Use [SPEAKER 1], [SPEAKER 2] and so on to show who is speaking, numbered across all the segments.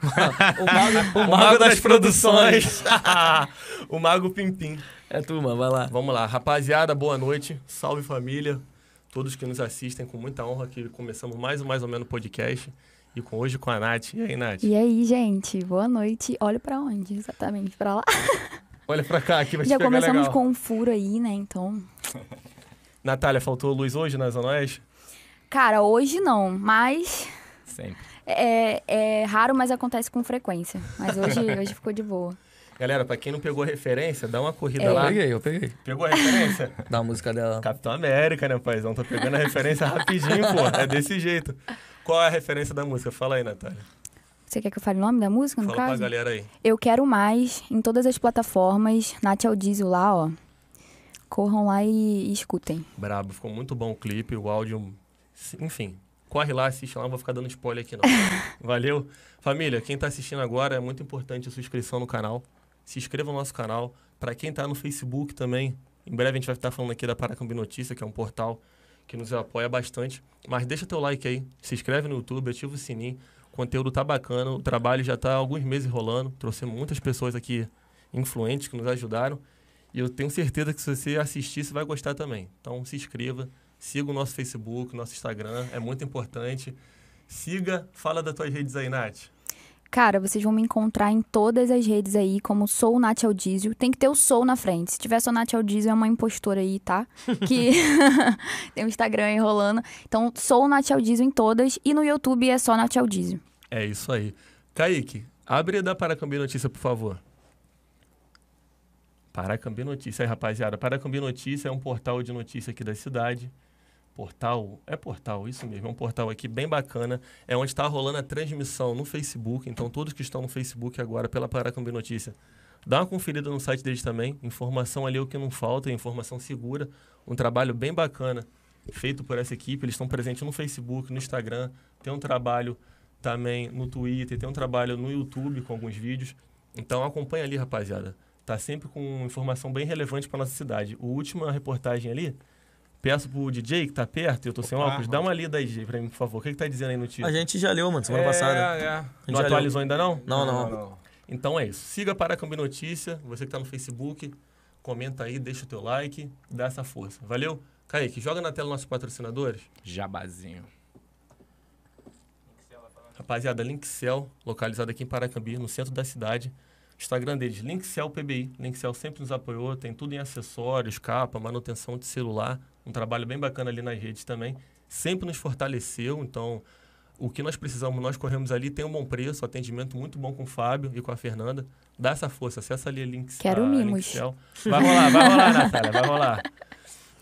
[SPEAKER 1] o mago,
[SPEAKER 2] O Mago das Produções.
[SPEAKER 3] o Mago Pimpim.
[SPEAKER 2] É tu, mano, vai lá.
[SPEAKER 3] Vamos lá, rapaziada, boa noite. Salve família. Todos que nos assistem, com muita honra que começamos mais um mais ou menos podcast. E com hoje com a Nath. E aí, Nath?
[SPEAKER 4] E aí, gente, boa noite. Olha pra onde exatamente? Pra lá.
[SPEAKER 3] Olha pra cá, aqui vai
[SPEAKER 4] Já
[SPEAKER 3] te pegar
[SPEAKER 4] começamos
[SPEAKER 3] legal.
[SPEAKER 4] com um furo aí, né? Então.
[SPEAKER 3] Natália, faltou luz hoje na Zona Oeste?
[SPEAKER 4] Cara, hoje não, mas
[SPEAKER 2] Sempre.
[SPEAKER 4] é, é raro, mas acontece com frequência. Mas hoje, hoje ficou de boa.
[SPEAKER 3] Galera, pra quem não pegou a referência, dá uma corrida
[SPEAKER 4] É.
[SPEAKER 2] Eu
[SPEAKER 3] lá.
[SPEAKER 2] peguei, eu peguei.
[SPEAKER 3] Pegou a referência?
[SPEAKER 2] Da música dela.
[SPEAKER 3] Capitão América, né, paizão? Tô pegando a referência rapidinho, pô. É desse jeito. Qual é a referência da música? Fala aí, Natália.
[SPEAKER 4] Você quer que eu fale o nome da música, no
[SPEAKER 3] Fala pra
[SPEAKER 4] caso?
[SPEAKER 3] galera aí.
[SPEAKER 4] Eu quero mais em todas as plataformas. Nath Al Diesel lá, ó. Corram lá e, e escutem.
[SPEAKER 3] Brabo, ficou muito bom o clipe, o áudio. Enfim, corre lá, assiste lá, não vou ficar dando spoiler aqui não. Valeu? Família, quem tá assistindo agora, é muito importante a sua inscrição no canal. Se inscreva no nosso canal. Pra quem tá no Facebook também, em breve a gente vai estar falando aqui da Paracambi Notícia, que é um portal que nos apoia bastante. Mas deixa teu like aí, se inscreve no YouTube, ativa o sininho. O conteúdo tá bacana, o trabalho já tá há alguns meses rolando. Trouxe muitas pessoas aqui influentes que nos ajudaram. E eu tenho certeza que se você assistir, você vai gostar também. Então se inscreva, siga o nosso Facebook, nosso Instagram, é muito importante. Siga, fala das tuas redes aí, Nath.
[SPEAKER 4] Cara, vocês vão me encontrar em todas as redes aí, como Sou Nath Al Diesel. Tem que ter o Sou na frente. Se tiver só Nath Al Diesel, é uma impostora aí, tá? Que tem o Instagram aí rolando. Então, Sou Nath Al Diesel em todas. E no YouTube é só Nath Al Diesel.
[SPEAKER 3] É isso aí. Kaique, abre da Paracambi Notícia, por favor. Paracambi Notícia, aí, rapaziada. Paracambi Notícia é um portal de notícia aqui da cidade. Portal, é portal, isso mesmo. É um portal aqui bem bacana. É onde está rolando a transmissão no Facebook. Então, todos que estão no Facebook agora pela Paracambi Notícia, dá uma conferida no site deles também. Informação ali é o que não falta, é informação segura. Um trabalho bem bacana feito por essa equipe. Eles estão presentes no Facebook, no Instagram. Tem um trabalho também no Twitter, tem um trabalho no YouTube com alguns vídeos. Então acompanha ali, rapaziada. Tá sempre com informação bem relevante para nossa cidade. O última reportagem ali, peço pro DJ que tá perto, eu tô sem
[SPEAKER 1] Opa.
[SPEAKER 3] óculos, dá uma lida aí, DJ, pra mim, por favor. O que, que tá dizendo aí no tio?
[SPEAKER 2] A gente já leu, mano, semana passada.
[SPEAKER 1] É, é.
[SPEAKER 2] A gente
[SPEAKER 3] Não
[SPEAKER 2] já leu.
[SPEAKER 3] atualizou ainda não?
[SPEAKER 2] Não, não.
[SPEAKER 3] Então é isso. Siga para a Cambi Notícia, você que tá no Facebook, comenta aí, deixa o teu like, dá essa força. Valeu? Kaique, joga na tela nossos patrocinadores.
[SPEAKER 1] Jabazinho.
[SPEAKER 3] Rapaziada, Linkcel, localizado aqui em Paracambi, no centro da cidade. Instagram deles, Linkcel PBI. Linkcel sempre nos apoiou, tem tudo em acessórios, capa, manutenção de celular. Um trabalho bem bacana ali nas redes também. Sempre nos fortaleceu, então o que nós precisamos, nós corremos ali, tem um bom preço, atendimento muito bom com o Fábio e com a Fernanda. Dá essa força, acessa ali a Linkcel.
[SPEAKER 4] Quero
[SPEAKER 3] a
[SPEAKER 4] mimos.
[SPEAKER 3] Linkcel. Vai rolar, vai rolar, Natália, vai rolar.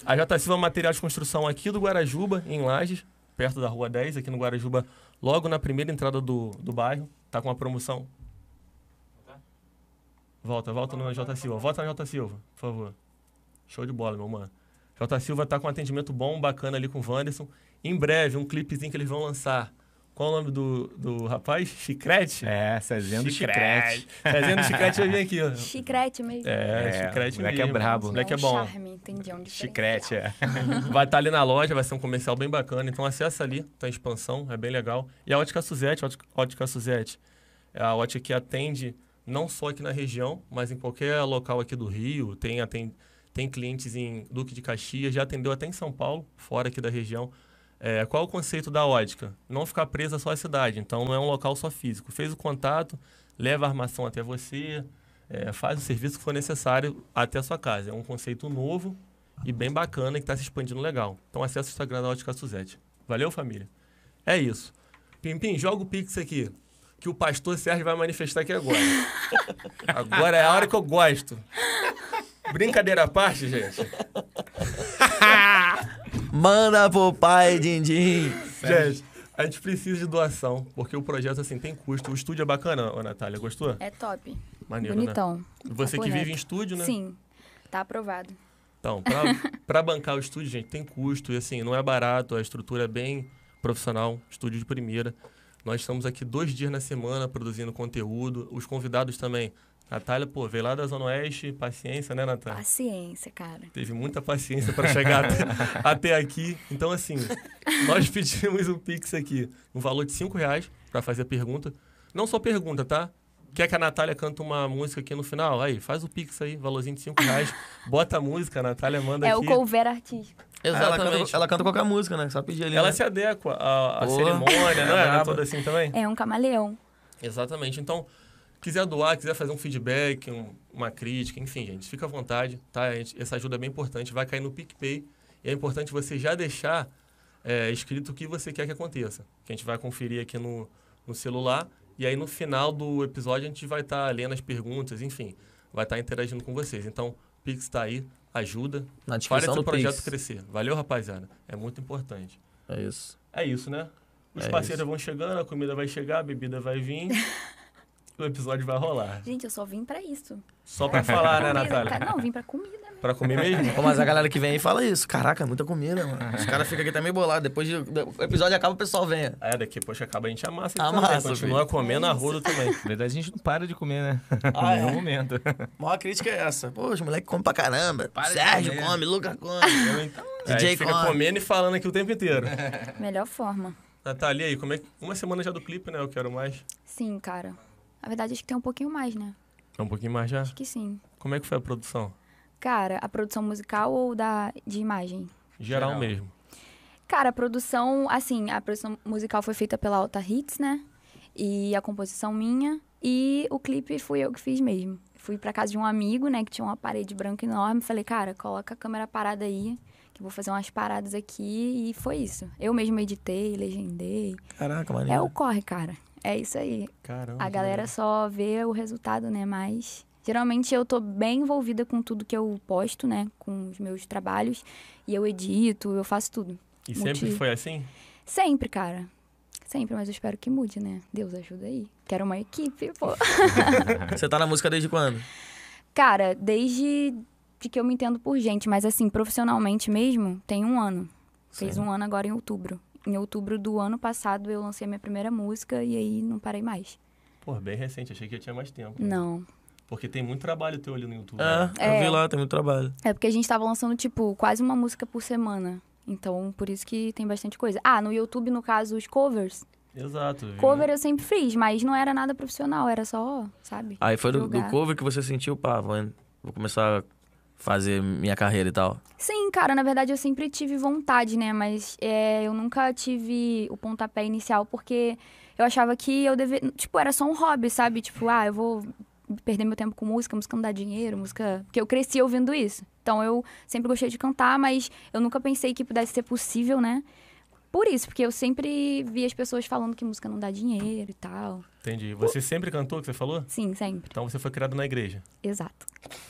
[SPEAKER 3] A J Silva Material de Construção aqui do Guarajuba, em Lages, perto da Rua 10, aqui no Guarajuba, logo na primeira entrada do, do bairro. Tá com uma promoção. Volta, volta no J Silva. Volta na J Silva, por favor. Show de bola, meu mano. J Silva tá com um atendimento bom, bacana ali com o Wanderson. Em breve, um clipezinho que eles vão lançar. Qual o nome do, do rapaz? Chicrete?
[SPEAKER 1] É, Cezinha do Chicrete.
[SPEAKER 3] Fazendo chicrete vai vir aqui, ó.
[SPEAKER 4] Chicrete mesmo.
[SPEAKER 3] É,
[SPEAKER 1] É,
[SPEAKER 3] chicrete
[SPEAKER 1] o moleque é
[SPEAKER 3] mesmo.
[SPEAKER 1] brabo.
[SPEAKER 3] O moleque
[SPEAKER 4] um
[SPEAKER 3] é bom.
[SPEAKER 4] Charme, entendi. É um
[SPEAKER 1] Chicrete, é.
[SPEAKER 3] Vai estar ali na loja, vai ser um comercial bem bacana. Então acessa ali, tá em expansão, é bem legal. E a Ótica Suzette, Ótica- Ótica Suzette, é a ótica que atende não só aqui na região, mas em qualquer local aqui do Rio. Tem, aten- tem clientes em Duque de Caxias, já atendeu até em São Paulo, fora aqui da região. É, qual é o conceito da ótica? Não ficar presa só à cidade, então não é um local só físico. Fez o contato, leva a armação até você, é, faz o serviço que for necessário até a sua casa. É um conceito novo, e bem bacana que está se expandindo legal. Então acessa o Instagram da Ótica Suzete. Valeu, família? É isso. Pimpim, joga o Pix aqui, que o pastor Sérgio vai manifestar aqui agora. agora é a hora que eu gosto. Brincadeira à parte, gente.
[SPEAKER 2] Manda pro pai, Dindim.
[SPEAKER 3] Gente, a gente precisa de doação, porque o projeto, assim, tem custo. O estúdio é bacana, ô Natália, gostou?
[SPEAKER 4] É top.
[SPEAKER 3] Maneiro,
[SPEAKER 4] Bonitão.
[SPEAKER 3] né? Você que
[SPEAKER 4] Correto.
[SPEAKER 3] vive em estúdio, né?
[SPEAKER 4] Sim. Tá aprovado.
[SPEAKER 3] Então, pra, pra bancar o estúdio, gente, tem custo. E assim, não é barato, a estrutura é bem profissional, estúdio de primeira. Nós estamos aqui dois dias na semana produzindo conteúdo. Os convidados também. Natália, pô, veio lá da Zona Oeste, paciência, né, Natália?
[SPEAKER 4] Paciência, cara.
[SPEAKER 3] Teve muita paciência para chegar até, até aqui. Então, assim, nós pedimos um Pix aqui, um valor de 5 reais para fazer a pergunta. Não só pergunta, tá? Quer que a Natália canta uma música aqui no final? Aí, faz o Pix aí, valorzinho de 5 reais. bota a música, a Natália manda
[SPEAKER 4] É o
[SPEAKER 3] aqui.
[SPEAKER 4] cover artístico.
[SPEAKER 2] Ah, Ela
[SPEAKER 3] Exatamente.
[SPEAKER 2] canta, ela canta qualquer música, né? Só pedir ali.
[SPEAKER 3] Ela
[SPEAKER 2] né?
[SPEAKER 3] se adequa à, à
[SPEAKER 2] Boa.
[SPEAKER 3] cerimônia, não é?
[SPEAKER 2] Braba.
[SPEAKER 3] Toda assim também?
[SPEAKER 4] É um camaleão.
[SPEAKER 3] Exatamente. Então, quiser doar, quiser fazer um feedback, um- uma crítica, enfim, gente, fica à vontade, tá? A gente- Essa ajuda é bem importante, vai cair no PicPay. E é importante você já deixar é, escrito o que você quer que aconteça. Que a gente vai conferir aqui no, no celular. E aí, no final do episódio, a gente vai estar lendo as perguntas, enfim, vai estar interagindo com vocês. Então, Pix está aí, ajuda.
[SPEAKER 2] Na
[SPEAKER 3] Faz
[SPEAKER 2] descrição
[SPEAKER 3] esse
[SPEAKER 2] do
[SPEAKER 3] projeto
[SPEAKER 2] Pix.
[SPEAKER 3] crescer. Valeu, rapaziada. É muito importante.
[SPEAKER 2] É isso.
[SPEAKER 3] É isso, né? Os
[SPEAKER 2] É
[SPEAKER 3] parceiros
[SPEAKER 2] isso.
[SPEAKER 3] vão chegando, a comida vai chegar, a bebida vai vir. o episódio vai rolar.
[SPEAKER 4] Gente, eu só vim pra isso.
[SPEAKER 3] Só pra falar, né,
[SPEAKER 4] Comida, um.
[SPEAKER 3] Natália?
[SPEAKER 4] cara. Não, vim pra comida. né?
[SPEAKER 3] Pra comer mesmo?
[SPEAKER 2] Pô, mas a galera que vem aí fala isso. Caraca, é muita comida, mano. Os caras ficam aqui até meio bolados. Depois de- do- o episódio acaba, o pessoal vem.
[SPEAKER 3] É, daqui, poxa, acaba a gente amassa. aqui
[SPEAKER 2] Amassa,
[SPEAKER 3] também, Continua
[SPEAKER 2] filho.
[SPEAKER 3] comendo a
[SPEAKER 4] É
[SPEAKER 3] rodo também.
[SPEAKER 1] Na verdade, a gente não para de comer, né?
[SPEAKER 2] Ah,
[SPEAKER 1] em nenhum
[SPEAKER 2] é?
[SPEAKER 1] momento.
[SPEAKER 2] A maior crítica é essa. Pô, os moleques comem pra caramba.
[SPEAKER 1] Para de
[SPEAKER 2] Sérgio
[SPEAKER 1] comer.
[SPEAKER 2] come, Luca come.
[SPEAKER 3] É, a
[SPEAKER 2] DJ
[SPEAKER 3] gente fica
[SPEAKER 2] come. É.
[SPEAKER 3] comendo e falando aqui o tempo inteiro.
[SPEAKER 4] Melhor forma.
[SPEAKER 3] Natália, e aí, como é que... Uma semana já do clipe, né? Eu quero mais.
[SPEAKER 4] Sim, cara. Na verdade, acho que tem um pouquinho mais, né?
[SPEAKER 3] É um pouquinho mais já.
[SPEAKER 4] Acho que sim.
[SPEAKER 3] Como é que foi a produção?
[SPEAKER 4] Cara, a produção musical ou da de imagem?
[SPEAKER 3] Geral,
[SPEAKER 1] Geral.
[SPEAKER 3] mesmo.
[SPEAKER 4] Cara, a produção, assim, a produção musical foi feita pela Alta Hits, né? E a composição minha. E o clipe fui eu que fiz mesmo. Fui pra casa de um amigo, né, que tinha uma parede branca enorme. Falei, cara, coloca a câmera parada aí, que eu vou fazer umas paradas aqui. E foi isso. Eu mesmo editei, legendei.
[SPEAKER 2] Caraca,
[SPEAKER 4] É o
[SPEAKER 2] maneiro.
[SPEAKER 4] corre, cara. É isso aí.
[SPEAKER 3] Caramba.
[SPEAKER 4] A
[SPEAKER 3] que
[SPEAKER 4] galera só vê o resultado, né? Mas geralmente eu tô bem envolvida com tudo que eu posto, né? Com os meus trabalhos. E eu edito, eu faço tudo.
[SPEAKER 3] legal. E sempre
[SPEAKER 4] motivo.
[SPEAKER 3] foi assim?
[SPEAKER 4] Sempre, cara. Sempre, mas eu espero que mude, né? Deus ajuda aí. Quero uma equipe, pô.
[SPEAKER 2] Você tá na música desde quando?
[SPEAKER 4] Cara, desde de que eu me entendo por gente, mas assim, profissionalmente mesmo, tem um ano. Fez um ano agora em outubro. Em outubro do ano passado eu lancei minha primeira música e aí não parei mais.
[SPEAKER 3] Pô, bem recente. Achei que já tinha mais tempo.
[SPEAKER 2] Hum.
[SPEAKER 4] Não.
[SPEAKER 3] Porque tem muito trabalho teu ali no YouTube. né?
[SPEAKER 2] É, eu
[SPEAKER 4] É.
[SPEAKER 2] vi lá, tem muito trabalho.
[SPEAKER 4] É porque a gente tava lançando, tipo, quase uma música por semana. Então, por isso que tem bastante coisa. Ah, no YouTube, no caso, os covers.
[SPEAKER 3] Exato. viu?
[SPEAKER 4] Cover eu sempre fiz, mas não era nada profissional, era só, sabe?
[SPEAKER 2] Aí foi do, do
[SPEAKER 4] Jogar.
[SPEAKER 2] cover que você sentiu, pá, vou, vou começar a fazer minha carreira e tal.
[SPEAKER 4] Sim, cara, na verdade eu sempre tive vontade, né? Mas é, eu nunca tive o pontapé inicial, porque eu achava que eu deveria. Tipo, era só um hobby, sabe? Tipo, ah, eu vou perder meu tempo com música, música não dá dinheiro, música. Porque eu cresci ouvindo isso. Então eu sempre gostei de cantar, mas eu nunca pensei que pudesse ser possível, né? Por isso, porque eu sempre vi as pessoas falando que música não dá dinheiro e tal.
[SPEAKER 3] Entendi. Você sempre cantou o que você falou?
[SPEAKER 4] Sim, sempre.
[SPEAKER 3] Então você foi criado na igreja.
[SPEAKER 4] Exato.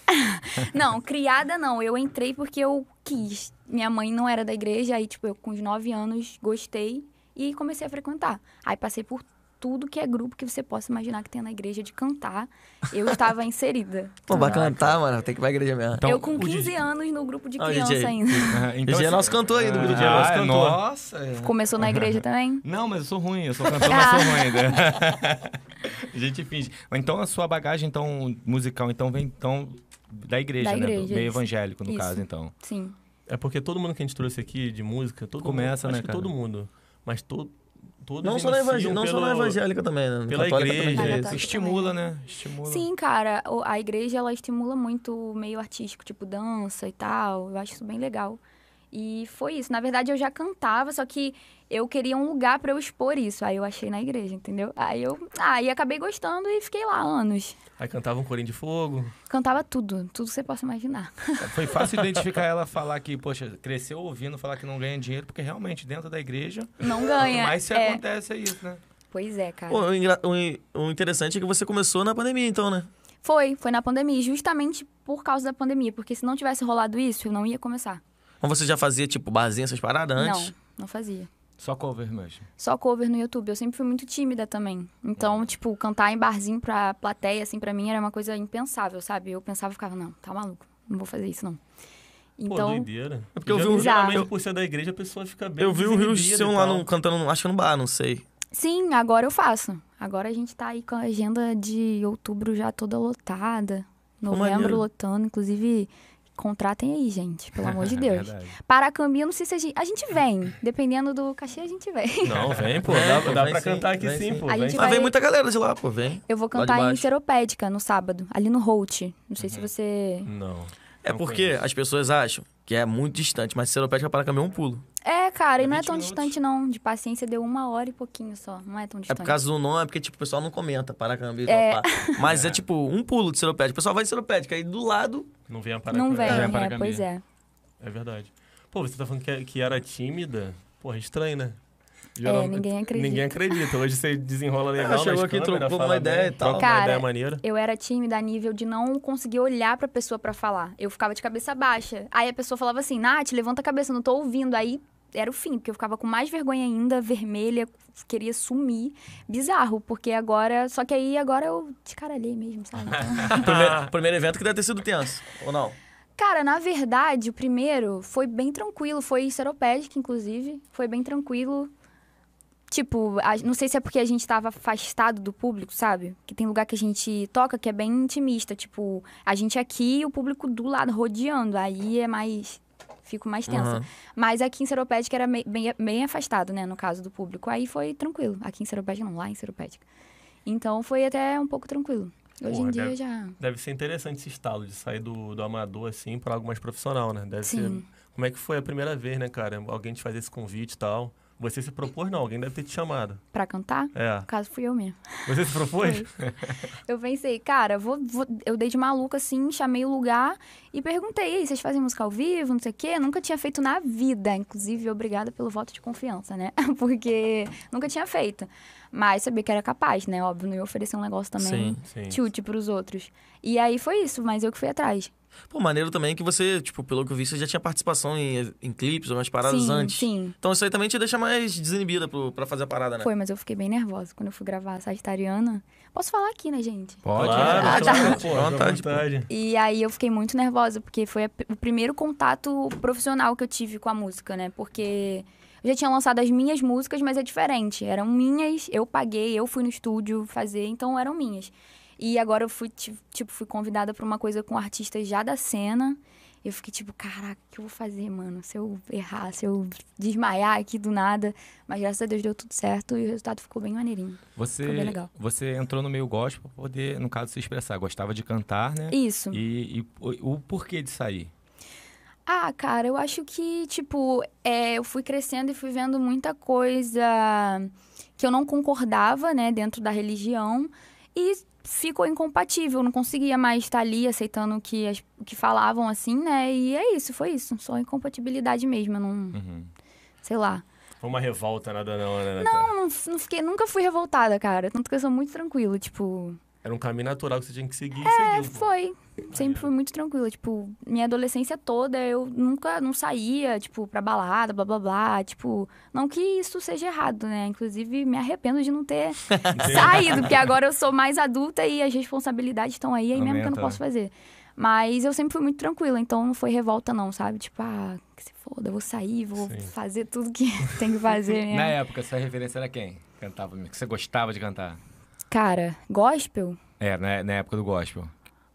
[SPEAKER 4] não, criada não. Eu entrei porque eu quis. Minha mãe não era da igreja, aí, tipo, eu com os nove anos gostei e comecei a frequentar. Aí passei por tudo que é grupo que você possa imaginar que tem na igreja de cantar. Eu estava inserida.
[SPEAKER 2] Pô, bacana, tá, mano? Tem que ir pra igreja mesmo.
[SPEAKER 3] Então,
[SPEAKER 4] eu com
[SPEAKER 3] o
[SPEAKER 4] 15
[SPEAKER 3] DJ
[SPEAKER 4] anos no grupo de
[SPEAKER 2] Ah, o
[SPEAKER 4] criança
[SPEAKER 2] DJ.
[SPEAKER 4] ainda.
[SPEAKER 1] Então,
[SPEAKER 2] DJ
[SPEAKER 1] assim,
[SPEAKER 2] é nosso cantor aí do grupo.
[SPEAKER 3] DJ é nosso
[SPEAKER 1] Ah,
[SPEAKER 3] cantor.
[SPEAKER 1] Nossa. é.
[SPEAKER 4] Começou na igreja também?
[SPEAKER 1] Não, mas eu sou ruim, eu sou cantor, mas sou ruim ainda. a gente finge. Então a sua bagagem então musical então vem então da igreja,
[SPEAKER 4] Da
[SPEAKER 1] né? Do
[SPEAKER 4] igreja,
[SPEAKER 1] meio
[SPEAKER 4] isso.
[SPEAKER 1] evangélico no
[SPEAKER 4] Isso.
[SPEAKER 1] caso, então.
[SPEAKER 4] Sim.
[SPEAKER 3] É porque todo mundo que a gente trouxe aqui de música, todo
[SPEAKER 1] Começa,
[SPEAKER 3] mundo,
[SPEAKER 1] né,
[SPEAKER 3] acho que
[SPEAKER 1] cara?
[SPEAKER 3] todo mundo, mas to, todos
[SPEAKER 2] Não só, na
[SPEAKER 3] iniciam
[SPEAKER 2] evangé- não só na
[SPEAKER 3] pelo-
[SPEAKER 2] evangélica também, né?
[SPEAKER 3] pela
[SPEAKER 2] Católica
[SPEAKER 3] igreja,
[SPEAKER 2] também.
[SPEAKER 4] Vai,
[SPEAKER 2] tem.
[SPEAKER 4] Natália.
[SPEAKER 1] Estimula, né? Estimula.
[SPEAKER 4] É Sim, cara, o- a igreja ela estimula muito o meio artístico, tipo dança e tal. Eu acho isso bem legal. E foi isso. Na verdade, eu já cantava, só que eu queria um lugar pra eu expor isso. Aí eu achei na igreja, entendeu? Aí eu, aí acabei gostando e fiquei lá anos.
[SPEAKER 3] Aí cantava um corinho de fogo.
[SPEAKER 4] Cantava tudo, tudo que você possa imaginar.
[SPEAKER 1] Foi fácil identificar ela falar que, poxa, cresceu ouvindo falar que não ganha dinheiro, porque realmente dentro da igreja,
[SPEAKER 4] Não
[SPEAKER 1] o que
[SPEAKER 4] ganha.
[SPEAKER 1] mais se
[SPEAKER 4] é.
[SPEAKER 1] acontece é isso, né?
[SPEAKER 4] Pois é, cara.
[SPEAKER 2] Pô, o, engra- o in- o interessante é que você começou na pandemia, então, né?
[SPEAKER 4] Foi, foi na pandemia, justamente por causa da pandemia, porque se não tivesse rolado isso, eu não ia começar.
[SPEAKER 2] Mas você já fazia, tipo, barzinho, essas paradas antes?
[SPEAKER 4] Não, não fazia.
[SPEAKER 1] Só cover mesmo.
[SPEAKER 4] só cover no YouTube. Eu sempre fui muito tímida também. Então, tipo, cantar em barzinho pra plateia, assim, pra mim era uma coisa impensável, sabe? Eu pensava e ficava, não, tá maluco, não vou fazer isso, não.
[SPEAKER 3] Pô,
[SPEAKER 4] Então,
[SPEAKER 3] doideira. É
[SPEAKER 2] porque eu vi
[SPEAKER 4] um-
[SPEAKER 3] Geralmente,
[SPEAKER 2] eu-
[SPEAKER 3] por ser da igreja, a pessoa fica bem
[SPEAKER 2] Eu vi o Rio
[SPEAKER 3] desinibida
[SPEAKER 2] Sion
[SPEAKER 3] e
[SPEAKER 2] lá
[SPEAKER 3] tal.
[SPEAKER 2] no, cantando, no- acho que no bar, não sei.
[SPEAKER 4] sim, agora eu faço. Agora a gente tá aí com a agenda de outubro já toda lotada,
[SPEAKER 2] maneiro.
[SPEAKER 4] novembro lotando, inclusive. Contratem aí, gente, pelo amor de
[SPEAKER 1] É
[SPEAKER 4] Deus.
[SPEAKER 1] verdade.
[SPEAKER 4] Paracambi, eu não sei se a gente. A gente vem. Dependendo do cachê, a gente vem.
[SPEAKER 3] Não, vem, pô.
[SPEAKER 2] Vem,
[SPEAKER 3] Dá,
[SPEAKER 2] É, pô,
[SPEAKER 3] dá
[SPEAKER 2] vem
[SPEAKER 3] pra
[SPEAKER 2] sim,
[SPEAKER 3] cantar aqui
[SPEAKER 2] vem
[SPEAKER 3] sim,
[SPEAKER 2] sim.
[SPEAKER 3] pô.
[SPEAKER 4] A
[SPEAKER 3] vem.
[SPEAKER 4] gente
[SPEAKER 2] Mas
[SPEAKER 4] vai-
[SPEAKER 2] vem muita galera de lá, pô, vem.
[SPEAKER 4] Eu vou
[SPEAKER 2] Lá de
[SPEAKER 4] cantar em
[SPEAKER 2] baixo.
[SPEAKER 4] Seropédica no sábado, ali no Holt. Não sei se você.
[SPEAKER 3] Não.
[SPEAKER 2] É
[SPEAKER 3] Não
[SPEAKER 2] porque
[SPEAKER 3] conheço.
[SPEAKER 2] as pessoas acham que é muito distante, mas Seropédica para caminhão é um pulo.
[SPEAKER 4] É, cara, e não é
[SPEAKER 1] 20
[SPEAKER 4] tão
[SPEAKER 1] minutos.
[SPEAKER 4] distante, não. De paciência deu uma hora e pouquinho só. Não é tão
[SPEAKER 2] É
[SPEAKER 4] distante.
[SPEAKER 2] por causa do nome, é porque tipo, o pessoal não comenta Paracambi e
[SPEAKER 4] É.
[SPEAKER 2] tal, pá. Mas é tipo um pulo de Seropédica. O pessoal vai de Seropédica, aí do lado...
[SPEAKER 3] Não vem a parada.
[SPEAKER 4] Não vem,
[SPEAKER 1] Não vem
[SPEAKER 4] é,
[SPEAKER 1] Paracambi.
[SPEAKER 4] pois é.
[SPEAKER 3] É verdade. Pô, você tá falando que, que era tímida? Porra, é estranho, né?
[SPEAKER 4] É, ninguém acredita.
[SPEAKER 3] Ninguém acredita. Hoje você desenrola legal.
[SPEAKER 2] Ah, chegou
[SPEAKER 3] nas
[SPEAKER 2] aqui,
[SPEAKER 3] câmeras,
[SPEAKER 2] trocou
[SPEAKER 3] fala
[SPEAKER 2] uma
[SPEAKER 3] bem,
[SPEAKER 2] ideia e tal.
[SPEAKER 3] troca
[SPEAKER 4] Cara,
[SPEAKER 3] uma ideia maneira.
[SPEAKER 4] Eu era tímida a nível de não conseguir olhar pra pessoa pra falar. Eu ficava de cabeça baixa. Aí a pessoa falava assim, Nath, levanta a cabeça, eu não tô ouvindo. Aí era o fim, porque eu ficava com mais vergonha ainda, vermelha, queria sumir. Bizarro, porque agora. Só que aí agora eu descaralhei mesmo, sabe? Então-
[SPEAKER 2] Primeiro, primeiro evento que deve ter sido tenso, ou não?
[SPEAKER 4] Cara, na verdade, o primeiro foi bem tranquilo. Foi seropédica, inclusive. Foi bem tranquilo. Tipo, a- não sei se é porque a gente tava afastado do público, sabe? Que tem lugar que a gente toca que é bem intimista. Tipo, a gente aqui e o público do lado rodeando. Aí é mais. Fico mais tensa.
[SPEAKER 2] Aham.
[SPEAKER 4] Mas aqui em Seropédica era mei- bem, bem afastado, né? No caso do público. Aí foi tranquilo. Aqui em Seropédica, não, lá em Seropédica. Então foi até um pouco tranquilo. Hoje
[SPEAKER 3] Porra,
[SPEAKER 4] em dia
[SPEAKER 3] deve-
[SPEAKER 4] já.
[SPEAKER 3] Deve ser interessante esse estalo de sair do, do amador, assim, pra algo mais profissional, né? Deve
[SPEAKER 4] Sim.
[SPEAKER 3] ser... Como é que foi a primeira vez, né, cara? Alguém te fazer esse convite e tal. Você se propôs, não. Alguém deve ter te chamado.
[SPEAKER 4] Pra cantar,
[SPEAKER 3] É.
[SPEAKER 4] no caso, fui eu mesmo.
[SPEAKER 3] Você se propôs?
[SPEAKER 4] Foi. Eu pensei, cara, vou, vou- eu dei de maluca assim, chamei o lugar e perguntei, "E aí, vocês fazem música ao vivo, não sei o quê? Nunca tinha feito na vida, inclusive, obrigada pelo voto de confiança, né? Porque nunca tinha feito. Mas sabia que era capaz, né? Óbvio, não ia oferecer um negócio também
[SPEAKER 3] Sim.
[SPEAKER 4] tilt pros outros. E aí foi isso, mas eu que fui atrás.
[SPEAKER 2] Pô, maneiro também que você, tipo, pelo que eu vi, você já tinha participação em, em clipes, umas paradas
[SPEAKER 4] sim,
[SPEAKER 2] antes.
[SPEAKER 4] sim.
[SPEAKER 2] Então isso aí também te deixa mais desinibida pro, pra fazer a parada, né?
[SPEAKER 4] Foi, mas eu fiquei bem nervosa quando eu fui gravar Sagitariana. Posso falar aqui, né, gente?
[SPEAKER 1] Pode?
[SPEAKER 3] Claro,
[SPEAKER 2] Ah, tá.
[SPEAKER 3] claro,
[SPEAKER 2] Fica à
[SPEAKER 3] pô,
[SPEAKER 2] vontade,
[SPEAKER 3] vontade. vontade.
[SPEAKER 4] E aí eu fiquei muito nervosa, porque foi a- o primeiro contato profissional que eu tive com a música, né? Porque eu já tinha lançado as minhas músicas, mas é diferente. Eram minhas, eu paguei, eu fui no estúdio fazer, então eram minhas. E agora eu fui, ti- tipo, fui convidada pra uma coisa com artistas já da cena. Eu fiquei tipo, caraca, o que eu vou fazer, mano? Se eu errar, se eu desmaiar aqui do nada. Mas graças a Deus deu tudo certo e o resultado ficou bem maneirinho.
[SPEAKER 1] Você,
[SPEAKER 4] Ficou bem legal.
[SPEAKER 1] você entrou no meio gospel pra poder, no caso, se expressar. Gostava de cantar, né?
[SPEAKER 4] Isso.
[SPEAKER 1] E, e o, o porquê de sair?
[SPEAKER 4] Ah, cara, eu acho que, tipo, é, eu fui crescendo e fui vendo muita coisa que eu não concordava, né, dentro da religião, e ficou incompatível, eu não conseguia mais estar ali aceitando o que, as- o que falavam, assim, né, e é isso, foi isso, só incompatibilidade mesmo, eu não,
[SPEAKER 1] Uhum.
[SPEAKER 4] sei lá.
[SPEAKER 3] Foi uma revolta, nada não, né, Natália?
[SPEAKER 4] Eu não, não fiquei, nunca fui revoltada, cara, tanto que eu sou muito tranquila, tipo,
[SPEAKER 3] Era um caminho natural que você tinha que seguir é, seguiu. pô.
[SPEAKER 4] Foi. Sempre fui muito tranquila. Tipo, minha adolescência toda, eu nunca não saía, tipo, pra balada, blá blá blá. Tipo, não que isso seja errado, né? Inclusive, me arrependo de não ter saído, porque agora eu sou mais adulta e as responsabilidades estão aí, aí mesmo que eu
[SPEAKER 1] Aumenta,
[SPEAKER 4] não posso
[SPEAKER 1] né?
[SPEAKER 4] fazer. Mas eu sempre fui muito tranquila, então não foi revolta, não, sabe? Tipo, ah, que se foda, eu vou sair, vou
[SPEAKER 3] Sim.
[SPEAKER 4] fazer tudo que tem que fazer. né?
[SPEAKER 1] Na época, sua referência era quem? Cantava, que você gostava de cantar?
[SPEAKER 4] Cara, gospel?
[SPEAKER 1] É, na, na época do gospel.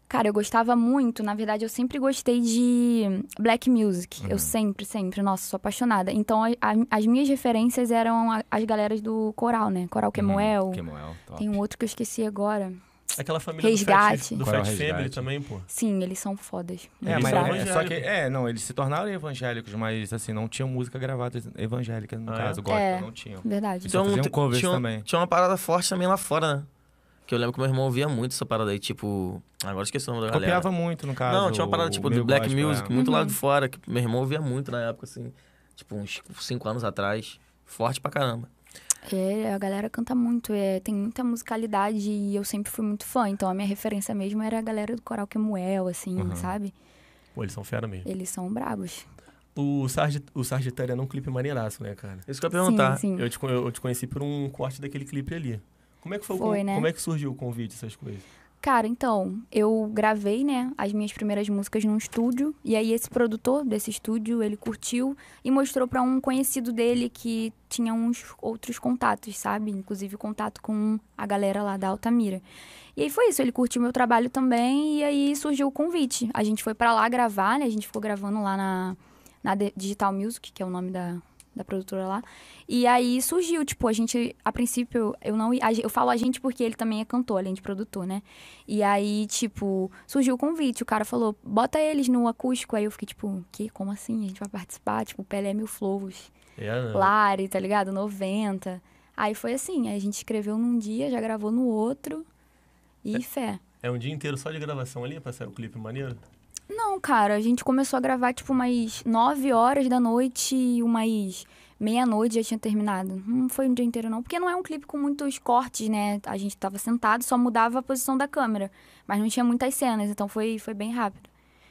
[SPEAKER 4] Cara, eu gostava muito. Na verdade, eu sempre gostei de black music.
[SPEAKER 1] Uhum.
[SPEAKER 4] Eu sempre, sempre. Nossa, sou apaixonada. Então, a- a- as minhas referências eram a- as galeras do coral, né? Coral Kemuel.
[SPEAKER 1] Hum, Kemuel, top.
[SPEAKER 4] Tem um outro que eu esqueci agora.
[SPEAKER 3] Aquela família
[SPEAKER 4] Resgate.
[SPEAKER 3] do Fat, do
[SPEAKER 1] Qual era o
[SPEAKER 3] Fat Family
[SPEAKER 1] resgate?
[SPEAKER 3] também, pô.
[SPEAKER 4] Sim, eles são fodas.
[SPEAKER 1] É,
[SPEAKER 3] Eles
[SPEAKER 1] mas
[SPEAKER 3] são
[SPEAKER 1] é, só que,
[SPEAKER 3] evangélicos.
[SPEAKER 1] é, não, eles se tornaram evangélicos, mas assim, não tinham música gravada evangélica, no
[SPEAKER 3] Ah, é?
[SPEAKER 1] caso, gospel,
[SPEAKER 4] É.
[SPEAKER 1] não tinham.
[SPEAKER 4] Verdade.
[SPEAKER 1] Só faziam covers
[SPEAKER 2] tinha, um
[SPEAKER 1] também.
[SPEAKER 2] tinha uma parada forte também lá fora, né? Que eu lembro que meu irmão ouvia muito essa parada aí, tipo... Agora esqueci o nome da galera.
[SPEAKER 1] Copiava muito, no caso.
[SPEAKER 2] Não, tinha uma parada,
[SPEAKER 1] o
[SPEAKER 2] tipo,
[SPEAKER 1] meio
[SPEAKER 2] do black
[SPEAKER 1] gospel,
[SPEAKER 2] music,
[SPEAKER 1] é.
[SPEAKER 2] muito
[SPEAKER 4] Uhum.
[SPEAKER 2] lá de fora, que meu irmão ouvia muito na época, assim. Tipo, uns cinco anos atrás. Forte pra caramba.
[SPEAKER 4] É, a galera canta muito. É, tem muita musicalidade e eu sempre fui muito fã. Então, a minha referência mesmo era a galera do coral Kemuel, assim,
[SPEAKER 1] Uhum.
[SPEAKER 4] sabe?
[SPEAKER 3] Pô, eles são fera mesmo.
[SPEAKER 4] Eles são brabos.
[SPEAKER 3] O, Sarge, o Sargitário é um clipe maneiraço, né, cara?
[SPEAKER 2] Isso que eu ia perguntar.
[SPEAKER 4] Sim, sim.
[SPEAKER 3] Eu te, con- eu te conheci por um corte daquele clipe ali. Como é que foi, o
[SPEAKER 4] Foi,
[SPEAKER 3] con-
[SPEAKER 4] né?
[SPEAKER 3] Como é que surgiu o convite, essas coisas?
[SPEAKER 4] Cara, então, eu gravei, né, as minhas primeiras músicas num estúdio, e aí esse produtor desse estúdio, ele curtiu e mostrou pra um conhecido dele que tinha uns outros contatos, sabe? Inclusive contato com a galera lá da Altamira. E aí foi isso, ele curtiu meu trabalho também e aí surgiu o convite. A gente foi pra lá gravar, né? A gente ficou gravando lá na na D- Digital Music, que é o nome da da produtora lá. E aí surgiu, tipo, a gente, a princípio, eu não ia- a gen- eu falo a gente porque ele também é cantor, além de produtor, né? E aí, tipo, surgiu o convite, o cara falou, bota eles no acústico. Aí eu fiquei, tipo, que? Como assim? A gente vai participar? Tipo, Pelé Mil Flowos,
[SPEAKER 3] É, né?
[SPEAKER 4] Lari, tá ligado? 90. Aí foi assim, aí a gente escreveu num dia, já gravou no outro. E fé.
[SPEAKER 3] É um dia inteiro só de gravação ali pra sair o clipe maneiro?
[SPEAKER 4] Não, cara, a gente começou a gravar, tipo, umas 9 horas da noite e umas meia-noite já tinha terminado. Não foi um dia inteiro, não. Porque não é um clipe com muitos cortes, né? A gente tava sentado, só mudava a posição da câmera. Mas não tinha muitas cenas, então foi, foi bem rápido.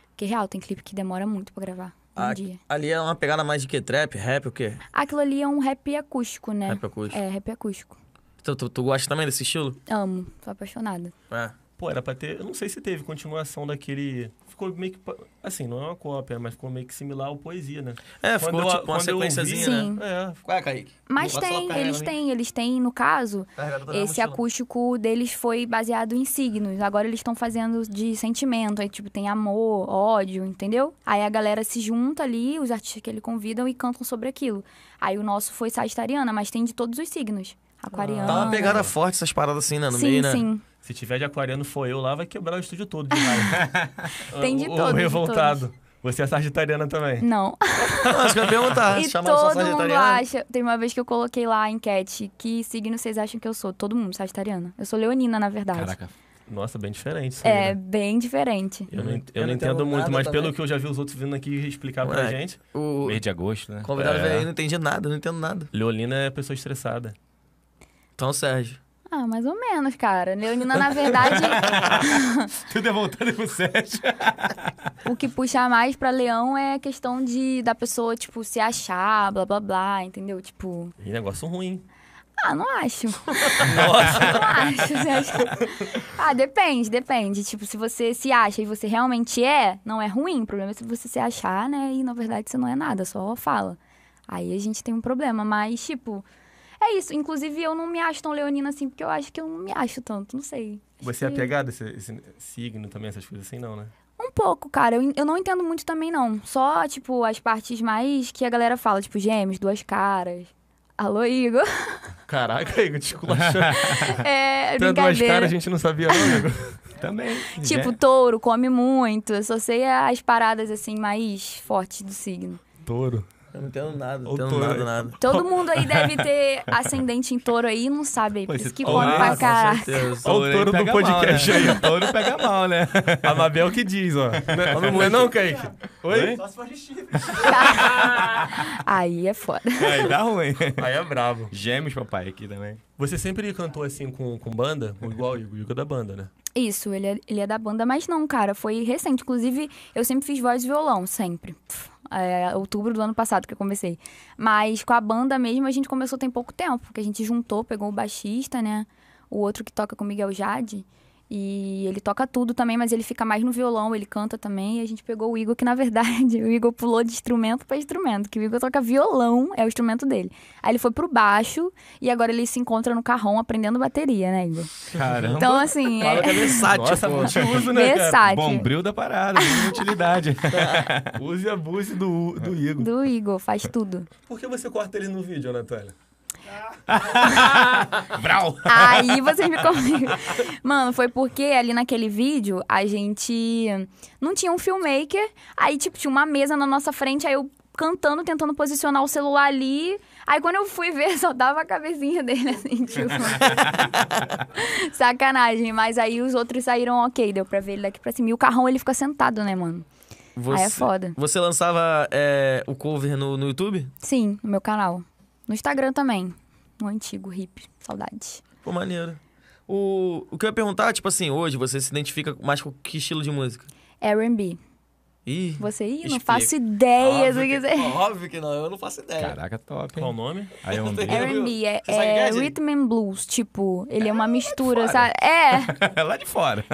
[SPEAKER 4] Porque, real, tem clipe que demora muito pra gravar. Um
[SPEAKER 2] Ah,
[SPEAKER 4] dia.
[SPEAKER 2] ali é uma pegada mais de que? Trap? Rap? O quê?
[SPEAKER 4] Aquilo ali é um rap acústico, né?
[SPEAKER 2] Rap acústico.
[SPEAKER 4] É, rap acústico.
[SPEAKER 2] Tu, tu, tu gosta também desse estilo?
[SPEAKER 4] Amo, sou apaixonada.
[SPEAKER 2] É.
[SPEAKER 3] Pô, era pra ter. Eu não sei se teve continuação daquele. Ficou meio que. pa- Assim, não é uma cópia, mas ficou meio que similar ao poesia, né?
[SPEAKER 2] É, ficou
[SPEAKER 3] Quando eu-
[SPEAKER 2] tipo uma
[SPEAKER 3] quando eu ouvi-
[SPEAKER 2] sequenciazinha,
[SPEAKER 4] Sim.
[SPEAKER 2] né?
[SPEAKER 3] É,
[SPEAKER 2] Qual é, Kaique?
[SPEAKER 4] Mas
[SPEAKER 2] Bota lá
[SPEAKER 4] tem,
[SPEAKER 2] pra
[SPEAKER 4] eles
[SPEAKER 2] ela, hein?
[SPEAKER 4] têm, eles têm, no caso,
[SPEAKER 2] Carregador na
[SPEAKER 4] Esse
[SPEAKER 2] Tá mochila.
[SPEAKER 4] acústico deles foi baseado em signos. Agora eles estão fazendo de sentimento. Aí, tipo, tem amor, ódio, entendeu? Aí a galera se junta ali, os artistas que ele convidam e cantam sobre aquilo. Aí o nosso foi sagitariana, mas tem de todos os signos. Aquariana.
[SPEAKER 2] Tá uma pegada forte essas paradas assim, né? No
[SPEAKER 4] sim,
[SPEAKER 2] meio, né?
[SPEAKER 4] sim.
[SPEAKER 3] Se tiver de aquariano for eu lá, vai quebrar o estúdio todo de raiva.
[SPEAKER 4] Tem de
[SPEAKER 3] O-
[SPEAKER 4] todos,
[SPEAKER 3] O
[SPEAKER 4] de
[SPEAKER 3] revoltado. Você é sagitariana também.
[SPEAKER 4] Não.
[SPEAKER 2] Ah, acho que eu ia perguntar.
[SPEAKER 4] e
[SPEAKER 2] Chamaram só
[SPEAKER 4] todo mundo
[SPEAKER 2] sagitariano?
[SPEAKER 4] acha. Tem uma vez que eu coloquei lá a enquete que signo vocês acham que eu sou. Todo mundo, sagitariana. Eu sou leonina, na verdade.
[SPEAKER 1] Caraca.
[SPEAKER 3] Nossa, bem diferente isso aí,
[SPEAKER 4] É
[SPEAKER 3] né?
[SPEAKER 4] bem diferente.
[SPEAKER 3] Uhum. Eu não,
[SPEAKER 2] Eu
[SPEAKER 3] ent- eu não
[SPEAKER 2] não entendo
[SPEAKER 3] entendo muito,
[SPEAKER 2] nada
[SPEAKER 3] mas pelo
[SPEAKER 2] também.
[SPEAKER 3] que eu já vi os outros vindo aqui explicar pra
[SPEAKER 2] Moleque.
[SPEAKER 3] gente,
[SPEAKER 2] O
[SPEAKER 1] Mês de agosto, né?
[SPEAKER 2] convidado
[SPEAKER 3] É.
[SPEAKER 2] veio aí, não entendi nada, não entendo nada.
[SPEAKER 3] Leolina é pessoa estressada.
[SPEAKER 2] Então, Sérgio.
[SPEAKER 4] Ah, mais ou menos, cara. Leonina, na verdade.
[SPEAKER 1] Tudo é voltado pro Sérgio.
[SPEAKER 4] O que puxa mais pra leão é a questão de da pessoa, tipo, se achar, blá blá blá, entendeu? Tipo,
[SPEAKER 3] E negócio ruim.
[SPEAKER 4] ah, não acho. Não acho, você acha? Ah, depende, depende. Tipo, se você se acha e você realmente é, não é ruim. O problema é se você se achar, né? E na verdade você não é nada, só fala. Aí a gente tem um problema, mas, tipo, é isso. Inclusive, eu não me acho tão leonina assim, porque eu acho que eu não me acho tanto, não sei. Acho
[SPEAKER 3] Você é
[SPEAKER 4] que-
[SPEAKER 3] apegado a esse, esse signo também, essas coisas assim, não, né?
[SPEAKER 4] Um pouco, cara. Eu, en- eu não entendo muito também, não. Só, tipo, as partes mais que a galera fala, tipo, gêmeos, duas caras. Alô, Igor.
[SPEAKER 3] Caraca, Igor, desculachando.
[SPEAKER 4] É,
[SPEAKER 3] Até duas
[SPEAKER 4] brincadeira.
[SPEAKER 3] caras a gente não né? sabia, não, Igor.
[SPEAKER 1] Também.
[SPEAKER 4] Tipo,
[SPEAKER 1] Gê-
[SPEAKER 4] touro, come muito. Eu só sei as paradas, assim, mais fortes do signo.
[SPEAKER 3] Touro.
[SPEAKER 2] Eu não entendo nada, não
[SPEAKER 3] Ou
[SPEAKER 2] entendo
[SPEAKER 3] tô-
[SPEAKER 2] nada, nada.
[SPEAKER 4] Todo mundo aí deve ter ascendente em touro aí, não sabe aí. Por
[SPEAKER 1] Pois
[SPEAKER 4] isso
[SPEAKER 1] é,
[SPEAKER 4] que
[SPEAKER 2] então,
[SPEAKER 1] touro,
[SPEAKER 2] né?
[SPEAKER 4] come pra
[SPEAKER 1] com
[SPEAKER 4] cá.
[SPEAKER 2] certeza.
[SPEAKER 3] Olha o touro do
[SPEAKER 1] pega
[SPEAKER 3] podcast
[SPEAKER 1] mal,
[SPEAKER 3] aí,
[SPEAKER 1] né? O touro pega mal, né?
[SPEAKER 3] A Mabel que diz, ó. Não é- não é não, Kaique? Oi?
[SPEAKER 4] Aí é foda.
[SPEAKER 1] Aí dá ruim.
[SPEAKER 3] Aí é brabo.
[SPEAKER 1] Gêmeos, papai, aqui também.
[SPEAKER 3] Você sempre cantou assim com, com banda? Ou Igual o Igor, o Igor é da banda, né?
[SPEAKER 4] Isso, ele é, ele é da banda, mas não, cara, foi recente. Inclusive, eu sempre fiz voz e violão, sempre. Pff, É, outubro do ano passado que eu comecei. Mas com a banda mesmo, a gente começou tem pouco tempo, porque a gente juntou, pegou o baixista, né? O outro que toca comigo é o Jade. E ele toca tudo também, mas ele fica mais no violão, ele canta também. E a gente pegou o Igor, que na verdade, o Igor pulou de instrumento pra instrumento, que o Igor toca violão, é o instrumento dele. Aí ele foi pro baixo e agora ele se encontra no carrão aprendendo bateria, né, Igor?
[SPEAKER 1] Caramba.
[SPEAKER 4] Então, assim. é-
[SPEAKER 2] Fala que é versátil,
[SPEAKER 3] Nossa,
[SPEAKER 2] pô.
[SPEAKER 3] uso, né, cara?
[SPEAKER 4] Versátil.
[SPEAKER 1] Bombril da parada, de utilidade.
[SPEAKER 3] Use e abuse do, do Igor.
[SPEAKER 4] Do Igor, faz tudo.
[SPEAKER 3] Por que você corta ele no vídeo, Natália?
[SPEAKER 1] Brau!
[SPEAKER 4] Aí vocês me comigo. Mano, foi porque ali naquele vídeo a gente não tinha um filmmaker. Aí, tipo, tinha uma mesa na nossa frente, aí eu cantando, tentando posicionar o celular ali. Aí quando eu fui ver, só dava a cabecinha dele assim, tipo. Sacanagem. Mas aí os outros saíram ok, deu pra ver ele daqui pra cima. E o carrão ele fica sentado, né, mano? Aí é foda.
[SPEAKER 2] Você lançava é, o cover no, no YouTube?
[SPEAKER 4] Sim, no meu canal. No Instagram também. No antigo hip. Saudades.
[SPEAKER 2] Pô, maneiro. O, o que eu ia perguntar, tipo assim, hoje você se identifica mais com que estilo de música?
[SPEAKER 4] RB.
[SPEAKER 2] Ih,
[SPEAKER 4] Você, ih, não
[SPEAKER 2] Explica. Ah,
[SPEAKER 4] faço ideia do que
[SPEAKER 2] óbvio, que,
[SPEAKER 4] você... é.
[SPEAKER 2] óbvio que não, eu não faço ideia.
[SPEAKER 1] Caraca, top,
[SPEAKER 3] Qual o
[SPEAKER 1] hein?
[SPEAKER 3] nome?
[SPEAKER 1] Aí é um
[SPEAKER 2] Não tem-
[SPEAKER 1] dia-
[SPEAKER 4] R&B, é,
[SPEAKER 2] Você sabe Ah, o que é,
[SPEAKER 4] é
[SPEAKER 2] gente?
[SPEAKER 4] rhythm and blues, tipo, ele é uma mistura,
[SPEAKER 2] fora.
[SPEAKER 4] sabe? É,
[SPEAKER 1] lá de fora.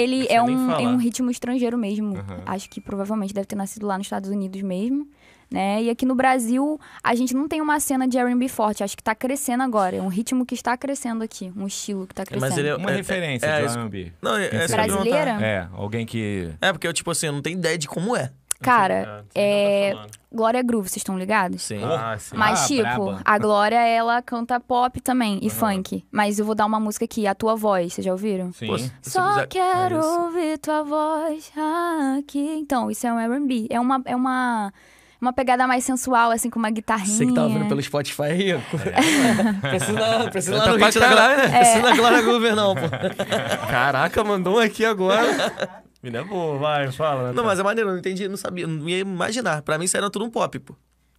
[SPEAKER 4] ele é
[SPEAKER 3] Não precisa nem
[SPEAKER 4] um, é
[SPEAKER 3] falar.
[SPEAKER 4] um ritmo estrangeiro mesmo,
[SPEAKER 1] Aham.
[SPEAKER 4] acho que provavelmente deve ter nascido lá nos Estados Unidos mesmo, né? E aqui no Brasil, a gente não tem uma cena de R&B forte, acho que tá crescendo agora, é um ritmo que está crescendo aqui, um estilo que tá crescendo.
[SPEAKER 2] ele é-
[SPEAKER 1] Uma referência
[SPEAKER 2] é,
[SPEAKER 1] de
[SPEAKER 2] isso-
[SPEAKER 1] R&B.
[SPEAKER 2] Não, é, é, isso que eu ia
[SPEAKER 4] Brasileira?
[SPEAKER 2] perguntar.
[SPEAKER 1] É, alguém que...
[SPEAKER 2] É, porque eu, tipo assim, eu não tenho ideia de como é.
[SPEAKER 4] Cara,
[SPEAKER 3] é...
[SPEAKER 4] é, Glória Groove, vocês estão ligados?
[SPEAKER 2] Sim.
[SPEAKER 3] Ah, sim.
[SPEAKER 4] Mas,
[SPEAKER 1] Ah,
[SPEAKER 4] tipo,
[SPEAKER 1] braba.
[SPEAKER 4] a Glória, ela canta pop também e funk. Mas eu vou dar uma música aqui, A Tua Voz, vocês já ouviram?
[SPEAKER 1] Sim.
[SPEAKER 2] Pô, se- se
[SPEAKER 4] Só
[SPEAKER 2] quiser-
[SPEAKER 4] quero
[SPEAKER 2] É isso.
[SPEAKER 4] ouvir tua voz aqui. Então, isso é um R&B. É uma, é uma, uma pegada mais sensual, assim, com uma guitarrinha.
[SPEAKER 2] Você que tava vendo pelo Spotify aí, ó. Precisa, lá- precisa lá no
[SPEAKER 3] pra
[SPEAKER 2] hit da
[SPEAKER 3] caralho,
[SPEAKER 2] Glória,
[SPEAKER 4] É.
[SPEAKER 3] né?
[SPEAKER 2] precisa na Glória Groover, não, pô.
[SPEAKER 3] Caraca, mandou um aqui agora. Menina é boa, vai, fala.
[SPEAKER 2] Não,
[SPEAKER 3] Natan.
[SPEAKER 2] mas é maneiro, eu não entendi, não sabia, não ia imaginar. Pra mim isso era tudo um pop, pô.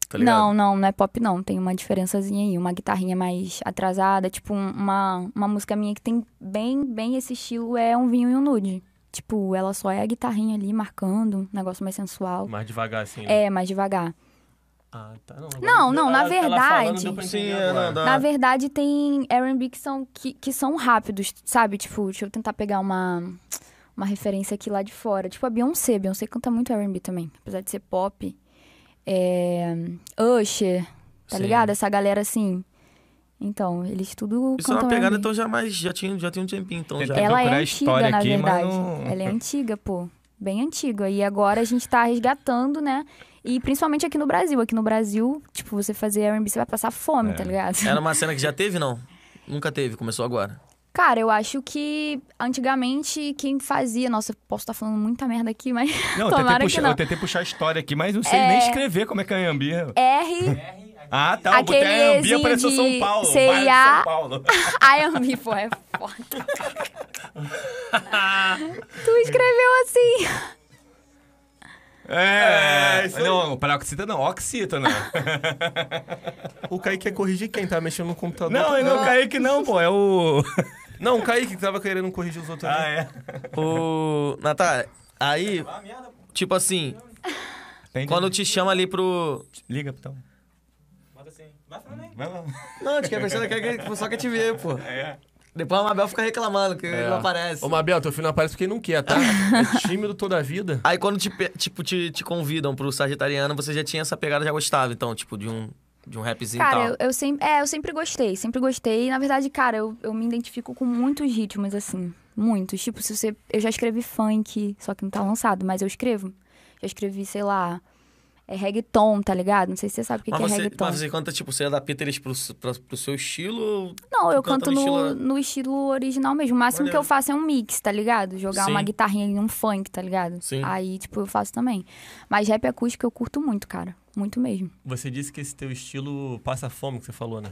[SPEAKER 2] Tá ligado?
[SPEAKER 4] não, não, não é pop, não. Tem uma diferençazinha aí. Uma guitarrinha mais atrasada. Tipo, um- uma, uma música minha que tem bem, bem esse estilo é um vinho e um nude. Tipo, ela só é a guitarrinha ali marcando, um negócio mais sensual.
[SPEAKER 3] Mais devagar, assim. né?
[SPEAKER 4] É, mais devagar.
[SPEAKER 3] Ah, tá. Não, agora-
[SPEAKER 4] Não, não, na
[SPEAKER 3] Ela- ela falando,
[SPEAKER 4] verdade-
[SPEAKER 3] deu pra entender
[SPEAKER 2] Sim, é,
[SPEAKER 3] agora.
[SPEAKER 2] não, dá.
[SPEAKER 4] Na verdade, tem R&B que são, que, que são rápidos, sabe? Tipo, deixa eu tentar pegar uma, uma referência aqui lá de fora. Tipo, a Beyoncé. Beyoncé canta muito R&B também, apesar de ser pop. É... Usher, tá
[SPEAKER 2] Sim.
[SPEAKER 4] ligado? Essa galera, assim... Então, eles tudo
[SPEAKER 2] Isso é uma
[SPEAKER 4] cantam
[SPEAKER 2] pegada,
[SPEAKER 4] R&B.
[SPEAKER 2] então já mais, já tinha, já tinha um tempinho, então já.
[SPEAKER 1] Tem que
[SPEAKER 4] Ela é
[SPEAKER 1] procurar a
[SPEAKER 4] antiga,
[SPEAKER 1] história
[SPEAKER 4] na
[SPEAKER 1] aqui, mas
[SPEAKER 4] verdade.
[SPEAKER 1] não-
[SPEAKER 4] Ela é antiga, pô. Bem antiga. E agora a gente tá resgatando, né? E principalmente aqui no Brasil. Aqui no Brasil, tipo, você fazer R&B, você vai passar fome,
[SPEAKER 1] É.
[SPEAKER 4] tá ligado?
[SPEAKER 2] Era uma cena que já teve, não? Nunca teve, começou agora.
[SPEAKER 4] Cara, eu acho que antigamente quem fazia. Nossa, eu posso estar falando muita merda aqui, mas.
[SPEAKER 1] Não, eu
[SPEAKER 4] Tomara
[SPEAKER 1] tentei,
[SPEAKER 4] que
[SPEAKER 1] puxar,
[SPEAKER 4] não.
[SPEAKER 1] eu tentei puxar a história aqui, mas não sei nem escrever como é que é Anhembi.
[SPEAKER 4] R.
[SPEAKER 1] Ah, tá. O
[SPEAKER 4] Aquele
[SPEAKER 1] Boteco Anhembi
[SPEAKER 4] Ezinho
[SPEAKER 1] apareceu
[SPEAKER 4] de
[SPEAKER 1] São Paulo. o
[SPEAKER 4] C&A.
[SPEAKER 1] bairro de São Paulo.
[SPEAKER 4] IMB, pô, é foda. tu escreveu assim.
[SPEAKER 1] É, não, paroxita não, oxítona.
[SPEAKER 3] O Kaique quer corrigir quem tá mexendo no computador.
[SPEAKER 1] não, e não caí que não, pô, é o...
[SPEAKER 3] Não, o Kaique que tava querendo corrigir os outros.
[SPEAKER 1] Ah, é.
[SPEAKER 2] Ô, Natália, aí, tipo assim,
[SPEAKER 1] Entende?
[SPEAKER 2] quando te chama ali pro...
[SPEAKER 1] Liga, então. Bota assim. Vai falando aí. Vai lá.
[SPEAKER 2] Não, te quer ver, ela quer que só quer te ver, pô. Depois a Mabel fica reclamando que
[SPEAKER 3] É.
[SPEAKER 2] ele não aparece.
[SPEAKER 3] Ô, Mabel, teu filho não aparece porque ele não quer, tá? É tímido toda a vida.
[SPEAKER 2] Aí quando te, pe- tipo, te, te convidam pro Sagitariano, você já tinha essa pegada, já gostava, então, tipo, de um, de um rapzinho e
[SPEAKER 4] Cara,
[SPEAKER 2] tal.
[SPEAKER 4] eu, eu sempre, é, eu sempre gostei, sempre gostei. Na verdade, cara, eu, eu me identifico com muitos ritmos, assim. Muitos. Tipo, se você. Eu já escrevi funk, só que não tá lançado, mas eu escrevo. Já escrevi, sei lá. É reggaeton, tá ligado? Não sei se você sabe o que,
[SPEAKER 2] mas,
[SPEAKER 4] que é
[SPEAKER 2] você,
[SPEAKER 4] reggaeton.
[SPEAKER 2] mas você canta, tipo, você adapta eles pro, pro, pro seu estilo?
[SPEAKER 4] Não, eu
[SPEAKER 2] Tu canta
[SPEAKER 4] canto
[SPEAKER 2] no
[SPEAKER 4] no,
[SPEAKER 2] estilo-
[SPEAKER 4] no estilo original mesmo. O máximo que
[SPEAKER 2] Maneiro.
[SPEAKER 4] eu faço é um mix, tá ligado? Jogar
[SPEAKER 2] Sim.
[SPEAKER 4] uma guitarrinha e um funk, tá ligado?
[SPEAKER 2] Sim.
[SPEAKER 4] Aí, tipo, eu faço também. Mas rap acústico eu curto muito, cara. Muito mesmo.
[SPEAKER 3] Você disse que esse teu estilo passa fome, que você falou, né?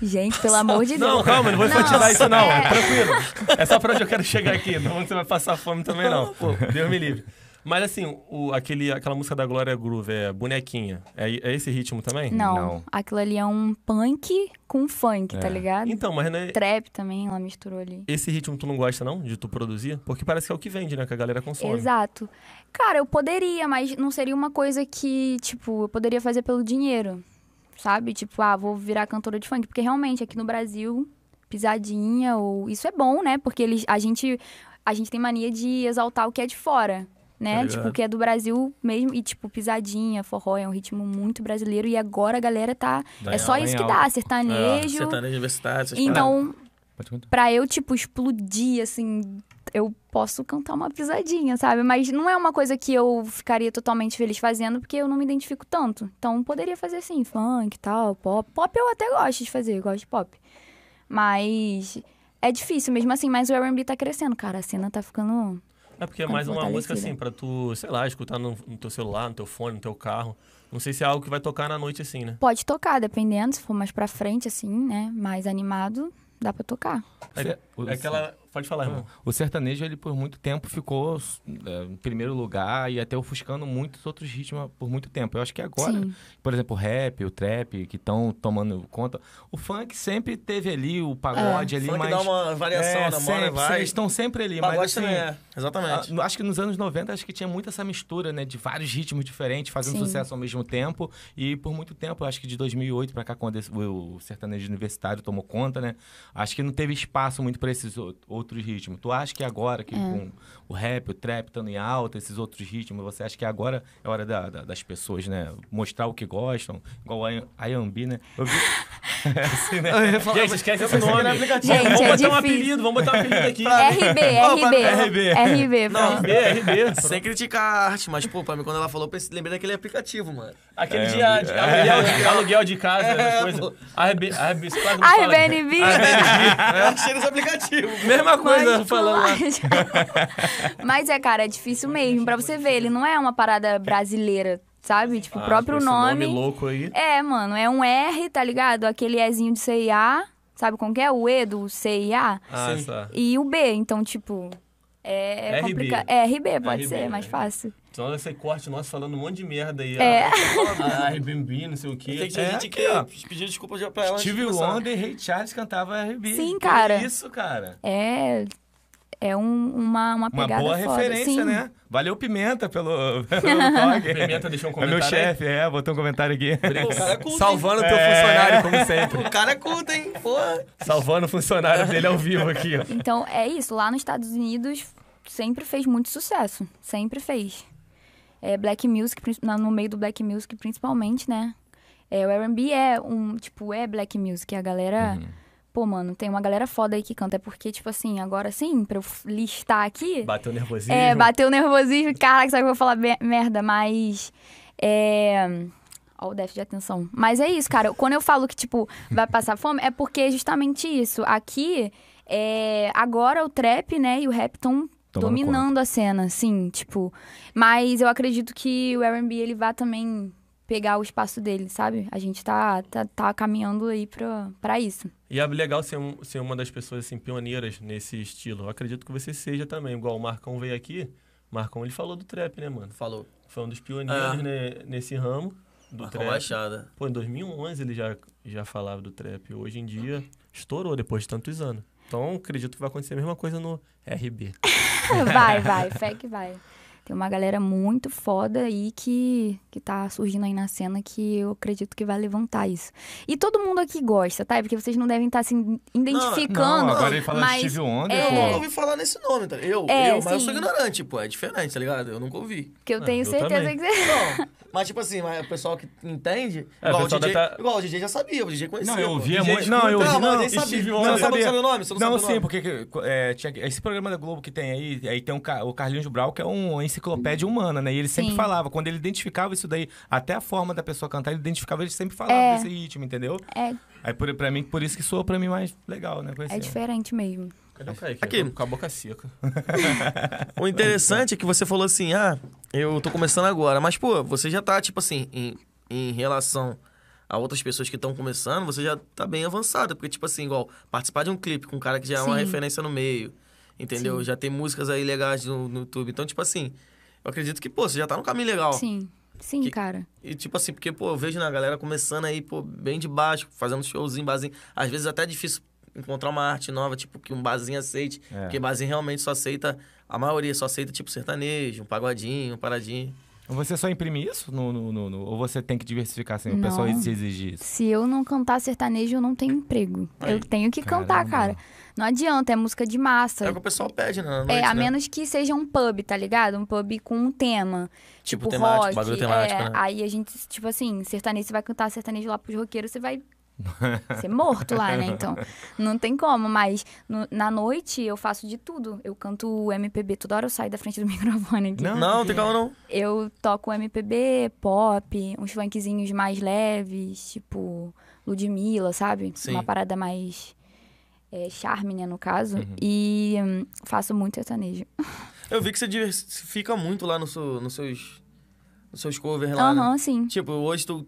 [SPEAKER 4] Gente, pelo amor de Deus.
[SPEAKER 3] Não, calma, não vou
[SPEAKER 4] Não,
[SPEAKER 3] enfatizar isso, não.
[SPEAKER 4] é-
[SPEAKER 3] Tranquilo. É só pra onde eu quero chegar aqui. Não você vai passar fome também, não. Pô, Deus me livre. Mas assim, o, aquele, aquela música da Glória Groove, é Bonequinha. É, é esse ritmo também?
[SPEAKER 4] Não,
[SPEAKER 1] Não.
[SPEAKER 4] aquilo ali é um punk com funk, tá ligado?
[SPEAKER 3] Então, mas né,
[SPEAKER 4] Trap também, ela misturou ali.
[SPEAKER 3] esse ritmo tu não gosta, não? De tu produzir? Porque parece que é o que vende, né? Que a galera consome.
[SPEAKER 4] Exato. Cara, eu poderia, mas não seria uma coisa que, tipo, eu poderia fazer pelo dinheiro. Sabe? Tipo, ah, vou virar cantora de funk. Porque realmente aqui no Brasil, pisadinha ou. Isso é bom, né? Porque eles, a, gente, a gente tem mania de exaltar o que é de fora. Né?
[SPEAKER 2] Tá ligado.
[SPEAKER 4] tipo, o que é do Brasil mesmo. E, tipo, pisadinha, forró é um ritmo muito brasileiro. E agora a galera tá.
[SPEAKER 1] Dá
[SPEAKER 4] é
[SPEAKER 1] em
[SPEAKER 4] só
[SPEAKER 1] alta,
[SPEAKER 4] isso
[SPEAKER 1] em
[SPEAKER 4] que
[SPEAKER 1] alta.
[SPEAKER 4] dá, sertanejo.
[SPEAKER 2] Sertanejo, universitário, tá essas paradas.
[SPEAKER 4] então,
[SPEAKER 1] Pode contar.
[SPEAKER 4] pra eu, tipo, explodir, assim, eu posso cantar uma pisadinha, sabe? Mas não é uma coisa que eu ficaria totalmente feliz fazendo, porque eu não me identifico tanto. Então, poderia fazer assim, funk e tal, pop. Pop eu até gosto de fazer, eu gosto de pop. Mas é difícil mesmo assim, mas o R&B tá crescendo, cara. A cena tá ficando...
[SPEAKER 3] É porque é mais uma música
[SPEAKER 4] Fortalecida.
[SPEAKER 3] assim, pra tu, sei lá, escutar no, no teu celular, no teu fone, no teu carro. Não sei se é algo que vai tocar na noite assim, né?
[SPEAKER 4] Pode tocar, dependendo, se for mais pra frente, assim, né? Mais animado, dá pra tocar.
[SPEAKER 3] É,
[SPEAKER 1] O-
[SPEAKER 3] é aquela. Pode falar, irmão.
[SPEAKER 1] O sertanejo, ele por muito tempo ficou é, em primeiro lugar e até ofuscando muitos outros ritmos por muito tempo. Eu acho que agora,
[SPEAKER 4] Sim.
[SPEAKER 1] por exemplo, o rap, o trap, que estão tomando conta. O funk sempre teve ali, o pagode ali,
[SPEAKER 2] Funk
[SPEAKER 1] mas...
[SPEAKER 2] dá uma variação,
[SPEAKER 1] é,
[SPEAKER 2] namora,
[SPEAKER 1] sempre,
[SPEAKER 2] vai.
[SPEAKER 1] Eles estão sempre ali,
[SPEAKER 2] Pagode
[SPEAKER 1] mas assim,
[SPEAKER 2] também é. Exatamente.
[SPEAKER 1] Ah, Acho que nos anos 90 acho que tinha muito essa mistura, né? De vários ritmos diferentes, fazendo
[SPEAKER 4] Sim.
[SPEAKER 1] sucesso ao mesmo tempo. E por muito tempo, acho que de 2008 pra cá, quando esse- o o sertanejo universitário tomou conta, né? Acho que não teve espaço muito pra esses ou- outros ritmos. Tu acha que agora,
[SPEAKER 4] É.
[SPEAKER 1] que com o rap, o trap estando em alta, esses outros ritmos, você acha que agora é hora da- da- das pessoas, né? Mostrar o que gostam, igual a Ian- a Iambi, né? Eu vi... assim, né?
[SPEAKER 2] ia falar,
[SPEAKER 3] Gente,
[SPEAKER 2] mas-
[SPEAKER 3] esquece
[SPEAKER 2] mas
[SPEAKER 3] esse
[SPEAKER 2] aqui
[SPEAKER 3] nome.
[SPEAKER 2] no aplicativo.
[SPEAKER 4] Gente,
[SPEAKER 3] vamos
[SPEAKER 4] é
[SPEAKER 3] botar um
[SPEAKER 4] difícil.
[SPEAKER 3] apelido, vamos botar um apelido aqui.
[SPEAKER 4] RB,
[SPEAKER 2] Opa,
[SPEAKER 4] RB.
[SPEAKER 1] RB.
[SPEAKER 4] RB.
[SPEAKER 2] Não,
[SPEAKER 3] RB, RB.
[SPEAKER 2] Sem criticar a arte, mas, pô, pra mim, quando ela falou, eu pensei- lembrei daquele aplicativo, mano.
[SPEAKER 3] Aquele
[SPEAKER 1] É,
[SPEAKER 3] de, a- de aluguel, de, aluguel de casa,
[SPEAKER 2] É,
[SPEAKER 3] coisa.
[SPEAKER 2] pô.
[SPEAKER 3] RB, RB, você
[SPEAKER 4] Ah,
[SPEAKER 3] quase não fala.
[SPEAKER 4] RBNB.
[SPEAKER 2] Eu achei nesse aplicativo.
[SPEAKER 3] Mesma coisa
[SPEAKER 4] Mas,
[SPEAKER 3] falando lá.
[SPEAKER 4] mas- Mas é, cara, é difícil mesmo. Pra você ver, ele não é uma parada brasileira, sabe? Tipo, o próprio
[SPEAKER 3] Ah, esse
[SPEAKER 4] nome.
[SPEAKER 3] louco aí.
[SPEAKER 4] É, mano, é um R, tá ligado? Aquele Ezinho de CIA. Sabe como que é? O E do CIA.
[SPEAKER 3] Ah,
[SPEAKER 2] Sim.
[SPEAKER 3] tá.
[SPEAKER 4] E o B, então, tipo. É
[SPEAKER 3] RB.
[SPEAKER 4] complicado. É, RB, pode
[SPEAKER 3] RB,
[SPEAKER 4] ser, mais
[SPEAKER 3] né?
[SPEAKER 4] fácil.
[SPEAKER 3] Então esse corte nosso falando um monte de merda aí.
[SPEAKER 4] É.
[SPEAKER 3] Ah, ah, RBNB, não sei o quê.
[SPEAKER 2] Tem que ter
[SPEAKER 1] É,
[SPEAKER 2] gente que
[SPEAKER 1] aqui,
[SPEAKER 2] pediu desculpa já pra ela. antes de
[SPEAKER 1] Steve
[SPEAKER 2] começar.
[SPEAKER 1] Wonder e Ray Charles cantava RB.
[SPEAKER 4] Sim,
[SPEAKER 1] Que
[SPEAKER 4] cara.
[SPEAKER 1] Isso, cara.
[SPEAKER 4] É. É um- uma, uma
[SPEAKER 1] Uma
[SPEAKER 4] pegada
[SPEAKER 1] boa
[SPEAKER 4] foda.
[SPEAKER 1] referência,
[SPEAKER 4] Sim.
[SPEAKER 1] né? Valeu, Pimenta, pelo, pelo toque.
[SPEAKER 3] Pimenta deixou um
[SPEAKER 1] É meu
[SPEAKER 3] comentário aí.
[SPEAKER 1] chefe, é, botou um comentário aqui.
[SPEAKER 2] Pô, o cara é culto, hein?
[SPEAKER 3] Salvando o teu
[SPEAKER 1] É.
[SPEAKER 3] funcionário, como sempre.
[SPEAKER 2] O cara é culto, hein? Pô.
[SPEAKER 3] Salvando o funcionário dele ao vivo aqui, ó.
[SPEAKER 4] Então, é isso. Lá nos Estados Unidos, sempre fez muito sucesso. Sempre fez. É, black Music, prin- na- no meio do Black Music, principalmente, né? É, o R&B é um... Tipo, é Black Music. A galera... Pô, mano, tem uma galera foda aí que canta. É porque, tipo assim, agora sim, pra eu f- listar aqui...
[SPEAKER 3] Bateu nervosismo.
[SPEAKER 4] É, bateu o nervosismo. Caraca, sabe que eu vou falar be- merda, mas. É. Ó, o déficit de atenção. Mas é isso, cara. Quando eu falo que, tipo, vai passar fome, é porque é justamente isso. Aqui, é, agora o trap, né, e o rap estão
[SPEAKER 1] Tomando
[SPEAKER 4] dominando a cena, assim, tipo. Mas eu acredito que o RB ele vai também pegar o espaço dele, sabe? A gente tá, tá, tá caminhando aí pra, pra isso.
[SPEAKER 3] E é legal ser, um- ser uma das pessoas assim, pioneiras nesse estilo. Eu acredito que você seja também. Igual o Marcão veio aqui. Marcão, ele falou do trap, né, mano?
[SPEAKER 2] Falou.
[SPEAKER 3] Foi um dos pioneiros
[SPEAKER 2] É.
[SPEAKER 3] né, nesse ramo do
[SPEAKER 2] Marcou
[SPEAKER 3] trap.
[SPEAKER 2] baixada.
[SPEAKER 3] Pô, em 2011 ele já, já falava do trap. Hoje em dia, estourou depois de tantos anos. Então, acredito que vai acontecer a mesma coisa no RB.
[SPEAKER 4] Vai, vai, fé que vai. Tem uma galera muito foda aí que, que tá surgindo aí na cena que eu acredito que vai levantar isso. E todo mundo aqui gosta, tá? É Porque vocês não devem estar se identificando.
[SPEAKER 1] Não, agora ele falando
[SPEAKER 4] mas-
[SPEAKER 1] de Steve Wonder,
[SPEAKER 4] é.
[SPEAKER 2] Eu nunca
[SPEAKER 1] pô.
[SPEAKER 2] ouvi falar nesse nome, tá? Eu,
[SPEAKER 4] É,
[SPEAKER 2] eu, mas eu sou
[SPEAKER 4] sim.
[SPEAKER 2] ignorante, pô. É diferente, tá ligado? Eu nunca ouvi.
[SPEAKER 4] Que eu
[SPEAKER 3] Ah,
[SPEAKER 4] tenho
[SPEAKER 3] eu
[SPEAKER 4] certeza
[SPEAKER 3] também.
[SPEAKER 4] que você.
[SPEAKER 2] Não, mas tipo assim, mas o pessoal que entende,
[SPEAKER 3] É,
[SPEAKER 2] igual,
[SPEAKER 3] o
[SPEAKER 2] o
[SPEAKER 3] pessoal
[SPEAKER 2] DJ,
[SPEAKER 3] deve tá-
[SPEAKER 2] igual o DJ já sabia, o DJ conhecia.
[SPEAKER 1] Não, eu
[SPEAKER 2] pô.
[SPEAKER 1] ouvia
[SPEAKER 2] DJ
[SPEAKER 1] muito. Não,
[SPEAKER 2] escuta.
[SPEAKER 1] eu ouvi.
[SPEAKER 2] mas
[SPEAKER 1] Não,
[SPEAKER 2] ele sabia.
[SPEAKER 1] Steve
[SPEAKER 2] Não,
[SPEAKER 1] Wonder.
[SPEAKER 2] sabe o seu nome? Você não
[SPEAKER 1] Não,
[SPEAKER 2] sabe o
[SPEAKER 1] sim,
[SPEAKER 2] nome?
[SPEAKER 1] porque que, é, tinha- esse programa da Globo que tem aí, aí tem um ca- o Carlinhos Brau, que é um- uma enciclopédia humana, né? E ele sempre
[SPEAKER 4] Sim.
[SPEAKER 1] falava, quando ele identificava isso daí, até a forma da pessoa cantar, ele identificava, ele sempre falava
[SPEAKER 4] É.
[SPEAKER 1] desse ritmo, entendeu?
[SPEAKER 4] É,
[SPEAKER 1] Aí por, pra mim, por isso que soa pra mim mais legal, né?
[SPEAKER 4] é
[SPEAKER 1] Conhecer.
[SPEAKER 4] diferente mesmo.
[SPEAKER 3] Cadê o Kaique?
[SPEAKER 2] Aqui.
[SPEAKER 3] Com a boca seca.
[SPEAKER 2] O interessante é que você falou assim, ah, eu tô começando agora. Mas, pô, você já tá, tipo assim, em, em relação a outras pessoas que estão começando, você já tá bem avançado. Porque, tipo assim, igual, participar de um clipe com um cara que já é uma
[SPEAKER 4] Sim.
[SPEAKER 2] referência no meio, entendeu? Já tem músicas aí legais no, no YouTube. Então, tipo assim, eu acredito que, pô, você já tá no caminho legal.
[SPEAKER 4] Sim, sim,
[SPEAKER 2] Que-
[SPEAKER 4] cara.
[SPEAKER 2] E, tipo assim, porque, pô, eu vejo na galera começando aí, pô, bem de baixo, fazendo showzinho, barzinho. Às vezes até é difícil encontrar uma arte nova, tipo, que um barzinho aceite.
[SPEAKER 1] É.
[SPEAKER 2] Porque barzinho realmente só aceita, a maioria só aceita, tipo, sertanejo, um pagodinho, um paradinho.
[SPEAKER 1] Você só imprime isso? No, no- no- no- ou você tem que diversificar assim? O
[SPEAKER 4] Não.
[SPEAKER 1] pessoal ex- exige isso.
[SPEAKER 4] Se eu não cantar sertanejo, eu não tenho emprego. eu tenho que cantar,
[SPEAKER 1] caramba.
[SPEAKER 4] cara. Não adianta, é música de massa.
[SPEAKER 2] É o que o pessoal pede, né? na noite,
[SPEAKER 4] É, a
[SPEAKER 2] né?
[SPEAKER 4] menos que seja um pub, tá ligado? Um pub com um tema.
[SPEAKER 2] Tipo
[SPEAKER 4] Tipo,
[SPEAKER 2] temático,
[SPEAKER 4] rock.
[SPEAKER 2] bagulho temático,
[SPEAKER 4] é,
[SPEAKER 2] né?
[SPEAKER 4] Aí a gente, tipo assim, sertanejo, você vai cantar sertanejo lá pros roqueiros, você vai ser morto lá, né? Então, não tem como. Mas no- na noite eu faço de tudo. Eu canto MPB, toda hora eu saio da frente do microfone aqui.
[SPEAKER 1] Não.
[SPEAKER 2] Não, não tem calma não.
[SPEAKER 4] Eu toco MPB, pop, uns funkzinhos mais leves, tipo Ludmilla, sabe?
[SPEAKER 2] Sim.
[SPEAKER 4] Uma parada mais... é, charme, né, no caso.
[SPEAKER 2] Uhum.
[SPEAKER 4] E hum, faço muito sertanejo.
[SPEAKER 2] Eu vi que você diversifica muito lá no seu- nos seus, nos seus covers lá, né?
[SPEAKER 4] Aham, sim.
[SPEAKER 2] Tipo, hoje tu...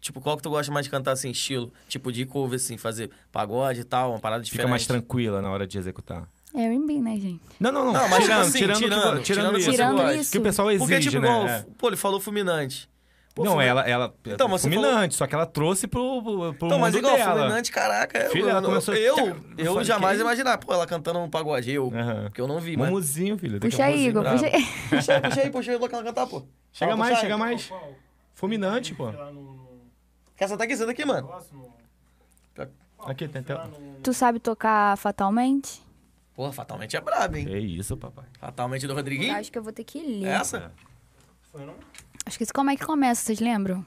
[SPEAKER 2] Tipo, qual que tu gosta mais de cantar, assim, estilo? Tipo, de cover, assim, fazer pagode e tal, uma parada diferente.
[SPEAKER 1] Fica mais tranquila na hora de executar.
[SPEAKER 4] É R&B, né, gente?
[SPEAKER 1] Não, não, não.
[SPEAKER 2] Não, mas
[SPEAKER 1] tirando,
[SPEAKER 2] assim,
[SPEAKER 1] tirando, o que-
[SPEAKER 2] tirando,
[SPEAKER 1] tirando
[SPEAKER 2] tirando
[SPEAKER 1] isso.
[SPEAKER 2] você
[SPEAKER 4] Tirando
[SPEAKER 2] gosta?
[SPEAKER 4] isso.
[SPEAKER 1] Que o pessoal exige,
[SPEAKER 2] Porque, tipo,
[SPEAKER 1] né?
[SPEAKER 2] igual,
[SPEAKER 1] É.
[SPEAKER 2] pô, ele falou fulminante. Pô,
[SPEAKER 1] não,
[SPEAKER 2] Fulmin-
[SPEAKER 1] ela, ela é
[SPEAKER 2] Então, mas você
[SPEAKER 1] fulminante, só que ela trouxe pro, pro pro
[SPEAKER 2] Então, mas
[SPEAKER 1] mundo
[SPEAKER 2] igual,
[SPEAKER 1] dela.
[SPEAKER 2] fulminante, caraca. eu-
[SPEAKER 1] Filha, ela começou-
[SPEAKER 2] Eu,
[SPEAKER 1] Eu
[SPEAKER 2] eu,
[SPEAKER 1] falei,
[SPEAKER 2] jamais
[SPEAKER 1] que
[SPEAKER 2] ia imaginar, pô, ela cantando um pagode. Eu,
[SPEAKER 1] Aham.
[SPEAKER 2] porque eu não vi, mas...
[SPEAKER 1] Mumuzinho, filho. tem que
[SPEAKER 4] Puxa aí,
[SPEAKER 1] mumuzinho.
[SPEAKER 4] Igor,
[SPEAKER 2] brabo.
[SPEAKER 4] puxa aí.
[SPEAKER 2] Puxa aí, puxa aí, puxa aí, que ela cantar, pô.
[SPEAKER 1] Chega
[SPEAKER 2] Fala,
[SPEAKER 1] mais,
[SPEAKER 2] puxa aí.
[SPEAKER 1] chega mais.
[SPEAKER 5] Qual?
[SPEAKER 1] Fulminante, pô.
[SPEAKER 5] Sei lá, no- no
[SPEAKER 2] Essa tá aquecendo aqui, mano.
[SPEAKER 5] negócio, no-
[SPEAKER 1] Aqui, tem até...
[SPEAKER 5] lá no-
[SPEAKER 4] Tu sabe tocar fatalmente?
[SPEAKER 2] Porra, Fatalmente é brabo, hein?
[SPEAKER 1] É isso, papai.
[SPEAKER 2] Fatalmente do
[SPEAKER 4] Eu
[SPEAKER 2] Rodriguinho? É
[SPEAKER 4] acho que eu vou ter que ler.
[SPEAKER 1] É?
[SPEAKER 2] Essa?
[SPEAKER 5] Foi o nome?
[SPEAKER 4] Acho que isso como é que começa, vocês lembram?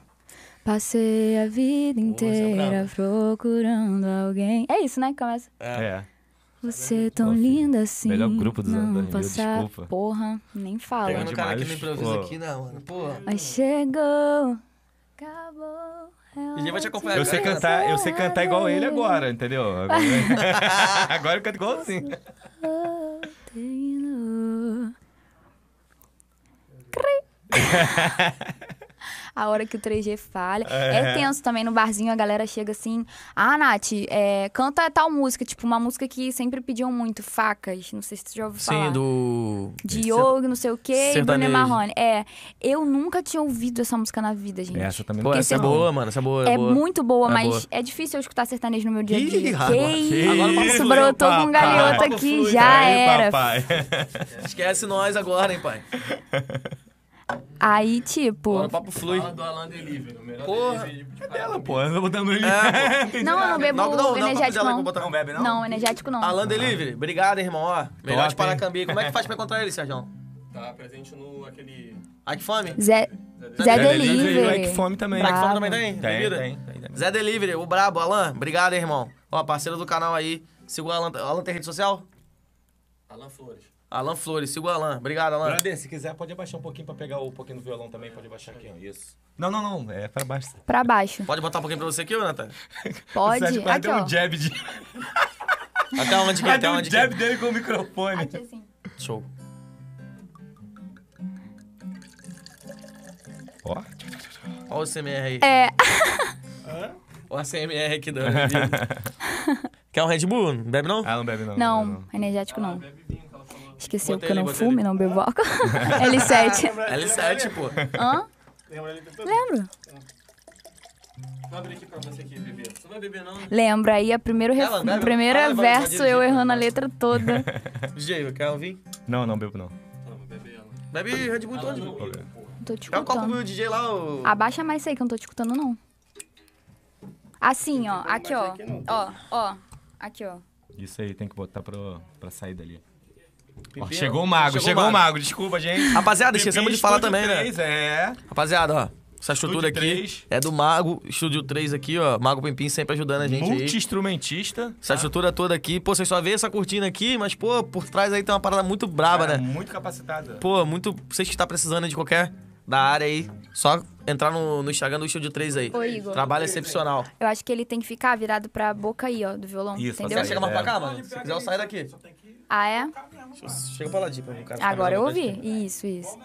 [SPEAKER 4] Passei a vida
[SPEAKER 2] Porra, essa é
[SPEAKER 4] inteira
[SPEAKER 2] braba.
[SPEAKER 4] procurando alguém. É isso, né? Que começa.
[SPEAKER 1] É.
[SPEAKER 4] Você é tão
[SPEAKER 1] Pô, filho,
[SPEAKER 4] linda assim.
[SPEAKER 1] melhor grupo dos anos
[SPEAKER 4] não
[SPEAKER 1] 2000,
[SPEAKER 4] passar-
[SPEAKER 1] desculpa.
[SPEAKER 4] Porra, nem fala.
[SPEAKER 2] Pegando o cara aqui
[SPEAKER 1] demais,
[SPEAKER 2] no improviso
[SPEAKER 1] pô.
[SPEAKER 2] aqui, não, mano. Pô.
[SPEAKER 4] Mas chegou, acabou.
[SPEAKER 2] DJ vai te acompanhar.
[SPEAKER 1] Eu sei cantar, eu sei cantar igual ele agora, entendeu? Agora, agora eu canto igualzinho.
[SPEAKER 4] Terminou. Cri. A hora que o 3G falha. É. tenso também no barzinho, a galera chega assim. Ah, Nath, é, canta tal música, tipo, uma música que sempre pediam muito, facas. Não sei se tu já ouviu falar.
[SPEAKER 2] do...
[SPEAKER 1] é
[SPEAKER 4] Diogo, não sei o quê, e Bruno e
[SPEAKER 2] Sertanejo.
[SPEAKER 4] Marrone. É, eu nunca tinha ouvido essa música na vida, gente.
[SPEAKER 1] Essa também
[SPEAKER 2] Pô,
[SPEAKER 4] Porque
[SPEAKER 2] essa é
[SPEAKER 4] se-
[SPEAKER 2] boa, mano. Essa é boa, é,
[SPEAKER 4] É
[SPEAKER 2] boa.
[SPEAKER 4] muito boa,
[SPEAKER 2] É
[SPEAKER 4] mas
[SPEAKER 2] boa.
[SPEAKER 4] é difícil eu escutar sertanejo no meu dia a
[SPEAKER 2] Ih,
[SPEAKER 4] dia.
[SPEAKER 2] agora-
[SPEAKER 4] que
[SPEAKER 1] agora o papo
[SPEAKER 4] isso,
[SPEAKER 1] fluiu,
[SPEAKER 4] brotou com um
[SPEAKER 1] papai.
[SPEAKER 4] galhoto
[SPEAKER 2] Papo
[SPEAKER 4] aqui,
[SPEAKER 2] fluiu,
[SPEAKER 4] já
[SPEAKER 1] Aí,
[SPEAKER 4] era.
[SPEAKER 1] papai.
[SPEAKER 2] Esquece nós agora, hein, pai.
[SPEAKER 4] Aí, tipo...
[SPEAKER 2] Agora o papo flui.
[SPEAKER 3] Do Alan Delivery, o melhor
[SPEAKER 2] Porra.
[SPEAKER 1] É dela, pô. Eu não vou dar meu
[SPEAKER 4] Não, eu não bebo
[SPEAKER 2] Não, não, não,
[SPEAKER 4] energético,
[SPEAKER 2] não,
[SPEAKER 4] não.
[SPEAKER 2] não botar
[SPEAKER 1] Não bebe, não?
[SPEAKER 4] Não, energético não.
[SPEAKER 2] Alan Delivery, obrigado, irmão. Ó, melhor de
[SPEAKER 1] Top, hein?
[SPEAKER 2] Paracambi. Como é que faz pra encontrar ele, Sérgio?
[SPEAKER 3] Tá presente no aquele.
[SPEAKER 2] Ai, que fome.
[SPEAKER 4] Zé, Zé Delivery.
[SPEAKER 1] Que fome também.
[SPEAKER 2] Ai, que fome
[SPEAKER 4] bravo.
[SPEAKER 2] também tem?
[SPEAKER 1] Tem,
[SPEAKER 2] Bebida?
[SPEAKER 1] tem, tem, tem.
[SPEAKER 2] Zé Delivery, o brabo, Alan. Obrigado, irmão. Ó, parceiro do canal aí. Siga o Alan. Alan tem rede social?
[SPEAKER 3] Alan Flores.
[SPEAKER 2] Alan Flores, siga o Alan. Obrigado, Alan.
[SPEAKER 1] Brother, se quiser, pode abaixar um pouquinho pra pegar o pouquinho do violão também. Pode abaixar aqui, ó. Isso. Não, não, não. É pra baixo.
[SPEAKER 4] Pra baixo.
[SPEAKER 2] Pode botar um pouquinho pra você aqui, ô, Natália?
[SPEAKER 4] Pode.
[SPEAKER 1] O Sérgio quase
[SPEAKER 4] Aqui,
[SPEAKER 1] deu um
[SPEAKER 4] ó.
[SPEAKER 1] jab, de...
[SPEAKER 2] Até onde que?
[SPEAKER 1] Quase
[SPEAKER 2] Até
[SPEAKER 1] deu um
[SPEAKER 2] onde que?
[SPEAKER 1] jab dele com o microfone.
[SPEAKER 4] Aqui, assim.
[SPEAKER 2] Show.
[SPEAKER 1] Ó.
[SPEAKER 2] Ó o CMR aí.
[SPEAKER 4] É,
[SPEAKER 2] Ó a CMR aqui da bebida. Quer um Red Bull? Não Bebe não?
[SPEAKER 1] Ah, não bebe, não.
[SPEAKER 4] não, energético não. Esqueceu
[SPEAKER 2] Bota
[SPEAKER 4] que eu
[SPEAKER 2] ele,
[SPEAKER 4] não
[SPEAKER 2] bota
[SPEAKER 4] fume,
[SPEAKER 2] ele.
[SPEAKER 4] não bebo álcool. L7.
[SPEAKER 2] L7, pô.
[SPEAKER 4] Hã?
[SPEAKER 5] Lembra ele tentando?
[SPEAKER 4] Lembro.
[SPEAKER 3] Vou abrir aqui pra você aqui, bebê. Você não vai beber, não?
[SPEAKER 4] Lembra, aí a primeiro ref...
[SPEAKER 2] Ela bebe?
[SPEAKER 4] no primeiro
[SPEAKER 2] Ela vai-
[SPEAKER 4] verso eu errando a letra toda.
[SPEAKER 2] DJ, quer um vinho?
[SPEAKER 1] Não, não bebo, não.
[SPEAKER 3] Toma, bebê, Alan.
[SPEAKER 2] Bebe Red Bull todo, pô.
[SPEAKER 1] Ah,
[SPEAKER 4] Não tô te
[SPEAKER 2] Dá um copo
[SPEAKER 4] escutando.
[SPEAKER 2] pro DJ lá, o...
[SPEAKER 4] Abaixa mais isso aí que eu não tô te escutando, não. Assim, ó. Aqui, ó. Ó, ó. Aqui, ó.
[SPEAKER 1] Isso aí tem que botar pro, pra sair dali. Ó,
[SPEAKER 2] Pipi,
[SPEAKER 1] chegou o mago,
[SPEAKER 2] chegou
[SPEAKER 1] chegou,
[SPEAKER 2] o
[SPEAKER 1] o mago. Desculpa, gente.
[SPEAKER 2] Rapaziada, esquecemos de falar
[SPEAKER 1] Estúdio
[SPEAKER 2] também, né?
[SPEAKER 1] 3, É.
[SPEAKER 2] Rapaziada, ó. Essa estrutura
[SPEAKER 1] Estúdio
[SPEAKER 2] aqui
[SPEAKER 1] três.
[SPEAKER 2] é do Mago, Estúdio 3 aqui, ó. Mago Pimpim sempre ajudando a gente aí.
[SPEAKER 1] Multi-instrumentista.
[SPEAKER 2] Essa estrutura toda aqui, pô, vocês só vê essa cortina aqui, mas, pô, por trás aí tem uma parada muito braba,
[SPEAKER 1] Cara,
[SPEAKER 2] né?
[SPEAKER 1] Tá Muito capacitada.
[SPEAKER 2] Pô, muito. Vocês que tá precisando de qualquer da área aí, só entrar no, no Instagram do Estúdio 3 aí.
[SPEAKER 4] Ô, Igor.
[SPEAKER 2] Trabalho excepcional.
[SPEAKER 4] Eu acho que ele tem que ficar virado pra boca aí, ó, do violão.
[SPEAKER 1] Isso,
[SPEAKER 4] entendeu?
[SPEAKER 2] Quer
[SPEAKER 1] Aí,
[SPEAKER 2] chegar mais
[SPEAKER 1] é.
[SPEAKER 2] pra cá, mano? Se quiser, eu saio daqui.
[SPEAKER 4] Ah, é?
[SPEAKER 2] Chega pra lá, de pra mim, cara.
[SPEAKER 4] Agora eu ouvi. Isso, isso.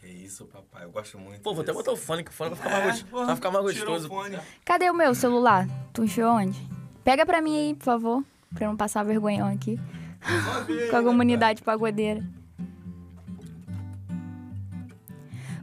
[SPEAKER 1] Que isso, papai. Eu gosto muito.
[SPEAKER 2] Pô, vou até botar o fone, que o fone vai ficar mais, gostoso. vai ficar mais gostoso.
[SPEAKER 1] um
[SPEAKER 4] Cadê o meu celular? Tu enfiou onde? Pega pra mim aí, por favor. Pra eu não passar vergonhão aqui. Com a comunidade pagodeira.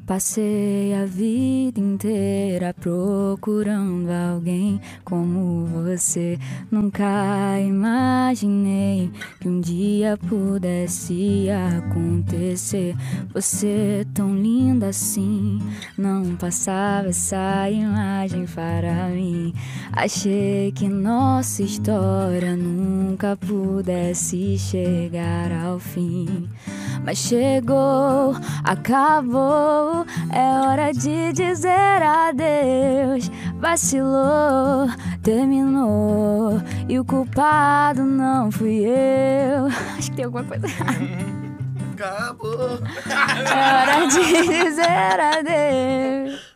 [SPEAKER 4] Passei a vida inteira procurando alguém como você. Nunca imaginei que um dia pudesse acontecer. Você é tão linda assim, não passava essa imagem para mim. Achei que nossa história nunca pudesse chegar ao fim. Mas chegou, acabou, é hora de dizer adeus. Vacilou, terminou, e o culpado não fui eu. Acho que tem alguma coisa.
[SPEAKER 2] Acabou.
[SPEAKER 4] É hora de dizer adeus.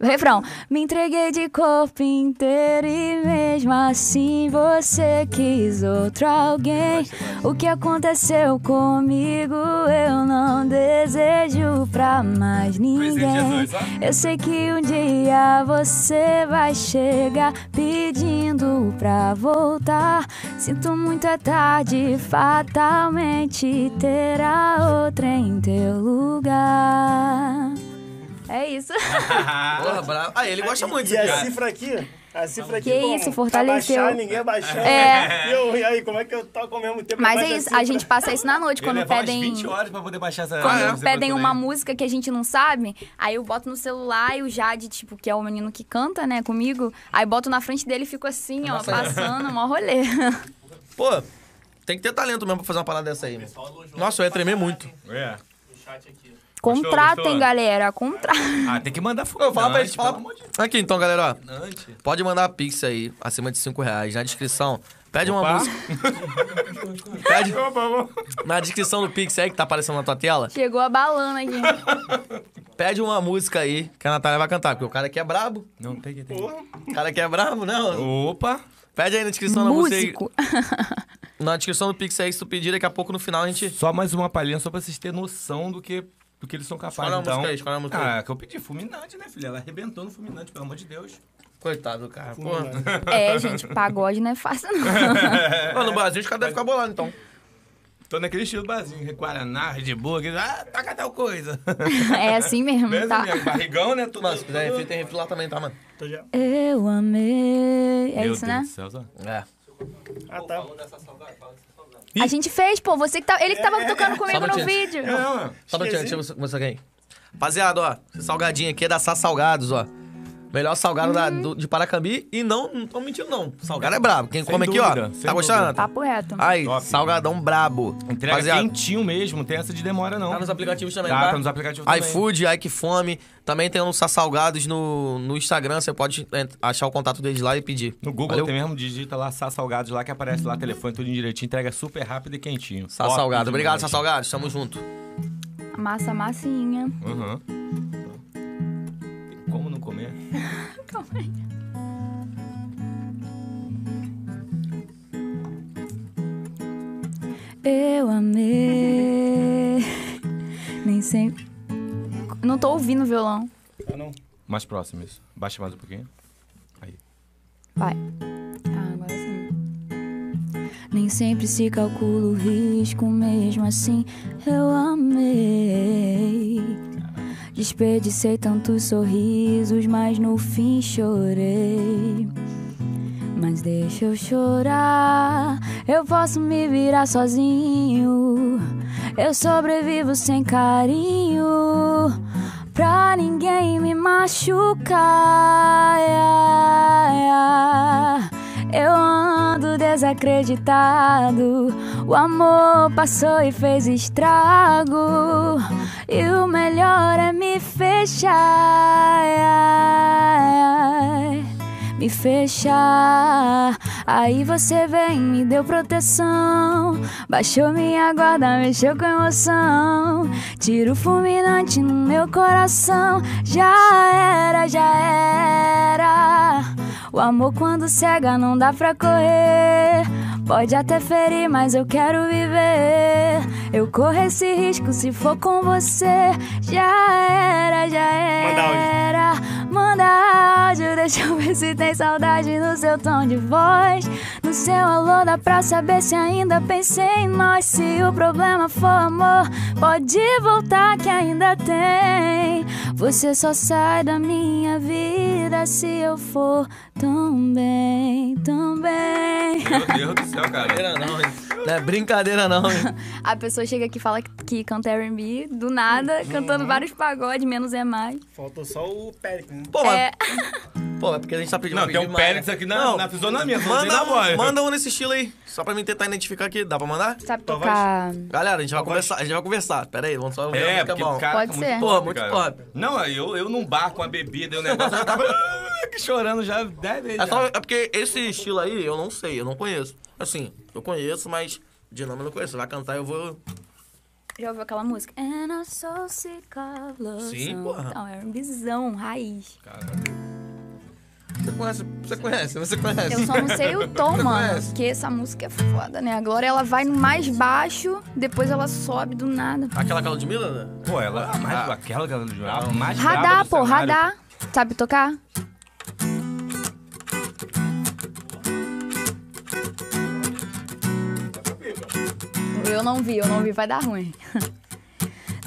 [SPEAKER 4] O refrão. Me entreguei de corpo inteiro e mesmo assim você quis outro alguém. O que aconteceu comigo eu não desejo pra mais ninguém. Eu sei que um dia você vai chegar pedindo pra voltar. Sinto muito é tarde, fatalmente terá outra em teu lugar. É isso.
[SPEAKER 2] Porra, bravo. Ah, ele gosta muito
[SPEAKER 5] E
[SPEAKER 2] desse
[SPEAKER 5] a
[SPEAKER 2] cara.
[SPEAKER 5] cifra aqui? A cifra aqui.
[SPEAKER 4] Que
[SPEAKER 5] como?
[SPEAKER 4] isso, fortaleceu.
[SPEAKER 5] Abaixar, ninguém abaixando.
[SPEAKER 4] É.
[SPEAKER 5] E, eu, e aí, como é que eu toco ao mesmo tempo?
[SPEAKER 4] Mas é
[SPEAKER 5] abaixo da
[SPEAKER 4] isso,
[SPEAKER 5] cifra?
[SPEAKER 4] a gente passa isso na noite quando pedem.
[SPEAKER 1] 20 horas pra poder baixar essa...
[SPEAKER 2] Quando
[SPEAKER 1] essa
[SPEAKER 4] pedem
[SPEAKER 1] música
[SPEAKER 4] uma
[SPEAKER 1] também.
[SPEAKER 4] música que a gente não sabe, aí eu boto no celular e o Jade, tipo, que é o menino que canta, né, comigo, aí boto na frente dele e fico assim, ó, passando, mó rolê.
[SPEAKER 2] Pô, tem que ter talento mesmo pra fazer uma parada dessa aí. mano. Nossa, eu ia tremer muito.
[SPEAKER 1] É.
[SPEAKER 4] Contratem,
[SPEAKER 1] gostou?
[SPEAKER 4] galera, contratem.
[SPEAKER 1] Ah, tem que mandar fogo.
[SPEAKER 2] Eu falo pra eles, fala...
[SPEAKER 1] amor de
[SPEAKER 2] Aqui então, galera, ó.
[SPEAKER 1] Deus.
[SPEAKER 2] Pode mandar a pix aí, acima de 5 reais, na descrição. Pede uma
[SPEAKER 1] Opa.
[SPEAKER 2] música. Pede
[SPEAKER 1] Tá
[SPEAKER 2] na descrição do pix aí que tá aparecendo na tua tela.
[SPEAKER 4] Chegou a balana aqui.
[SPEAKER 2] Pede uma música aí que a Natália vai cantar, porque o cara aqui é brabo.
[SPEAKER 1] Não, tem que ter.
[SPEAKER 2] O cara aqui é brabo, né? mano?
[SPEAKER 1] Opa.
[SPEAKER 2] Pede aí na descrição da música aí.
[SPEAKER 4] Músico.
[SPEAKER 2] Na descrição do pix aí, se tu pedir, daqui a pouco no final a gente...
[SPEAKER 1] Só mais uma palhinha, só pra vocês terem noção do que, do que eles são capazes.
[SPEAKER 2] Escolhe uma
[SPEAKER 1] então.
[SPEAKER 2] música aí, escolhe uma música aí.
[SPEAKER 1] Ah, que eu pedi. Fulminante, né, filha? Ela arrebentou no Fulminante, pelo amor de Deus.
[SPEAKER 2] Coitado do cara, pô.
[SPEAKER 4] É, gente, pagode não é fácil, não.
[SPEAKER 2] Mano, no Brasil os caras devem ficar bolados, então.
[SPEAKER 1] Tô naquele estilo barzinho, Guaraná, Red Bull, aquele, ah, taca tal coisa.
[SPEAKER 4] É assim mesmo,
[SPEAKER 1] Mesmo,
[SPEAKER 4] tá?
[SPEAKER 1] minha, barrigão, né? Tudo,
[SPEAKER 2] Mano, se quiser refri,
[SPEAKER 1] tudo...
[SPEAKER 2] tem refri lá também, tá, mano?
[SPEAKER 5] Tô já-
[SPEAKER 4] Eu amei. É
[SPEAKER 1] Meu
[SPEAKER 4] isso,
[SPEAKER 1] Deus
[SPEAKER 4] né?
[SPEAKER 1] do céu, só.
[SPEAKER 2] É.
[SPEAKER 5] Ah, tá.
[SPEAKER 4] A gente fez, pô, você que tá. Ele que tava tocando comigo no
[SPEAKER 2] minutinho.
[SPEAKER 4] vídeo.
[SPEAKER 1] É, mano.
[SPEAKER 2] Só um minutinho, deixa eu começar aqui. Rapaziada, ó, esse salgadinho aqui é da Sá Salgados, ó. Melhor salgado da-
[SPEAKER 1] Hum.
[SPEAKER 2] do- de Paracambi. E não, não tô mentindo, não. Salgado é brabo. Quem
[SPEAKER 1] Sem
[SPEAKER 2] come
[SPEAKER 1] dúvida,
[SPEAKER 2] aqui, ó.
[SPEAKER 1] sem
[SPEAKER 2] Tá gostando?
[SPEAKER 1] dúvida.
[SPEAKER 4] Papo reto.
[SPEAKER 2] Aí,
[SPEAKER 1] Top.
[SPEAKER 2] salgadão brabo.
[SPEAKER 1] Entrega
[SPEAKER 2] Rapaziada,
[SPEAKER 1] quentinho mesmo, não tem essa de demora, não.
[SPEAKER 2] tá nos aplicativos também,
[SPEAKER 1] Tá,
[SPEAKER 2] tá?
[SPEAKER 1] tá nos aplicativos também.
[SPEAKER 2] iFood, Ike Fome. Também tem o Sá Salgados no, no Instagram. Você pode é, achar o contato deles lá e pedir.
[SPEAKER 1] No Google
[SPEAKER 2] Valeu?
[SPEAKER 1] tem mesmo, digita lá, Sá Salgados lá, que aparece lá, telefone, tudo direitinho, entrega super rápido e quentinho.
[SPEAKER 2] Sá
[SPEAKER 1] Top
[SPEAKER 2] Salgados. Obrigado,
[SPEAKER 1] demais.
[SPEAKER 2] Sá Salgados. Tamo junto.
[SPEAKER 4] Massa massinha.
[SPEAKER 1] Aham. Uhum. Como não comer?
[SPEAKER 4] Calma aí. Eu amei. Nem sempre. Não tô ouvindo o violão.
[SPEAKER 1] Ah, Mais próximo isso. Baixa mais um pouquinho.
[SPEAKER 4] Vai. Ah, agora sim. Nem sempre se calcula o risco, mesmo assim eu amei. Desperdicei tantos sorrisos, mas no fim chorei. Mas deixa eu chorar, eu posso me virar sozinho. Eu sobrevivo sem carinho, pra ninguém me machucar. Yeah, yeah. Eu ando desacreditado, o amor passou e fez estrago. E o melhor é me fechar. yeah, yeah me fechar. Aí você vem, me deu proteção. Baixou minha guarda, mexeu com emoção. Tiro fulminante no meu coração. Já era, já era. O amor quando cega não dá pra correr. Pode até ferir, mas eu quero viver. Eu corro esse risco se for com você. Já era, já
[SPEAKER 5] Manda áudio.
[SPEAKER 4] era era. Manda áudio, deixa eu ver se tem saudade no seu tom de voz. No seu alô dá pra saber se ainda pensei em nós. Se o problema for amor, pode voltar que ainda tem. Você só sai da minha vida se eu for tão bem, tão bem.
[SPEAKER 1] Meu Deus do céu, cara.
[SPEAKER 2] Brincadeira não, hein? Não é brincadeira não, hein?
[SPEAKER 4] A pessoa chega aqui e fala que, que canta R&B do nada, cantando vários pagodes, menos é mais.
[SPEAKER 5] Faltou só o Péricles, né?
[SPEAKER 2] Pô, mas-
[SPEAKER 4] É.
[SPEAKER 2] pô, é porque a gente tá pedindo
[SPEAKER 1] Não,
[SPEAKER 2] pra
[SPEAKER 1] tem
[SPEAKER 2] pedir
[SPEAKER 1] um
[SPEAKER 2] mais,
[SPEAKER 1] Pérez
[SPEAKER 2] né?
[SPEAKER 1] aqui na, na fisionomia. só não tem
[SPEAKER 2] Manda
[SPEAKER 1] na
[SPEAKER 2] um,
[SPEAKER 1] voz.
[SPEAKER 2] manda um nesse estilo aí. Só pra mim tentar identificar aqui. Dá pra mandar?
[SPEAKER 4] Sabe
[SPEAKER 5] Tua voz?
[SPEAKER 4] tocar...
[SPEAKER 2] Galera, a gente vai conversar. A gente vai conversar. Pera aí, vamos só ver
[SPEAKER 1] É,
[SPEAKER 2] o que é
[SPEAKER 1] porque
[SPEAKER 2] bom.
[SPEAKER 1] o cara
[SPEAKER 4] Pode
[SPEAKER 1] tá
[SPEAKER 4] ser.
[SPEAKER 1] muito
[SPEAKER 2] Pô,
[SPEAKER 1] top,
[SPEAKER 2] muito
[SPEAKER 1] cara.
[SPEAKER 2] top.
[SPEAKER 1] Não, aí eu, eu num bar com a bebida e o negócio, eu já tava ah, que chorando já dez vezes.
[SPEAKER 2] É, só-
[SPEAKER 1] já.
[SPEAKER 2] é porque esse estilo aí eu não sei, eu não conheço. Assim, eu conheço, mas de nome eu não conheço. Vai cantar, eu vou.
[SPEAKER 4] Já ouviu aquela música? And I'm so sick of love.
[SPEAKER 2] Sim,
[SPEAKER 4] song.
[SPEAKER 2] porra.
[SPEAKER 4] Então, é um bizão, raiz.
[SPEAKER 2] Você conhece, você conhece, você conhece.
[SPEAKER 4] Eu só não sei o tom, mano.
[SPEAKER 2] conhece?
[SPEAKER 4] Porque essa música é foda, né? A Glória, ela vai no mais baixo, depois ela sobe do nada.
[SPEAKER 2] Aquela Carla de Mila? né?
[SPEAKER 1] Pô, ela a mais, aquela que ela jurava, a mais braba
[SPEAKER 4] Radar,
[SPEAKER 1] do
[SPEAKER 4] pô,
[SPEAKER 1] cenário.
[SPEAKER 4] radar. Sabe tocar? Eu não vi, eu não vi, vai dar ruim.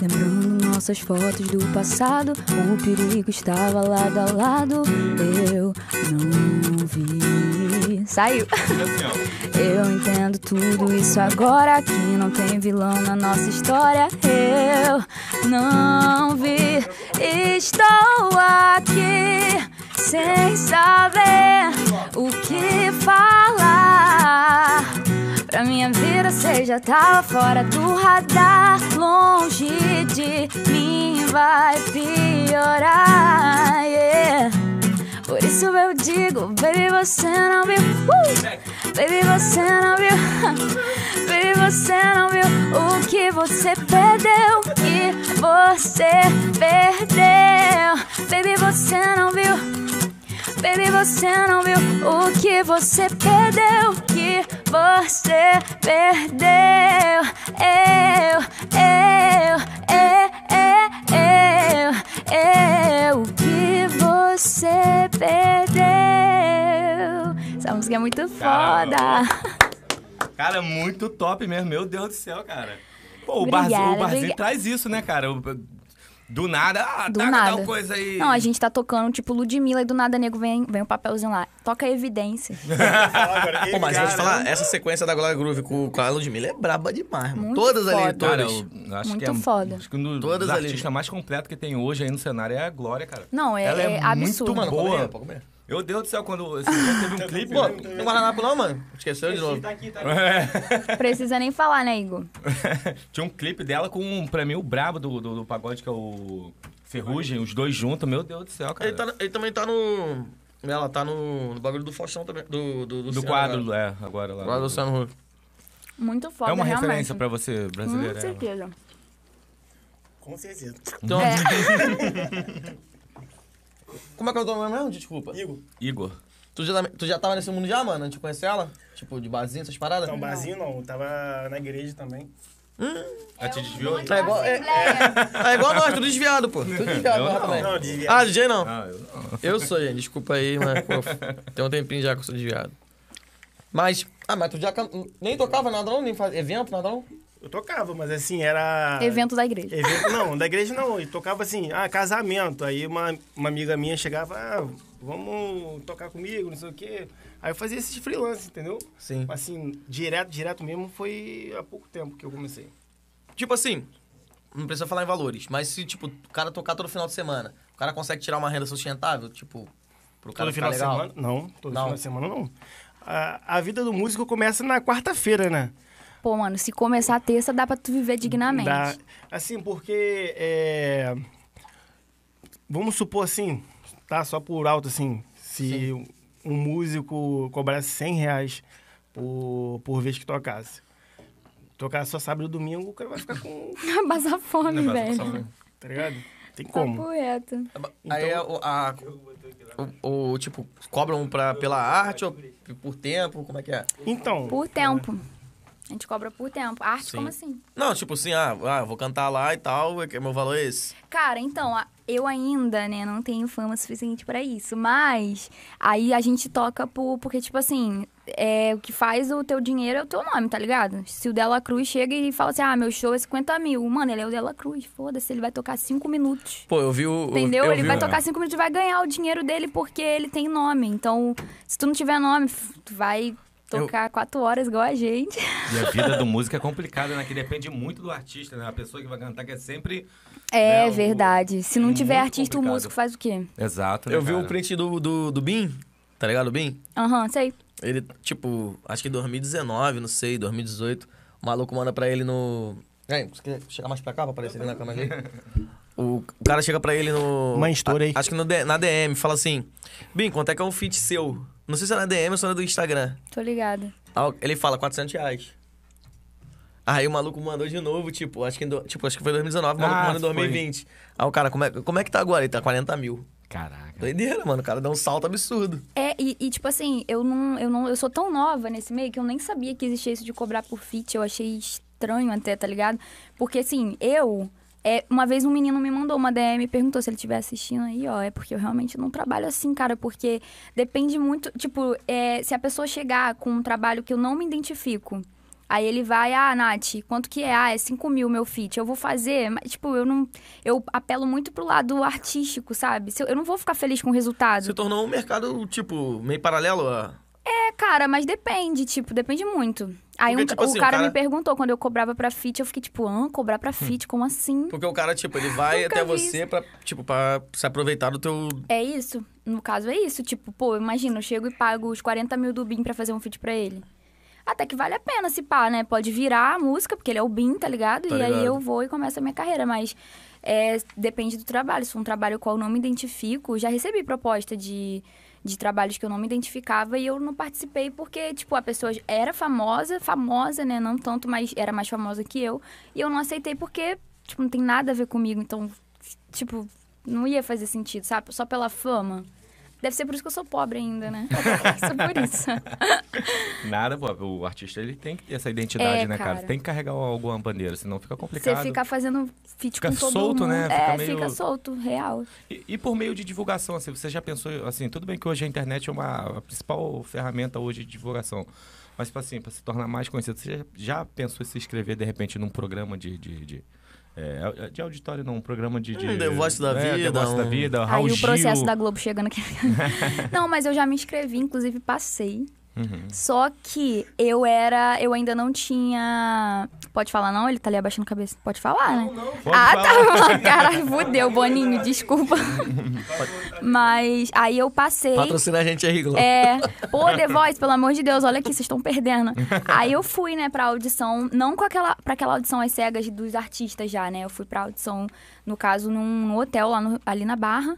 [SPEAKER 4] Lembrando nossas fotos do passado, o perigo estava lado a lado. Eu não vi. Saiu.
[SPEAKER 1] Assim,
[SPEAKER 4] Eu entendo tudo isso agora. Que não tem vilão na nossa história. Eu não vi. Estou aqui sem saber o que falar. Pra minha vida, você já tava fora do radar. Longe de mim vai piorar. yeah. Por isso eu digo, baby, você não viu. Uh! Baby, você não viu. Baby, você não viu o que você perdeu. O que você perdeu. Baby, você não viu. Baby, você não viu o que você perdeu, o que você perdeu. Eu, eu, eu, eu, eu, o que você perdeu. Essa música é muito foda.
[SPEAKER 1] Caramba. Cara, muito top mesmo. Meu Deus do céu, cara. Pô, o
[SPEAKER 4] Obrigada,
[SPEAKER 1] Barzinho, o Barzinho
[SPEAKER 4] obrigada.
[SPEAKER 1] traz isso, né, cara? O- Do nada, ah,
[SPEAKER 4] Do
[SPEAKER 1] taca
[SPEAKER 4] nada.
[SPEAKER 1] tal coisa aí.
[SPEAKER 4] Não, a gente tá tocando tipo Ludmilla e do nada, nego, vem, vem o papelzinho lá. Toca evidência.
[SPEAKER 5] Fala agora.
[SPEAKER 2] Pô, mas eu vou te
[SPEAKER 5] Cara,
[SPEAKER 2] falar, essa sequência da Glória Groove com, com a Ludmilla é braba demais, mano.
[SPEAKER 4] Muito
[SPEAKER 2] todas ali,
[SPEAKER 4] foda.
[SPEAKER 1] Cara,
[SPEAKER 2] todas.
[SPEAKER 1] eu acho
[SPEAKER 4] Muito
[SPEAKER 1] que é
[SPEAKER 4] foda.
[SPEAKER 1] Acho que um dos
[SPEAKER 2] Todas ali.
[SPEAKER 1] artistas mais completos que tem hoje aí no cenário é a Glória, cara.
[SPEAKER 4] Não, é-
[SPEAKER 1] Ela é,
[SPEAKER 4] é absurdo.
[SPEAKER 2] Mano,
[SPEAKER 1] Muito boa.
[SPEAKER 2] pode comer, pode comer.
[SPEAKER 1] Meu Deus do céu, quando esse dia teve um clipe.
[SPEAKER 2] Pô,
[SPEAKER 1] né?
[SPEAKER 2] tem guardanapo não, mano? Esqueceu de novo.
[SPEAKER 5] Tá aqui, tá aqui.
[SPEAKER 1] É.
[SPEAKER 4] Precisa nem falar, né, Igor?
[SPEAKER 1] Tinha um clipe dela com, pra mim, o brabo do, do, do pagode, que é o Ferrugem, os dois juntos. Meu Deus do céu, cara.
[SPEAKER 2] Ele, tá, no- ele também tá no... Ela tá no, no bagulho do Faustão também, do... Do,
[SPEAKER 1] Do quadro, é, agora lá.
[SPEAKER 2] Agora do Luciano Huck.
[SPEAKER 4] Muito foda,
[SPEAKER 1] É uma
[SPEAKER 4] realmente.
[SPEAKER 1] referência pra você, brasileira. é
[SPEAKER 4] Com
[SPEAKER 1] ela.
[SPEAKER 4] certeza.
[SPEAKER 5] Com certeza.
[SPEAKER 2] Então,
[SPEAKER 4] É.
[SPEAKER 2] como é que é o nome mesmo? Desculpa.
[SPEAKER 5] Igor,
[SPEAKER 1] Igor.
[SPEAKER 2] Tu já, tá, tu já tava nesse mundo já, mano? Antes de conhecer ela? Tipo, de barzinho, essas paradas?
[SPEAKER 5] não, barzinho Então, não. Eu tava na igreja também.
[SPEAKER 1] Ah, te desviou?
[SPEAKER 2] Tá igual... É, é igual nós, tudo desviado, pô. Tudo desviado, nós também.
[SPEAKER 5] Não, desviado.
[SPEAKER 2] Ah, DJ não.
[SPEAKER 1] Ah, eu não.
[SPEAKER 2] Eu sou, gente. Desculpa aí, mas pô, tem um tempinho já que eu sou desviado. Mas, ah, mas tu já can- nem tocava nada não? Nem fazia evento, nada não?
[SPEAKER 5] Eu tocava, mas assim, era.
[SPEAKER 4] É, Evento da igreja.
[SPEAKER 5] Evento- não, da igreja não. E tocava assim, ah, casamento. Aí uma, uma amiga minha chegava, ah, vamos tocar comigo, não sei o quê. Aí eu fazia esses freelance, entendeu?
[SPEAKER 2] Sim.
[SPEAKER 5] Assim, direto, direto mesmo, foi há pouco tempo que eu comecei.
[SPEAKER 2] Tipo assim, não precisa falar em valores, mas se, tipo, o cara tocar todo final de semana, o cara consegue tirar uma renda sustentável, tipo, pro cara
[SPEAKER 5] Todo
[SPEAKER 2] ficar
[SPEAKER 5] final de
[SPEAKER 2] legal?
[SPEAKER 5] semana? Não, todo
[SPEAKER 2] Não.
[SPEAKER 5] final de semana não. A, a vida do músico começa na quarta-feira, né?
[SPEAKER 4] Pô, mano, se começar a terça, dá pra tu viver dignamente.
[SPEAKER 5] Da- assim, porque é, vamos supor assim, tá? Só por alto assim, se um músico cobrasse 100 reais por, por vez que tocasse. Tocar só sábado e domingo, o cara vai ficar com.
[SPEAKER 4] Passa fome, velho.
[SPEAKER 5] Tá ligado? Tem
[SPEAKER 4] Papo
[SPEAKER 5] como.
[SPEAKER 4] reto.
[SPEAKER 2] Aí
[SPEAKER 5] Então,
[SPEAKER 2] a, a- o, o, tipo, cobram pra, pela arte ou por tempo, como é que é?
[SPEAKER 5] Então,
[SPEAKER 4] Por tempo. A gente cobra por tempo. Arte,
[SPEAKER 2] Sim.
[SPEAKER 4] como assim?
[SPEAKER 2] Não, tipo assim, ah, ah, vou cantar lá e tal, é que meu valor é esse.
[SPEAKER 4] Cara, então, a- eu ainda, né, não tenho fama suficiente pra isso, mas aí a gente toca por. Porque, tipo assim, é, o que faz o teu dinheiro é o teu nome, tá ligado? Se o Dela Cruz chega e fala assim, ah, meu show é 50 mil. Mano, ele é o Dela Cruz, foda-se, ele vai tocar 5 minutos.
[SPEAKER 2] Pô, eu vi o...
[SPEAKER 4] Entendeu?
[SPEAKER 2] eu
[SPEAKER 4] Ele
[SPEAKER 2] vi
[SPEAKER 1] é.
[SPEAKER 4] vai
[SPEAKER 2] o- É,
[SPEAKER 4] tocar cinco minutos e vai ganhar o dinheiro dele porque ele tem nome. Então, se tu não tiver nome, f- tu vai tocar quatro horas igual a gente.
[SPEAKER 1] E a vida do músico é complicada, né? Que depende muito do artista, né? A pessoa que vai cantar que é sempre...
[SPEAKER 4] É
[SPEAKER 1] né, o-
[SPEAKER 4] verdade. Se não
[SPEAKER 1] é
[SPEAKER 4] tiver
[SPEAKER 1] muito
[SPEAKER 4] artista, o
[SPEAKER 1] complicado.
[SPEAKER 4] músico faz o quê?
[SPEAKER 1] Exato, né,
[SPEAKER 2] Eu vi o
[SPEAKER 1] cara?
[SPEAKER 2] print do, do, do Bin, tá ligado, o Bin?
[SPEAKER 4] Aham, sei.
[SPEAKER 2] Ele, tipo, acho que em 2019, não sei, 2018, o maluco manda pra ele no... Ei, você quer chegar mais pra cá pra aparecer ali na câmera ali? O, o cara chega pra ele no...
[SPEAKER 5] Mãe, estoura aí.
[SPEAKER 2] a- acho que no, D- na DM, fala assim, Bin, quanto é que é um feat seu? Não sei se é na DM ou se é do Instagram.
[SPEAKER 4] Tô ligada.
[SPEAKER 2] Ah, Ele fala 400 reais. Aí o maluco mandou de novo, tipo, acho que, em do- tipo, acho que foi 2019, o maluco
[SPEAKER 1] Ah,
[SPEAKER 2] mandou em
[SPEAKER 1] foi.
[SPEAKER 2] 2020. Aí o cara, como é, como é que tá agora? Ele tá 40 mil.
[SPEAKER 1] Caraca.
[SPEAKER 2] Doideira, mano. O cara deu um salto absurdo.
[SPEAKER 4] É, e, e, tipo assim, eu não, eu não. Eu sou tão nova nesse meio que eu nem sabia que existia isso de cobrar por fit. Eu achei estranho até, tá ligado? Porque assim, eu. É, uma vez um menino me mandou uma DM e perguntou se ele estiver assistindo aí, ó. É porque eu realmente não trabalho assim, cara, porque depende muito. Tipo, é, se a pessoa chegar com um trabalho que eu não me identifico, aí ele vai, ah, Nath, quanto que é? Ah, é 5 mil meu fit. Eu vou fazer, mas, tipo, eu não. Eu apelo muito pro lado artístico, sabe? Se eu, eu não vou ficar feliz com o resultado.
[SPEAKER 2] Se tornou um mercado, tipo, meio paralelo a...
[SPEAKER 4] É, Cara, mas depende, tipo, depende muito. Aí
[SPEAKER 2] Porque,
[SPEAKER 4] um-
[SPEAKER 2] tipo
[SPEAKER 4] o,
[SPEAKER 2] assim, o
[SPEAKER 4] cara
[SPEAKER 2] cara- Hum.
[SPEAKER 4] me perguntou quando eu cobrava pra fit, eu fiquei tipo, ah, cobrar pra fit, como assim?
[SPEAKER 2] Porque o cara, tipo, ele vai
[SPEAKER 4] Nunca
[SPEAKER 2] até
[SPEAKER 4] vi
[SPEAKER 2] você pra, tipo, pra se aproveitar do teu...
[SPEAKER 4] É isso? No caso, é isso. Tipo, pô, imagina, eu chego e pago os 40 mil do BIM pra fazer um fit pra ele. Até que vale a pena se pá, né? Pode virar a música, porque ele é o BIM, tá ligado?
[SPEAKER 2] Tá
[SPEAKER 4] e
[SPEAKER 2] ligado.
[SPEAKER 4] aí eu vou e começo a minha carreira, mas é, depende do trabalho. Se for um trabalho com o qual eu não me identifico, já recebi proposta de, de trabalhos que eu não me identificava e eu não participei porque, tipo, a pessoa era famosa, famosa, né? Não tanto, mas era mais famosa que eu. E eu não aceitei porque, tipo, não tem nada a ver comigo. Então, tipo, não ia fazer sentido, sabe? Só pela fama. Deve ser por isso que eu sou pobre ainda, né? Só por isso.
[SPEAKER 1] Nada, pô. O artista ele tem que ter essa identidade,
[SPEAKER 4] É,
[SPEAKER 1] né, cara?
[SPEAKER 4] cara.
[SPEAKER 1] Tem que carregar alguma bandeira, senão fica complicado.
[SPEAKER 4] Você fica fazendo fit
[SPEAKER 1] Fica
[SPEAKER 4] com todo
[SPEAKER 1] solto,
[SPEAKER 4] mundo.
[SPEAKER 1] né? Fica
[SPEAKER 4] É,
[SPEAKER 1] meio-
[SPEAKER 4] fica solto, real.
[SPEAKER 1] E, e por meio de divulgação, assim, você já pensou, assim, tudo bem que hoje a internet é uma a principal ferramenta hoje de divulgação. Mas, tipo assim, para se tornar mais conhecido, você já, já pensou em se inscrever, de repente, num programa de. de, de é, de auditório, não, um programa de. de
[SPEAKER 2] Um The Voice da
[SPEAKER 1] é, The
[SPEAKER 2] vida,
[SPEAKER 1] Voice da
[SPEAKER 2] um-
[SPEAKER 1] Vida, Raul
[SPEAKER 4] Aí o
[SPEAKER 1] Gil.
[SPEAKER 4] processo da Globo chegando aqui. não, mas eu já me inscrevi, inclusive passei.
[SPEAKER 1] Uhum.
[SPEAKER 4] Só que eu era. Eu ainda não tinha. Pode falar, não? Ele tá ali abaixando a cabeça. Pode falar, né?
[SPEAKER 1] Pode
[SPEAKER 4] ah,
[SPEAKER 1] falar.
[SPEAKER 4] tá. Caralho, fudeu, Boninho, desculpa. mas aí eu passei.
[SPEAKER 2] Patrocina a gente aí, Globo.
[SPEAKER 4] É, pô, The Voice, pelo amor de Deus, olha aqui, vocês estão perdendo. Aí eu fui, né, pra audição, não com aquela, pra aquela audição às cegas dos artistas já, né? Eu fui pra audição, no caso, num, num hotel lá no- ali na Barra.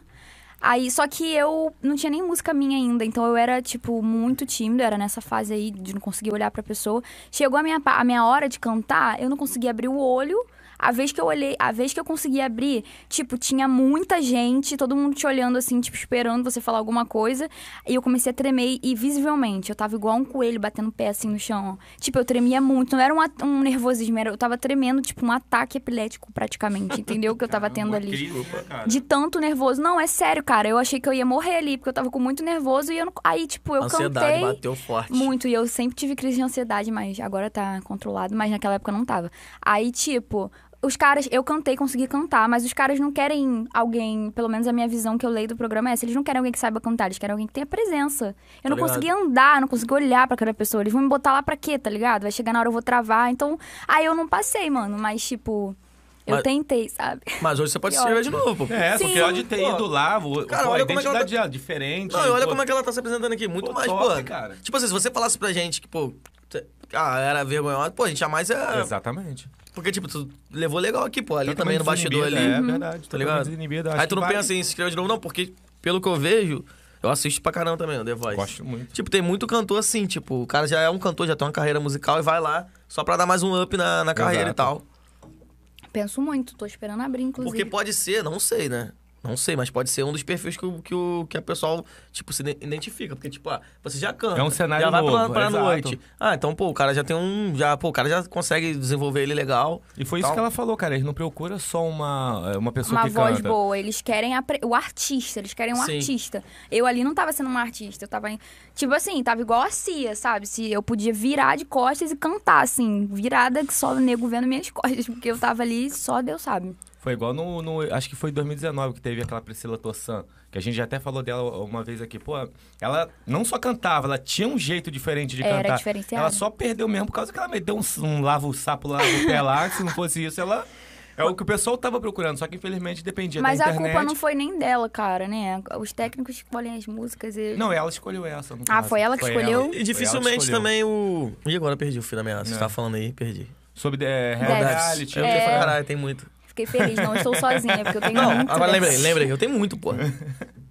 [SPEAKER 4] Aí, só que eu não tinha nem música minha ainda, então eu era, tipo, muito tímida, era nessa fase aí de não conseguir olhar pra pessoa. Chegou a minha, pa- a minha hora de cantar, eu não conseguia abrir o olho. A vez que eu olhei, a vez que eu consegui abrir, tipo, tinha muita gente, todo mundo te olhando assim, tipo, esperando você falar alguma coisa. E eu comecei a tremer e visivelmente, eu tava igual um coelho batendo o pé assim no chão. ó. Tipo, eu tremia muito, não era um, at- um nervosismo, era, eu tava tremendo, tipo, um ataque epilético praticamente, entendeu? Que eu tava tendo ali. De tanto nervoso. Não, é sério, cara. Eu achei que eu ia morrer ali, porque eu tava com muito nervoso e eu não... Aí, tipo, eu
[SPEAKER 2] Ansiedade
[SPEAKER 4] cantei
[SPEAKER 2] bateu forte.
[SPEAKER 4] muito. E eu sempre tive crise de ansiedade, mas agora tá controlado, mas naquela época não tava. Aí, tipo, os caras, eu cantei, consegui cantar, mas os caras não querem alguém, pelo menos a minha visão que eu leio do programa é essa, eles não querem alguém que saiba cantar, eles querem alguém que tenha presença. Eu não
[SPEAKER 2] Tá ligado.
[SPEAKER 4] consegui andar, não consegui olhar pra cada pessoa. Eles vão me botar lá pra quê, tá ligado? Vai chegar na hora, eu vou travar. Então, aí eu não passei, mano. Mas, tipo, eu
[SPEAKER 2] Mas-
[SPEAKER 4] tentei, sabe?
[SPEAKER 2] Mas hoje você pode se
[SPEAKER 4] Que
[SPEAKER 2] escrever de novo, pô.
[SPEAKER 1] É, porque
[SPEAKER 4] Sim.
[SPEAKER 1] pode ter ido lá, o,
[SPEAKER 2] Cara,
[SPEAKER 1] pô, a
[SPEAKER 2] olha como é que ela
[SPEAKER 1] identidade dela, diferente.
[SPEAKER 2] Não, e olha
[SPEAKER 1] pô,
[SPEAKER 2] como é que ela tá se apresentando aqui. Muito
[SPEAKER 1] Pô,
[SPEAKER 2] mais,
[SPEAKER 1] top,
[SPEAKER 2] pô.
[SPEAKER 1] cara.
[SPEAKER 2] Tipo assim, se você falasse pra gente que, pô, cê- ah, era vergonhosa, pô, a gente jamais
[SPEAKER 1] tá-
[SPEAKER 2] é.
[SPEAKER 1] Exatamente.
[SPEAKER 2] Porque, tipo, tu levou legal aqui, pô, ali
[SPEAKER 1] Tá Totalmente
[SPEAKER 2] também no bastidor ali.
[SPEAKER 1] desinibida, É verdade.
[SPEAKER 2] Tá ligado?
[SPEAKER 1] Desinibida, acho
[SPEAKER 2] Aí tu
[SPEAKER 1] que
[SPEAKER 2] não
[SPEAKER 1] vale.
[SPEAKER 2] pensa em se inscrever de novo, não, porque pelo que eu vejo, eu assisto pra caramba também o The Voice.
[SPEAKER 1] Gosto muito.
[SPEAKER 2] Tipo, tem muito cantor assim, tipo, o cara já é um cantor, já tem uma carreira musical e vai lá só pra dar mais um up na, na carreira
[SPEAKER 1] Exato.
[SPEAKER 2] e tal.
[SPEAKER 4] Penso muito, tô esperando abrir, inclusive.
[SPEAKER 2] Porque pode ser, não sei, né? Não sei, mas pode ser um dos perfis que, o- que, o, que a pessoal, tipo, se ide- identifica. Porque, tipo, ah, você já canta.
[SPEAKER 1] É um cenário
[SPEAKER 2] Já vai pra-
[SPEAKER 1] novo,
[SPEAKER 2] pra,
[SPEAKER 1] exato.
[SPEAKER 2] noite. Ah, então, pô, o cara já tem um... Já, pô, o cara já consegue desenvolver ele legal.
[SPEAKER 1] E foi isso
[SPEAKER 2] Tal.
[SPEAKER 1] que ela falou, cara. Eles não procuram só uma, é, uma pessoa
[SPEAKER 4] uma
[SPEAKER 1] que
[SPEAKER 4] voz
[SPEAKER 1] canta.
[SPEAKER 4] boa. Eles querem a pre- o artista, eles querem um
[SPEAKER 2] Sim.
[SPEAKER 4] artista. Eu ali não tava sendo uma artista, eu tava. em- Tipo assim, tava igual a Cia, sabe? Se eu podia virar de costas e cantar, assim, virada que só o nego vendo minhas costas, porque eu tava ali, só Deus sabe.
[SPEAKER 1] Foi igual no, no- Acho que foi em 2019 que teve aquela Priscila Tossan, que a gente já até falou dela uma vez aqui. Pô, ela não só cantava, ela tinha um jeito diferente de
[SPEAKER 4] Era
[SPEAKER 1] cantar.
[SPEAKER 4] diferenciada.
[SPEAKER 1] Ela só perdeu mesmo por causa que ela meteu um, um lava o sapo lá no pé lá. que Se não fosse isso, ela. É o que o pessoal tava procurando, só que infelizmente dependia
[SPEAKER 4] Mas
[SPEAKER 1] da
[SPEAKER 4] a
[SPEAKER 1] internet.
[SPEAKER 4] culpa não foi nem dela, cara, né? Os técnicos escolhem as músicas e.
[SPEAKER 1] Não, ela escolheu essa. no
[SPEAKER 4] Ah,
[SPEAKER 1] caso.
[SPEAKER 4] foi ela que escolheu?
[SPEAKER 1] Foi ela
[SPEAKER 2] E
[SPEAKER 1] que
[SPEAKER 2] dificilmente
[SPEAKER 1] escolheu.
[SPEAKER 2] também o... Ih, agora eu perdi o fio da ameaça. Você tá falando aí, perdi.
[SPEAKER 1] Sobre é,
[SPEAKER 4] Deve.
[SPEAKER 1] reality.
[SPEAKER 2] Eu
[SPEAKER 4] É.
[SPEAKER 2] tenho pra caralho, tem muito.
[SPEAKER 4] Fiquei feliz, não estou sozinha, porque eu tenho
[SPEAKER 2] Não,
[SPEAKER 4] muito
[SPEAKER 2] agora lembrei,
[SPEAKER 4] dessas.
[SPEAKER 2] lembrei. Eu tenho muito, pô.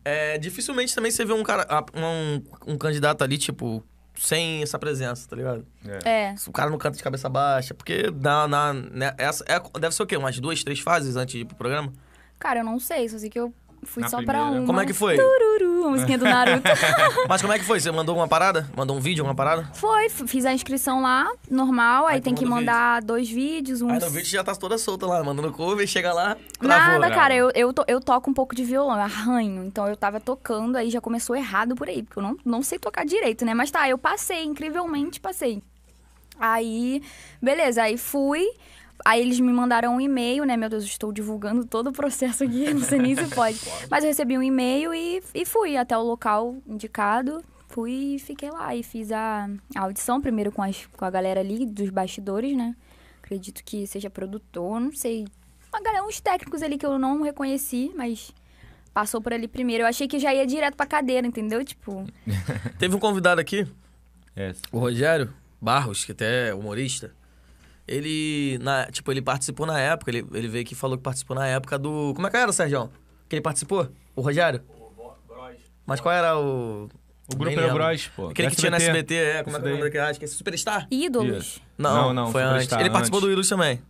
[SPEAKER 2] É, dificilmente também você vê um cara... ah, Um, um candidato ali, tipo... sem essa presença, tá ligado?
[SPEAKER 1] É.
[SPEAKER 4] É.
[SPEAKER 2] O cara não canta de cabeça baixa, porque na, na, né, essa é- deve ser o quê? Umas duas, três fases antes de ir pro programa?
[SPEAKER 4] Cara, eu não sei, só sei que eu fui
[SPEAKER 1] Na
[SPEAKER 4] só pra
[SPEAKER 1] primeira.
[SPEAKER 4] uma.
[SPEAKER 2] Como é que foi?
[SPEAKER 4] Tururu, a musiquinha do Naruto.
[SPEAKER 2] Mas como é que foi? Você mandou uma parada? Mandou um vídeo, uma parada?
[SPEAKER 4] foi, f- fiz a inscrição lá, normal, aí,
[SPEAKER 2] Aí tu
[SPEAKER 4] tem que
[SPEAKER 2] manda o
[SPEAKER 4] mandar dois vídeos, Ah, uns...
[SPEAKER 2] Aí no vídeo já tá toda solta lá, mandando cover, chega lá,
[SPEAKER 4] Nada,
[SPEAKER 2] travou.
[SPEAKER 4] cara, eu, eu, to- eu toco um pouco de violão, eu arranho. Então eu tava tocando, aí já começou errado por aí, porque eu não, não sei tocar direito, né? Mas tá, eu passei, incrivelmente passei. Aí, beleza, aí fui. Aí eles me mandaram um e-mail, né? Meu Deus, eu estou divulgando todo o processo aqui, não sei nem se pode. Mas eu recebi um e-mail e, e fui até o local indicado. Fui e fiquei lá e fiz a, a audição, primeiro com, as, com a galera ali dos bastidores, né? Acredito que seja produtor, não sei. Uma galera, uns técnicos ali que eu não reconheci, mas passou por ali primeiro. Eu achei que já ia direto pra cadeira, entendeu? Tipo,
[SPEAKER 2] Teve um convidado aqui,
[SPEAKER 1] É.
[SPEAKER 2] o Rogério Barros, que até é humorista. Ele, na, tipo, ele participou na época, ele, ele veio aqui e falou que participou na época do... Como é que era, Sérgio? Que ele participou? O Rogério? Mas qual era o...
[SPEAKER 1] O grupo
[SPEAKER 2] Nem
[SPEAKER 1] era o
[SPEAKER 2] lembro.
[SPEAKER 1] Bros, pô.
[SPEAKER 2] Aquele que
[SPEAKER 1] SBT.
[SPEAKER 2] tinha na SBT, é, como é que é
[SPEAKER 1] Esse
[SPEAKER 2] o
[SPEAKER 1] daí.
[SPEAKER 2] nome daquele? Acho que é Superstar?
[SPEAKER 4] ídolos.
[SPEAKER 1] Não, não,
[SPEAKER 2] foi antes.
[SPEAKER 1] Superstar,
[SPEAKER 2] Ele participou
[SPEAKER 1] antes.
[SPEAKER 2] do Ilus também.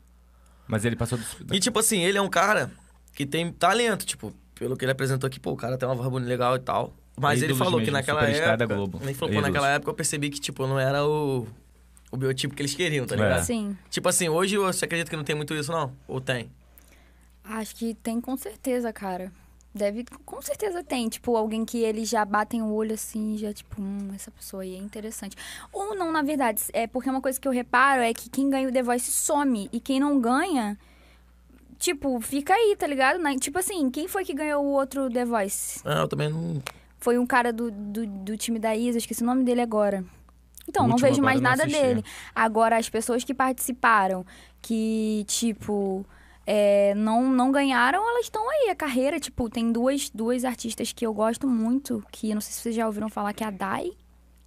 [SPEAKER 1] Mas ele passou do...
[SPEAKER 2] E, tipo assim, ele é um cara que tem talento, tipo, pelo que ele apresentou aqui, pô, o cara tem uma voz bonita legal e tal. Mas ele
[SPEAKER 1] Ídolos
[SPEAKER 2] falou que
[SPEAKER 1] mesmo,
[SPEAKER 2] naquela
[SPEAKER 1] Superstar
[SPEAKER 2] época.
[SPEAKER 1] da Globo.
[SPEAKER 2] Ele falou, pô,
[SPEAKER 1] Ídolos.
[SPEAKER 2] naquela época eu percebi que, tipo, não era o, o biotipo que eles queriam, tá
[SPEAKER 1] É.
[SPEAKER 2] ligado?
[SPEAKER 4] Sim.
[SPEAKER 2] Tipo assim, hoje você acredita que não tem muito isso, não? Ou tem?
[SPEAKER 4] Acho que tem com certeza, cara. Deve, com certeza tem, tipo, alguém que eles já batem o olho assim, já tipo, hum, essa pessoa aí é interessante. Ou não, na verdade, é porque uma coisa que eu reparo é que quem ganha o The Voice some e quem não ganha, tipo, fica aí, tá ligado? Na- Tipo assim, quem foi que ganhou o outro The Voice?
[SPEAKER 2] Ah, eu também não.
[SPEAKER 4] Foi um cara do, do, do time da Isa, esqueci o nome dele agora. Então,
[SPEAKER 1] O
[SPEAKER 4] não
[SPEAKER 1] último
[SPEAKER 4] vejo
[SPEAKER 1] agora
[SPEAKER 4] mais
[SPEAKER 1] eu não
[SPEAKER 4] nada
[SPEAKER 1] assisti. é.
[SPEAKER 4] dele. Agora, as pessoas que participaram, que, tipo, é, não, não ganharam, elas estão aí. A carreira, tipo, tem duas, duas artistas que eu gosto muito, que eu não sei se vocês já ouviram falar, que é a Dai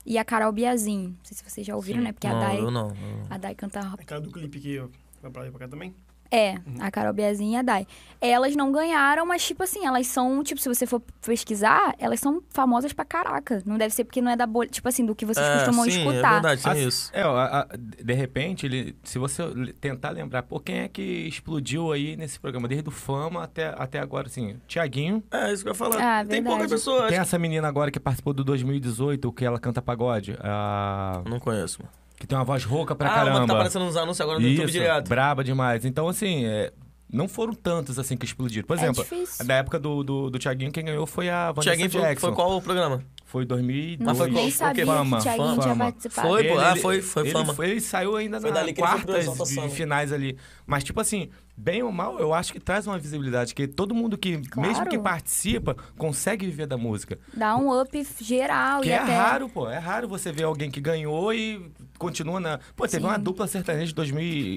[SPEAKER 4] e a Carol Biazin. Não sei se vocês já ouviram, né? Porque
[SPEAKER 2] não,
[SPEAKER 4] a Dai.
[SPEAKER 2] eu não. eu não.
[SPEAKER 4] A Dai canta rock.
[SPEAKER 5] É aquela do clipe que vai pra lá e pra cá também?
[SPEAKER 4] É, a Carol Biazin e a Dai. Elas não ganharam, mas, tipo assim, elas são, tipo, se você for pesquisar, elas são famosas pra caraca. Não deve ser porque não é da bolha, tipo assim, do que vocês
[SPEAKER 2] É,
[SPEAKER 4] costumam
[SPEAKER 2] sim, É
[SPEAKER 4] escutar.
[SPEAKER 2] verdade, tem
[SPEAKER 1] Assim,
[SPEAKER 2] isso.
[SPEAKER 1] É, ó, a- a- de repente, ele, se você l- tentar lembrar, pô, quem é que explodiu aí nesse programa? Desde o Fama até, até agora, assim, Tiaguinho.
[SPEAKER 2] É, isso que eu ia falar.
[SPEAKER 4] Ah,
[SPEAKER 2] tem
[SPEAKER 4] verdade.
[SPEAKER 2] pouca pessoa.
[SPEAKER 1] Tem
[SPEAKER 2] acho
[SPEAKER 1] essa menina agora que participou do 2018, que ela canta pagode. a-
[SPEAKER 2] que- Não conheço, mano.
[SPEAKER 1] que tem uma voz rouca pra
[SPEAKER 2] ah, uma
[SPEAKER 1] caramba.
[SPEAKER 2] que tá aparecendo nos anúncios agora no YouTube
[SPEAKER 1] Isso,
[SPEAKER 2] direto.
[SPEAKER 1] braba demais. Então, assim, é, não foram tantos assim que explodiram. Por
[SPEAKER 4] É
[SPEAKER 1] exemplo,
[SPEAKER 4] difícil.
[SPEAKER 1] da época do, do, do Tiaguinho, quem ganhou foi a Vanessa
[SPEAKER 2] Tiaguinho foi,
[SPEAKER 1] Jackson.
[SPEAKER 2] foi qual o programa?
[SPEAKER 1] Foi 2002.
[SPEAKER 4] Não,
[SPEAKER 2] Mas foi qual-
[SPEAKER 4] nem sabia
[SPEAKER 1] Fama,
[SPEAKER 4] que o Thiaguinho
[SPEAKER 1] fama.
[SPEAKER 4] tinha participado.
[SPEAKER 2] Foi, pô. Ah,
[SPEAKER 1] ele-
[SPEAKER 2] foi, foi
[SPEAKER 1] ele,
[SPEAKER 2] fama.
[SPEAKER 1] ele saiu ainda
[SPEAKER 2] Foi
[SPEAKER 1] na
[SPEAKER 2] dali que ele foi pro
[SPEAKER 1] quartas
[SPEAKER 2] Exalta
[SPEAKER 1] de-
[SPEAKER 2] Samba.
[SPEAKER 1] finais ali. Mas, tipo assim, bem ou mal, eu acho que traz uma visibilidade. que todo mundo que, mesmo
[SPEAKER 4] Claro.
[SPEAKER 1] que participa, consegue viver da música.
[SPEAKER 4] Dá um up geral
[SPEAKER 1] Que
[SPEAKER 4] e
[SPEAKER 1] é
[SPEAKER 4] até.
[SPEAKER 1] raro, pô. É raro você ver alguém que ganhou e continua na. Pô, teve
[SPEAKER 4] Sim.
[SPEAKER 1] uma dupla sertaneja de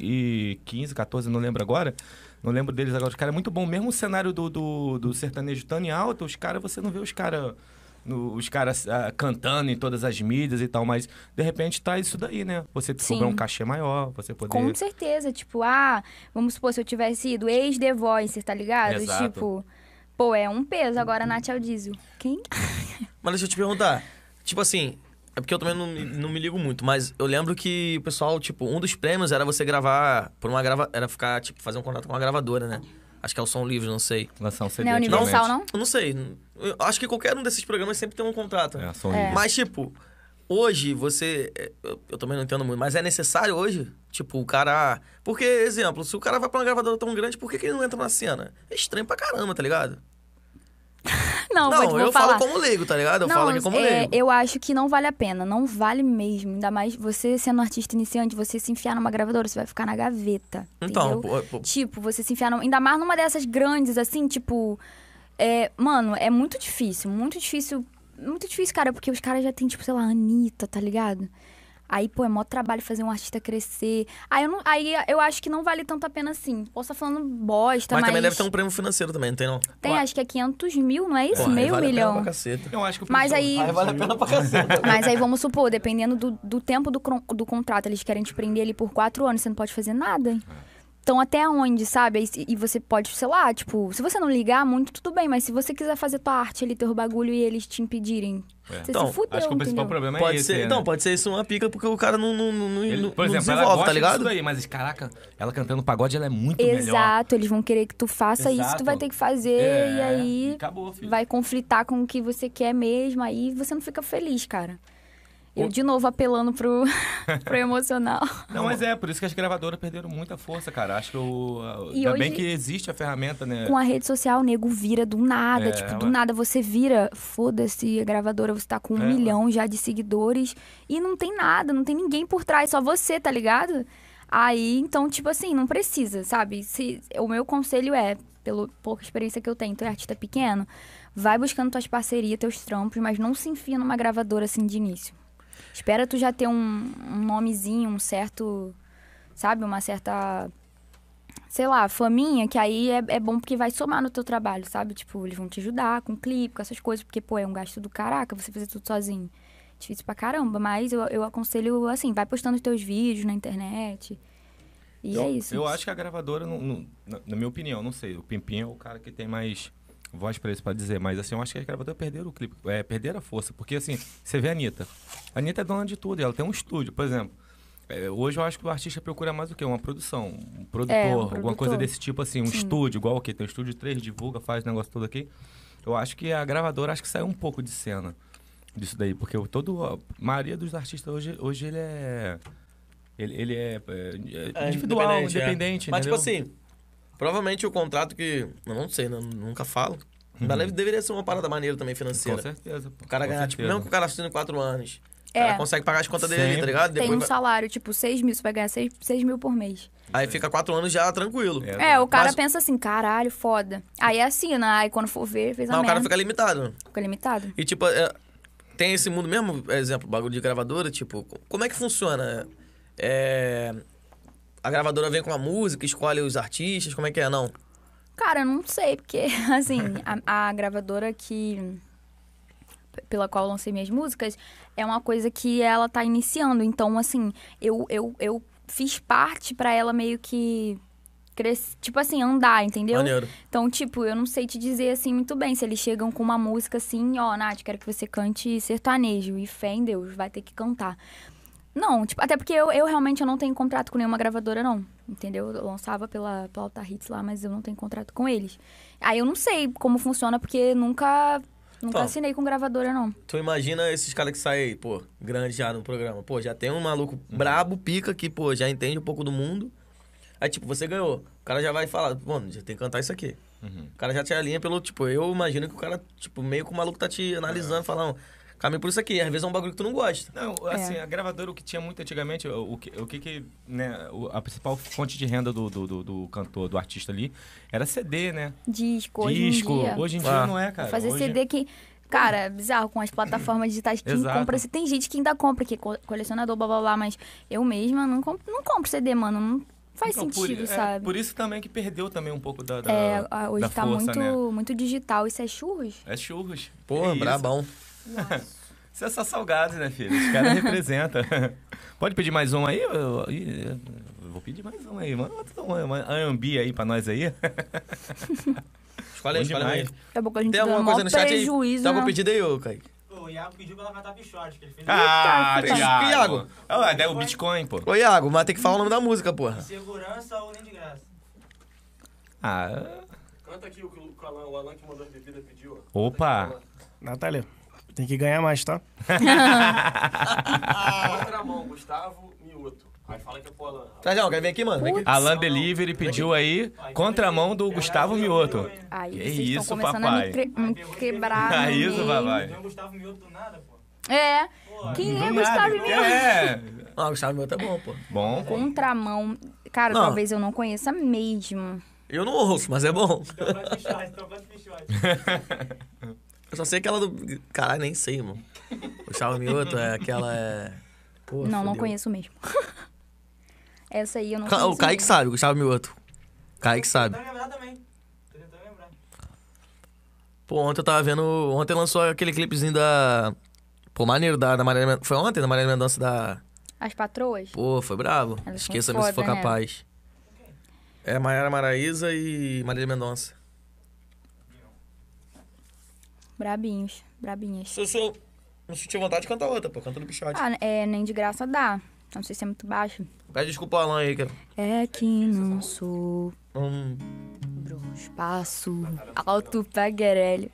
[SPEAKER 1] 2015, 14, não lembro agora. Não lembro deles agora. Os caras é muito bom. Mesmo o cenário do, do, do sertanejo tão em alta, os caras, você não vê os caras. Os caras ah, cantando em todas as mídias e tal, mas de repente tá isso daí, né? Você
[SPEAKER 4] Sim.
[SPEAKER 1] cobrar um cachê maior, você poder.
[SPEAKER 4] Com certeza, tipo, ah, vamos supor, se eu tivesse ido ex-The Voice, tá ligado?
[SPEAKER 1] Exato.
[SPEAKER 4] Tipo, pô, é um peso agora Nath ao diesel. Quem?
[SPEAKER 2] Mas deixa eu te perguntar. Tipo assim, é porque eu também não, me- não me ligo muito, mas eu lembro que o pessoal, tipo, um dos prêmios era você gravar por uma grava, era ficar, tipo, fazer um contrato com uma gravadora, né? Acho que é o Som Livre, não sei.
[SPEAKER 1] Lançar um CD.
[SPEAKER 4] Não é Universal, não?
[SPEAKER 2] Eu não sei. Eu acho que qualquer um desses programas sempre tem um contrato.
[SPEAKER 1] É, som
[SPEAKER 4] É.
[SPEAKER 1] livre.
[SPEAKER 2] Mas, tipo, hoje você. é, Eu, eu também não entendo muito, mas é necessário hoje? Tipo, o cara. Porque, exemplo, se o cara vai pra uma gravadora tão grande, por que, que ele não entra na cena? É estranho pra caramba, tá ligado?
[SPEAKER 4] Não, vou, vou
[SPEAKER 2] eu falo
[SPEAKER 4] falar.
[SPEAKER 2] como leigo, tá ligado? Eu
[SPEAKER 4] não,
[SPEAKER 2] falo aqui como
[SPEAKER 4] é,
[SPEAKER 2] leigo.
[SPEAKER 4] eu acho que não vale a pena, não vale mesmo. Ainda mais você sendo um artista iniciante, você se enfiar numa gravadora, você vai ficar na gaveta.
[SPEAKER 2] Então,
[SPEAKER 4] entendeu?
[SPEAKER 2] pô, pô,
[SPEAKER 4] Tipo, você se enfiar num, ainda mais numa dessas grandes, assim, tipo. é, mano, é muito difícil, muito difícil. Muito difícil, cara, porque os caras já tem, tipo, sei lá, Anitta, tá ligado? Aí, pô, é mó trabalho fazer um artista crescer. Aí eu, não, aí eu acho que não vale tanto a pena assim. Posso estar falando bosta,
[SPEAKER 2] mas,
[SPEAKER 4] mas.
[SPEAKER 2] também deve ter um prêmio financeiro também, não tem não?
[SPEAKER 4] Tá Tem, acho que é 500 mil, não é isso?
[SPEAKER 2] Porra, aí
[SPEAKER 4] Meio
[SPEAKER 2] vale a pena
[SPEAKER 4] milhão.
[SPEAKER 2] pra caceta.
[SPEAKER 1] Eu acho que o
[SPEAKER 4] Mas
[SPEAKER 1] pessoal-
[SPEAKER 4] aí-
[SPEAKER 2] Aí vale a pena pra caceta.
[SPEAKER 4] Mas aí vamos supor,
[SPEAKER 2] É.
[SPEAKER 4] dependendo do, do tempo do, cron- do contrato, eles querem te prender ali por quatro anos, você não pode fazer nada. Então, até onde, sabe? E, e você pode, sei lá, tipo, se você não ligar muito, tudo bem, mas se você quiser fazer tua arte ali, teu bagulho e eles te impedirem, você
[SPEAKER 2] Então,
[SPEAKER 4] se fudeu.
[SPEAKER 1] Acho que o principal
[SPEAKER 4] entendeu?
[SPEAKER 1] problema é
[SPEAKER 2] pode
[SPEAKER 1] esse.
[SPEAKER 2] ser,
[SPEAKER 1] né?
[SPEAKER 2] Não, pode ser isso uma pica porque o cara não, não, não, não,
[SPEAKER 1] Ele,
[SPEAKER 2] não
[SPEAKER 1] por exemplo, ela
[SPEAKER 2] desenvolve,
[SPEAKER 1] gosta
[SPEAKER 2] tá ligado?
[SPEAKER 1] disso daí, mas caraca, ela cantando pagode, ela é muito melhor.
[SPEAKER 4] Exato, eles vão querer que tu faça isso, tu vai
[SPEAKER 1] Exato.
[SPEAKER 4] ter que fazer,
[SPEAKER 1] É,
[SPEAKER 4] e aí
[SPEAKER 1] acabou, filho.
[SPEAKER 4] vai conflitar com o que você quer mesmo, aí você não fica feliz, cara. Eu,
[SPEAKER 1] O-
[SPEAKER 4] de novo, apelando pro, pro emocional.
[SPEAKER 1] Não, mas é, por isso que as gravadoras perderam muita força, cara. Acho que o. a-
[SPEAKER 4] E
[SPEAKER 1] Ainda
[SPEAKER 4] hoje-
[SPEAKER 1] bem que existe a ferramenta, né?
[SPEAKER 4] Com a rede social, o nego vira do nada.
[SPEAKER 1] É,
[SPEAKER 4] tipo, do
[SPEAKER 1] ué.
[SPEAKER 4] nada você vira, foda-se, a gravadora, você tá com um
[SPEAKER 1] É, ué.
[SPEAKER 4] milhão já de seguidores e não tem nada, não tem ninguém por trás, só você, tá ligado? Aí, então, tipo assim, não precisa, sabe? Se, o meu conselho é, pela pouca experiência que eu tenho, tu é artista pequeno, vai buscando tuas parcerias, teus trampos, mas não se enfia numa gravadora assim de início. Espera tu já ter um, um nomezinho, um certo. Sabe? Uma certa. Sei lá, faminha, que aí é, é bom porque vai somar no teu trabalho, sabe? Tipo, eles vão te ajudar com clipe, com essas coisas, porque, pô, é um gasto do caraca você fazer tudo sozinho. Difícil pra caramba, mas eu, eu aconselho, assim, vai postando os teus vídeos na internet. E é isso.
[SPEAKER 1] Eu acho que a gravadora, não- não- na, na minha opinião, não sei. O Pimpim é o cara que tem mais voz pra isso, pra dizer. Mas assim, eu acho que as gravadoras perderam o clipe. É, perderam a força. Porque assim, você vê a Anitta. A Anitta é dona de tudo. Ela tem um estúdio, por exemplo. é, hoje eu acho que o artista procura mais o quê? Uma produção, um produtor,
[SPEAKER 4] É, produtor.
[SPEAKER 1] alguma coisa desse tipo assim. Um
[SPEAKER 4] Sim.
[SPEAKER 1] estúdio, igual o quê? Tem um estúdio 3, divulga, faz o negócio todo aqui. Eu acho que a gravadora acho que saiu um pouco de cena disso daí, porque o todo a maioria dos artistas hoje, hoje ele é ele, ele é, é,
[SPEAKER 2] É,
[SPEAKER 1] individual, independente,
[SPEAKER 2] é. Mas,
[SPEAKER 1] entendeu?
[SPEAKER 2] tipo assim, provavelmente o contrato que. Eu não sei, né? Nunca falo. Mas deve- deveria ser uma parada maneira também
[SPEAKER 1] Uhum. com
[SPEAKER 2] financeira.
[SPEAKER 1] certeza. pô,
[SPEAKER 2] O cara
[SPEAKER 1] com
[SPEAKER 2] ganhar, tipo,
[SPEAKER 1] certeza.
[SPEAKER 2] mesmo que o cara assine quatro anos. O
[SPEAKER 4] É.
[SPEAKER 2] cara consegue pagar as contas dele,
[SPEAKER 1] Sempre.
[SPEAKER 2] tá ligado?
[SPEAKER 4] Tem
[SPEAKER 2] Depois
[SPEAKER 4] um
[SPEAKER 2] vai-
[SPEAKER 4] salário, tipo, 6 mil, você vai ganhar 6, mil por mês.
[SPEAKER 2] Aí fica quatro anos já tranquilo.
[SPEAKER 1] É.
[SPEAKER 4] É, o cara
[SPEAKER 2] Mas-
[SPEAKER 4] pensa assim, caralho, foda. Aí assina, aí quando for ver, fez a
[SPEAKER 2] Mas o cara
[SPEAKER 4] merda.
[SPEAKER 2] fica limitado. né?
[SPEAKER 4] Fica limitado.
[SPEAKER 2] E tipo, é, tem esse mundo mesmo, exemplo, bagulho de gravadora, tipo, co- como é que funciona? É, a gravadora vem com a música, escolhe os artistas, como é que é? Não.
[SPEAKER 4] Cara, eu não sei, porque, assim, a, a gravadora que. pela qual eu lancei minhas músicas, é uma coisa que ela tá iniciando. Então, assim, eu, eu, eu fiz parte pra ela meio que. cres- Tipo assim, andar, entendeu?
[SPEAKER 2] Maneiro.
[SPEAKER 4] Então, tipo, eu não sei te dizer assim muito bem se eles chegam com uma música assim, ó, Nath, quero que você cante sertanejo e fé em Deus, vai ter que cantar. Não, tipo, até porque eu, eu realmente eu não tenho contrato com nenhuma gravadora, não. Entendeu? Eu lançava pela, pela Alta Hits lá, mas eu não tenho contrato com eles. Aí eu não sei como funciona, porque nunca, nunca
[SPEAKER 2] Então.
[SPEAKER 4] assinei com gravadora, não.
[SPEAKER 2] Tu imagina esses caras que saem, pô, grande já no programa. Pô, já tem um maluco brabo, pica, que, pô, já entende um pouco do mundo. Aí, tipo, você ganhou. O cara já vai falar, mano, já tem que cantar isso aqui. O cara já te alinha pelo, tipo, eu imagino que o cara, tipo, meio que o maluco tá te analisando, falando, caminho por isso aqui. Às vezes é um bagulho que tu não gosta.
[SPEAKER 1] Não,
[SPEAKER 4] É.
[SPEAKER 1] assim, a gravadora, o que tinha muito antigamente, o, o que, o que que, né, o- a principal fonte de renda do, do, do- do cantor, do artista ali, era CD, né?
[SPEAKER 4] Disco,
[SPEAKER 1] Disco.
[SPEAKER 4] hoje em dia.
[SPEAKER 1] Hoje em dia
[SPEAKER 2] Ah.
[SPEAKER 1] não é, cara.
[SPEAKER 4] fazer
[SPEAKER 1] Hoje-
[SPEAKER 4] CD que. Cara, é bizarro com as plataformas digitais. Quem
[SPEAKER 1] Exato.
[SPEAKER 4] compra. se Tem gente que ainda compra, que é co- colecionador, blá blá blá, mas eu mesma não compro, não compro CD, mano. Não faz
[SPEAKER 1] Então, por-
[SPEAKER 4] sentido,
[SPEAKER 1] é,
[SPEAKER 4] sabe?
[SPEAKER 1] por isso também que perdeu também um pouco da, da,
[SPEAKER 4] É, a- hoje
[SPEAKER 1] da
[SPEAKER 4] tá
[SPEAKER 1] força,
[SPEAKER 4] muito,
[SPEAKER 1] né?
[SPEAKER 4] muito digital. Isso é churros?
[SPEAKER 1] É churros.
[SPEAKER 2] Pô,
[SPEAKER 1] Que isso.
[SPEAKER 2] brabão.
[SPEAKER 1] Isso é só salgado, né, filho? Os caras representam. Pode pedir mais um aí? Eu, eu- eu- eu vou pedir mais um aí. Manda outra- uma, uma Anhembi aí pra nós aí.
[SPEAKER 2] Escolhe aí,
[SPEAKER 1] Bom
[SPEAKER 2] escolhe aí.
[SPEAKER 1] demais.
[SPEAKER 4] Daqui a pouco a gente
[SPEAKER 2] Tem
[SPEAKER 4] dá
[SPEAKER 2] alguma
[SPEAKER 4] maior
[SPEAKER 2] coisa no chat aí? Tá,
[SPEAKER 4] prejuízo.
[SPEAKER 1] Tá
[SPEAKER 2] Tem algum
[SPEAKER 4] né?
[SPEAKER 2] pedido aí, ô, Kaique?
[SPEAKER 6] O Iago pediu pra lavar bichote, que ele fez
[SPEAKER 1] Ah,
[SPEAKER 4] Eita,
[SPEAKER 1] Thiago.
[SPEAKER 2] Thiago.
[SPEAKER 1] Ah, ué, daí o Bitcoin, pô.
[SPEAKER 2] Ô, Iago, mas tem que falar o nome da música, porra.
[SPEAKER 6] segurança ou nem de graça.
[SPEAKER 1] Ah,
[SPEAKER 3] Canta aqui o que o Alan, que mandou as bebidas pediu.
[SPEAKER 1] opa.
[SPEAKER 5] Natália, tem que ganhar mais, tá?
[SPEAKER 3] Outra mão, Gustavo Mioto. Aí fala que é pro Alan.
[SPEAKER 2] Trajão, quer vir aqui, mano? Vem aqui.
[SPEAKER 1] Alan Delivery pediu aí contramão do Gustavo Mioto.
[SPEAKER 4] Aí
[SPEAKER 1] Que
[SPEAKER 4] vocês estão
[SPEAKER 1] isso,
[SPEAKER 4] começando a
[SPEAKER 1] papai.
[SPEAKER 4] me, cre- me quebrar.
[SPEAKER 1] Ah,
[SPEAKER 4] no
[SPEAKER 1] isso,
[SPEAKER 4] meio.
[SPEAKER 1] papai.
[SPEAKER 6] Não é o Gustavo Mioto do nada, pô.
[SPEAKER 4] É. Quem é
[SPEAKER 1] Do
[SPEAKER 4] Gustavo
[SPEAKER 1] nada.
[SPEAKER 4] Mioto?
[SPEAKER 1] É.
[SPEAKER 2] Ah, o Gustavo meu tá bom, pô.
[SPEAKER 1] Bom.
[SPEAKER 4] Contramão. Cara,
[SPEAKER 2] Não.
[SPEAKER 4] talvez eu não conheça mesmo.
[SPEAKER 2] Eu não ouço, mas é bom.
[SPEAKER 6] Então faz bichote, então faz bichote.
[SPEAKER 2] Eu só sei aquela do. Caralho, nem sei, mano. O Gustavo Mioto é aquela. É... Pô,
[SPEAKER 4] não, não
[SPEAKER 2] fudeu.
[SPEAKER 4] conheço mesmo. Essa aí eu não
[SPEAKER 2] Ca-
[SPEAKER 4] conheço.
[SPEAKER 2] O Kaique
[SPEAKER 4] mesmo.
[SPEAKER 2] sabe, o Gustavo Mioto. Kaique sabe.
[SPEAKER 6] Tá lembrar também. Tô tentando lembrar.
[SPEAKER 2] Pô, ontem eu tava vendo. Ontem lançou aquele clipezinho da. Pô, maneiro da, da Maria Mendonça. Foi ontem? Da Maria Mendonça da.
[SPEAKER 4] As patroas?
[SPEAKER 2] Pô, foi bravo.
[SPEAKER 4] Elas são
[SPEAKER 2] Esqueça-me se for
[SPEAKER 4] foda, né?
[SPEAKER 2] capaz. É Maiara Maraíza e Marília Mendonça.
[SPEAKER 4] Brabinhos, brabinhas.
[SPEAKER 2] Se eu sou- não sentir vontade, canta outra, pô. Canta do Pichote.
[SPEAKER 4] Ah, é, nem de graça dá. Não sei se é muito baixo.
[SPEAKER 2] Pede desculpa ao Alan aí, cara.
[SPEAKER 4] É que não sou
[SPEAKER 2] Hum,
[SPEAKER 4] um espaço alto pra guerelho.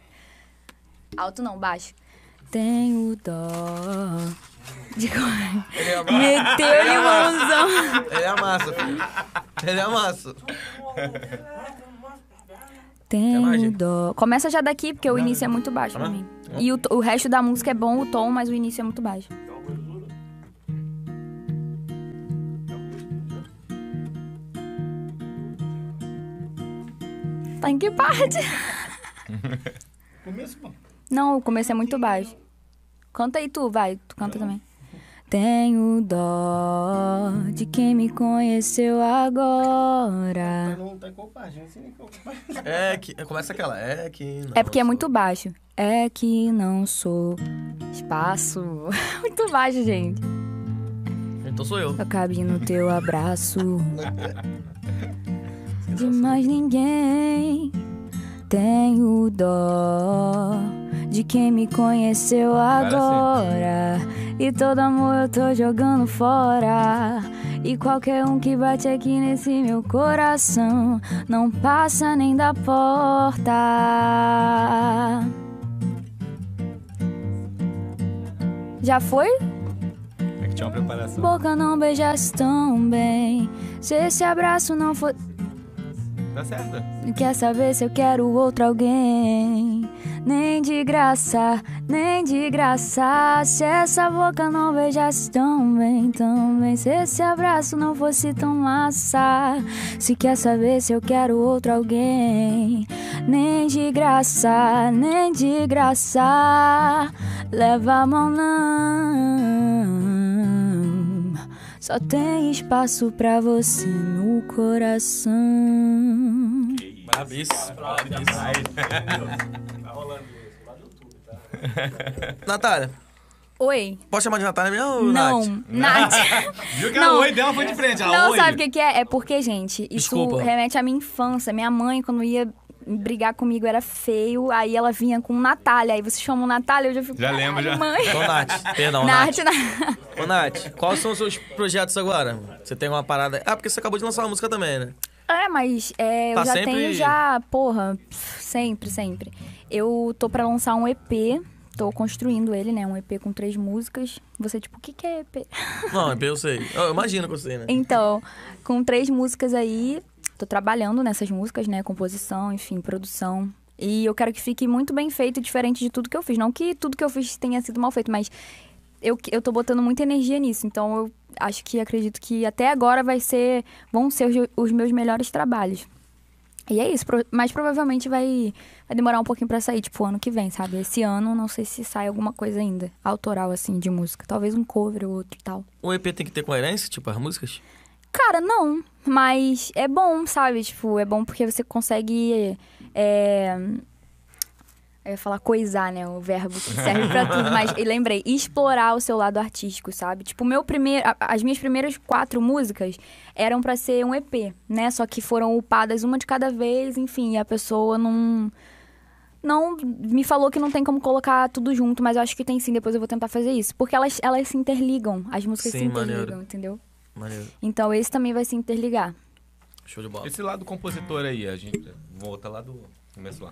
[SPEAKER 4] Alto não, baixo. Tenho dó de correr.
[SPEAKER 2] ele é massa.
[SPEAKER 4] Meteu-lhe mãozão.
[SPEAKER 2] Ele é massa, filho. Ele é massa. mais,
[SPEAKER 4] Tenho
[SPEAKER 2] gente? Tá
[SPEAKER 4] dó. Começa já daqui, porque o início é muito baixo pra mim. E o, to- o resto da música é bom, o tom, mas o início é muito baixo. Tá em que parte?
[SPEAKER 5] Começo, pô.
[SPEAKER 4] Não, o começo é muito baixo. Canta aí tu, vai, tu canta também. Tenho dó de quem me conheceu agora.
[SPEAKER 5] Não tá em qual página, não sei nem qual página.
[SPEAKER 2] É que. Começa aquela. É que. não
[SPEAKER 4] É porque é
[SPEAKER 2] sou.
[SPEAKER 4] muito baixo. É que não sou espaço. muito baixo, gente.
[SPEAKER 2] Então sou eu.
[SPEAKER 4] Eu cabe no teu abraço. De mais ninguém. Tenho dó de quem me conheceu agora. E todo amor eu tô jogando fora. E qualquer um que bate aqui nesse meu coração não passa nem da porta. Já foi?
[SPEAKER 1] É que tinha uma preparação.
[SPEAKER 4] Boca não beijasse tão bem. Se esse abraço não for.
[SPEAKER 1] Tá certo?
[SPEAKER 4] Quer saber se eu quero outro alguém? Nem de graça, nem de graça. Se essa boca não beijasse tão bem, tão bem. Se esse abraço não fosse tão massa. Se quer saber se eu quero outro alguém? Nem de graça, nem de graça. Leva a mão, não. Só tem espaço pra você no coração.
[SPEAKER 2] Brabíssimo. Natália.
[SPEAKER 4] Oi.
[SPEAKER 2] Posso chamar de Natália mesmo? ou
[SPEAKER 4] Não,
[SPEAKER 2] Nath?
[SPEAKER 4] Nath.
[SPEAKER 5] Viu que
[SPEAKER 4] Não.
[SPEAKER 5] a oi dela foi de frente, a
[SPEAKER 4] Não,
[SPEAKER 5] oi.
[SPEAKER 4] sabe o que, que é? É porque, gente, isso
[SPEAKER 2] Desculpa.
[SPEAKER 4] remete à minha infância. Minha mãe, quando ia brigar comigo, era feio. Aí ela vinha com Natália. Aí você chama o Natália, eu já fico.
[SPEAKER 1] Já lembro,
[SPEAKER 4] "Caralho,
[SPEAKER 1] já."
[SPEAKER 4] Mãe.
[SPEAKER 2] Então, Nath. Perdão, Nath.
[SPEAKER 4] Nath, Nath.
[SPEAKER 2] Ô, Nath, quais são os seus projetos agora? Você tem uma parada. Ah, porque você acabou de lançar uma música também, né?
[SPEAKER 4] É, mas é,
[SPEAKER 2] Tá
[SPEAKER 4] eu já
[SPEAKER 2] sempre-
[SPEAKER 4] tenho já, porra, pf, sempre, sempre. Eu tô pra lançar um EP, tô construindo ele, né? Um EP com três músicas. Você, tipo, o que, que é EP?
[SPEAKER 2] Não, eu sei. Eu imagino que eu sei, né?
[SPEAKER 4] Então, com três músicas aí, tô trabalhando nessas músicas, né? Composição, enfim, produção. E eu quero que fique muito bem feito e diferente de tudo que eu fiz. Não que tudo que eu fiz tenha sido mal feito, mas eu, que- eu tô botando muita energia nisso. Então, eu acho que acredito que até agora vai ser. vão ser os, os meus melhores trabalhos. E é isso, pro- mas provavelmente vai, vai demorar um pouquinho pra sair, tipo, ano que vem, sabe? Esse ano, não sei se sai alguma coisa ainda, autoral, assim, de música. Talvez um cover ou outro e tal.
[SPEAKER 2] O EP tem que ter coerência, tipo, as músicas?
[SPEAKER 4] Cara, não. Mas é bom, sabe? Tipo, é bom porque você consegue. É... Eu ia falar coisar, né? O verbo que serve pra tudo. Mas e lembrei, explorar o seu lado artístico, sabe? Tipo, o meu primeiro, a- as minhas primeiras quatro músicas eram pra ser um EP, né? Só que foram upadas uma de cada vez, enfim, e a pessoa não. Não me falou que não tem como colocar tudo junto, mas eu acho que tem sim, depois eu vou tentar fazer isso. Porque elas, elas se interligam, as músicas se
[SPEAKER 2] Sim,
[SPEAKER 4] interligam,
[SPEAKER 2] maneiro.
[SPEAKER 4] entendeu?
[SPEAKER 2] Maneiro.
[SPEAKER 4] Então esse também vai se interligar.
[SPEAKER 2] Show de bola.
[SPEAKER 1] Esse lado compositor aí, a gente volta lá do começo lá.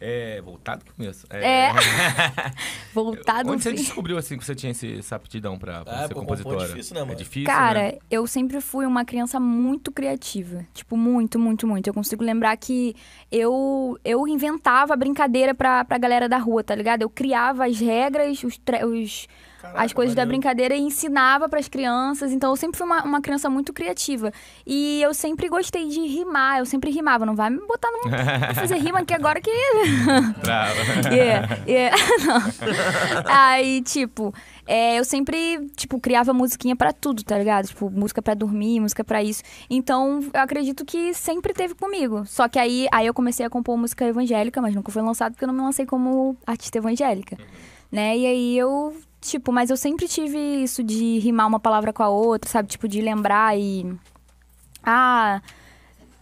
[SPEAKER 1] É, voltado do começo.
[SPEAKER 4] É. Voltado
[SPEAKER 1] Onde você
[SPEAKER 4] fim.
[SPEAKER 1] descobriu assim que você tinha esse, essa aptidão pra, pra
[SPEAKER 2] É,
[SPEAKER 1] ser
[SPEAKER 2] pô, compor é
[SPEAKER 1] compositora?
[SPEAKER 2] difícil, né, mano?
[SPEAKER 1] É difícil, né?
[SPEAKER 4] Cara, eu sempre fui uma criança muito criativa. Tipo, muito, muito, muito. Eu consigo lembrar que eu eu inventava brincadeira pra, pra galera da rua, tá ligado? Eu criava as regras, os, tre- os- as coisas da brincadeira e ensinava pras crianças. Então, eu sempre fui uma, uma criança muito criativa. E eu sempre gostei de rimar. Eu sempre rimava. Não vai me botar numa... pra fazer rima aqui agora que...
[SPEAKER 1] Trava.
[SPEAKER 4] Yeah, yeah. Não. Aí, tipo, é, eu sempre, tipo, criava musiquinha pra tudo, tá ligado? Tipo, música pra dormir, música pra isso. Então, eu acredito que sempre teve comigo. Só que aí, aí eu comecei a compor música evangélica, mas nunca foi lançado porque eu não me lancei como artista evangélica. Né? E aí eu, tipo, mas eu sempre tive isso de rimar uma palavra com a outra, sabe? Tipo, de lembrar e. Ah,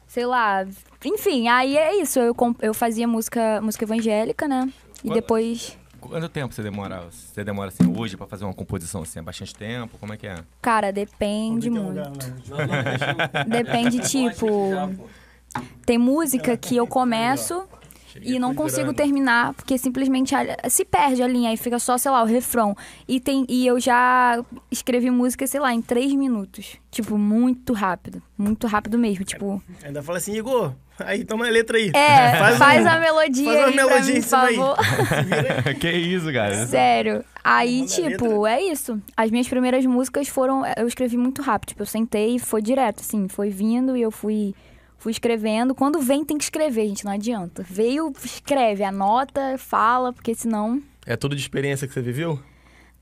[SPEAKER 4] sei lá. Enfim, aí é isso. Eu, com- eu fazia música, música evangélica, né? E
[SPEAKER 1] Quando-
[SPEAKER 4] depois,
[SPEAKER 1] Quanto tempo você demora? Você demora assim hoje pra fazer uma composição assim? É bastante tempo? Como é que é?
[SPEAKER 4] cara, depende muito.
[SPEAKER 5] muito. né?
[SPEAKER 4] Depende, tipo. Tem música
[SPEAKER 5] tá
[SPEAKER 4] que eu começo
[SPEAKER 3] Cheguei
[SPEAKER 4] e não
[SPEAKER 3] fui
[SPEAKER 4] consigo
[SPEAKER 3] virando.
[SPEAKER 4] terminar, porque simplesmente a- se perde a linha e fica só, sei lá, o refrão. E, tem, e eu já escrevi música, sei lá, em três minutos. Tipo, muito rápido. Muito rápido mesmo. Tipo,
[SPEAKER 5] Ainda fala assim, Igor, aí toma a letra aí.
[SPEAKER 4] é, faz,
[SPEAKER 5] um-
[SPEAKER 4] a melodia
[SPEAKER 5] faz uma
[SPEAKER 4] aí pra
[SPEAKER 5] melodia
[SPEAKER 4] mim,
[SPEAKER 5] em
[SPEAKER 4] por
[SPEAKER 5] cima aí.
[SPEAKER 4] favor.
[SPEAKER 1] que isso, cara?
[SPEAKER 4] Sério. Aí,
[SPEAKER 5] Manda a
[SPEAKER 4] tipo, é isso. As minhas primeiras músicas foram. Eu escrevi muito rápido. Tipo, eu sentei e foi direto, assim. Foi vindo e eu fui. Fui escrevendo. Quando vem, tem que escrever, gente. Não adianta. Veio, escreve, anota, fala, porque senão.
[SPEAKER 3] É tudo de experiência que você viveu?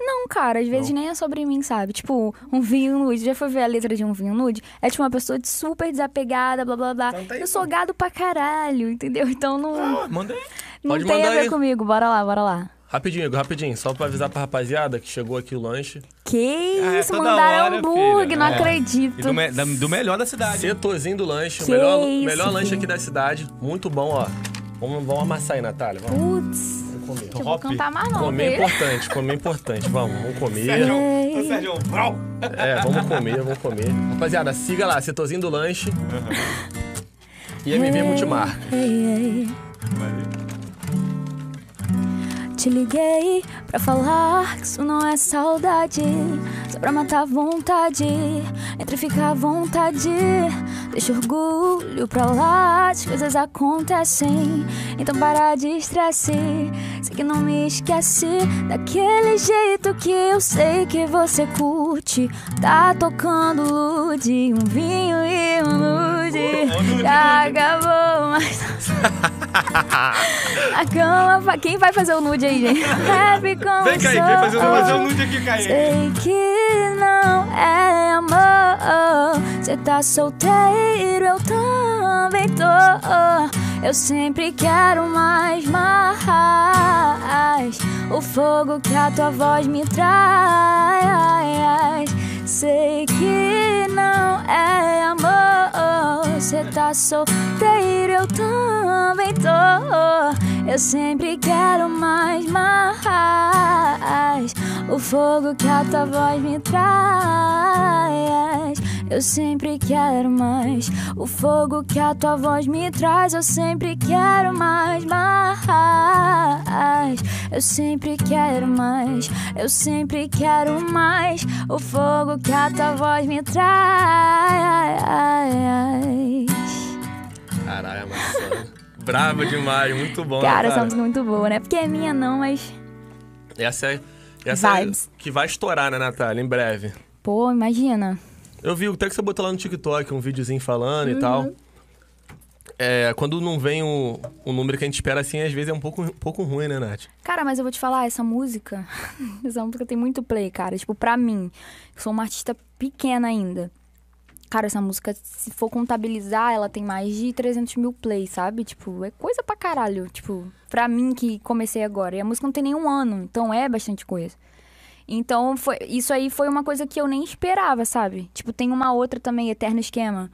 [SPEAKER 4] Não, cara, às vezes nem é sobre mim, sabe? Tipo, um vinho nude. Já foi ver a letra de um vinho nude? É tipo uma pessoa de super desapegada, blá blá blá.
[SPEAKER 5] Então tá aí,
[SPEAKER 4] eu sou
[SPEAKER 5] pô.
[SPEAKER 4] gado pra caralho, entendeu? Então
[SPEAKER 2] Ah,
[SPEAKER 4] não,
[SPEAKER 1] Manda aí.
[SPEAKER 4] não
[SPEAKER 3] pode
[SPEAKER 4] tem a
[SPEAKER 3] mandar
[SPEAKER 4] ver
[SPEAKER 3] aí.
[SPEAKER 4] comigo. Bora lá, bora lá.
[SPEAKER 3] Rapidinho, Igor, rapidinho. Só pra avisar pra rapaziada que chegou aqui o lanche.
[SPEAKER 4] Que
[SPEAKER 1] Ah, é
[SPEAKER 4] isso,
[SPEAKER 1] toda
[SPEAKER 4] mandaram
[SPEAKER 1] hora,
[SPEAKER 4] hambúrguer,
[SPEAKER 1] filha.
[SPEAKER 4] não
[SPEAKER 1] É. E
[SPEAKER 4] acredito.
[SPEAKER 1] do, me- da- do melhor da cidade.
[SPEAKER 3] Setorzinho do lanche. O
[SPEAKER 4] Que
[SPEAKER 3] melhor,
[SPEAKER 4] isso,
[SPEAKER 3] melhor lanche
[SPEAKER 4] filho.
[SPEAKER 3] aqui da cidade. Muito bom, ó. Vamos, vamos amassar aí, Natália. Vamos
[SPEAKER 4] Putz,
[SPEAKER 3] comer.
[SPEAKER 4] eu vou cantar mais não,
[SPEAKER 3] Comer é
[SPEAKER 4] viu?
[SPEAKER 3] importante, comer é importante. Vamos, vamos comer.
[SPEAKER 5] Ô, Sérgio, Vrau.
[SPEAKER 3] É, vamos comer, vamos comer. Rapaziada, siga lá, setorzinho do lanche. E MV Multimar.
[SPEAKER 4] Ei, ei. Te liguei pra falar que isso não é saudade. Só pra matar a vontade, entre ficar à vontade. Deixa o orgulho pra lá, as coisas acontecem. Então para de estresse, sei que não me esquece. Daquele jeito que eu sei que você curte. Tá tocando lude, um vinho e um nude. Já acabou, mas a cama, fa- quem vai fazer o nude aí, gente? Rap com
[SPEAKER 5] Vem, Kaique, vem fazer,
[SPEAKER 4] soul.
[SPEAKER 5] vou fazer um nude aqui, Kaique.
[SPEAKER 4] Sei que não é amor. Você tá solteiro, eu também tô. Eu sempre quero mais, mais. O fogo que a tua voz me traz. Sei que não é amor. Você tá solteiro, eu também tô. Eu sempre quero mais, mais. O fogo que a tua voz me traz. Eu sempre quero mais. O fogo que a tua voz me traz. Eu sempre quero mais, mais. Eu sempre quero mais. Eu sempre quero mais. O fogo que a tua voz me traz.
[SPEAKER 3] Caralho, Marcelo. Brava demais, muito bom. né,
[SPEAKER 4] Cara, essa
[SPEAKER 3] Natália.
[SPEAKER 4] música é muito boa, né? Porque é minha não, mas.
[SPEAKER 3] Essa é. Essa é
[SPEAKER 4] Vibes.
[SPEAKER 3] que vai estourar, né, Natália, em breve.
[SPEAKER 4] Pô, imagina.
[SPEAKER 3] Eu vi até que você botou lá no TikTok um videozinho falando
[SPEAKER 4] Uhum.
[SPEAKER 3] e tal. É, quando não vem o, o número que a gente espera, assim, às vezes é um pouco, um pouco ruim, né, Nath?
[SPEAKER 4] Cara, mas eu vou te falar, essa música. essa música tem muito play, cara. Tipo, pra mim, que sou uma artista pequena ainda. Cara, essa música, se for contabilizar, ela tem mais de 300 mil plays, sabe? Tipo, é coisa pra caralho. Tipo, pra mim que comecei agora. E a música não tem nenhum ano, então é bastante coisa. Então, foi, isso aí foi uma coisa que eu nem esperava, sabe? Tipo, tem uma outra também, Eterno Esquema.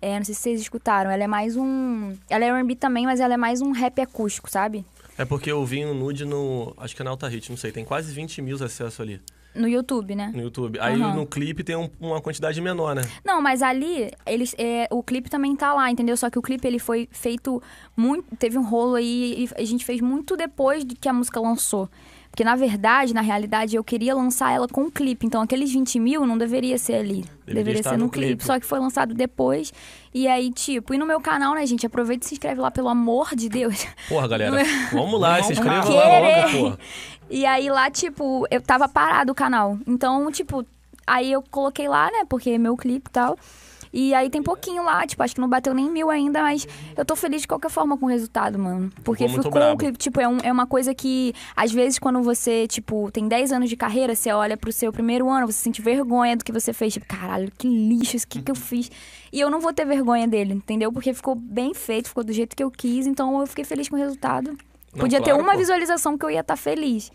[SPEAKER 4] É, não sei se vocês escutaram. Ela é mais um. Ela é RB também, mas ela é mais um rap acústico, sabe?
[SPEAKER 3] É porque eu vi um nude no. Acho que é na Alta Hit, não sei. Tem quase 20 mil acessos ali
[SPEAKER 4] No YouTube, né?
[SPEAKER 3] no YouTube. Aí
[SPEAKER 4] Aham.
[SPEAKER 3] no clipe tem um- uma quantidade menor, né?
[SPEAKER 4] Não, mas ali, eles, é, o clipe também tá lá, entendeu? Só que o clipe, ele foi feito muito... Teve um rolo aí e a gente fez muito depois de que a música lançou. Porque, na verdade, na realidade, eu queria lançar ela com o clipe. Então, aqueles 20 mil não deveria ser ali.
[SPEAKER 3] Deveria
[SPEAKER 4] Deveria,
[SPEAKER 3] estar
[SPEAKER 4] ser
[SPEAKER 3] no
[SPEAKER 4] no, clipe.
[SPEAKER 3] clipe.
[SPEAKER 4] Só que foi lançado depois. E aí, tipo... E no meu canal, né, gente? Aproveita e se inscreve lá, pelo amor de Deus.
[SPEAKER 3] Porra, galera. Vamos lá, se inscreva lá
[SPEAKER 1] Vamos
[SPEAKER 3] logo,
[SPEAKER 4] é. querer.
[SPEAKER 3] porra.
[SPEAKER 4] E aí lá, tipo, eu tava parado o canal. Então, tipo, aí eu coloquei lá, né? Porque é meu clipe e tal. E aí tem pouquinho lá, tipo, acho que não bateu nem mil ainda, mas eu tô feliz de qualquer forma com o resultado, mano. Porque
[SPEAKER 3] Ficou muito
[SPEAKER 4] ficou
[SPEAKER 3] brabo.
[SPEAKER 4] um clipe, tipo, é, um- é uma coisa que, às vezes, quando você, tipo, tem 10 anos de carreira, você olha pro seu primeiro ano, você sente vergonha do que você fez. Tipo, caralho, que lixo, isso que, que eu
[SPEAKER 3] Uhum.
[SPEAKER 4] fiz. E eu não vou ter vergonha dele, entendeu? Porque ficou bem feito, ficou do jeito que eu quis, então eu fiquei feliz com o resultado.
[SPEAKER 3] Não,
[SPEAKER 4] Podia ter
[SPEAKER 3] claro,
[SPEAKER 4] uma
[SPEAKER 3] pô.
[SPEAKER 4] visualização que eu ia estar tá feliz.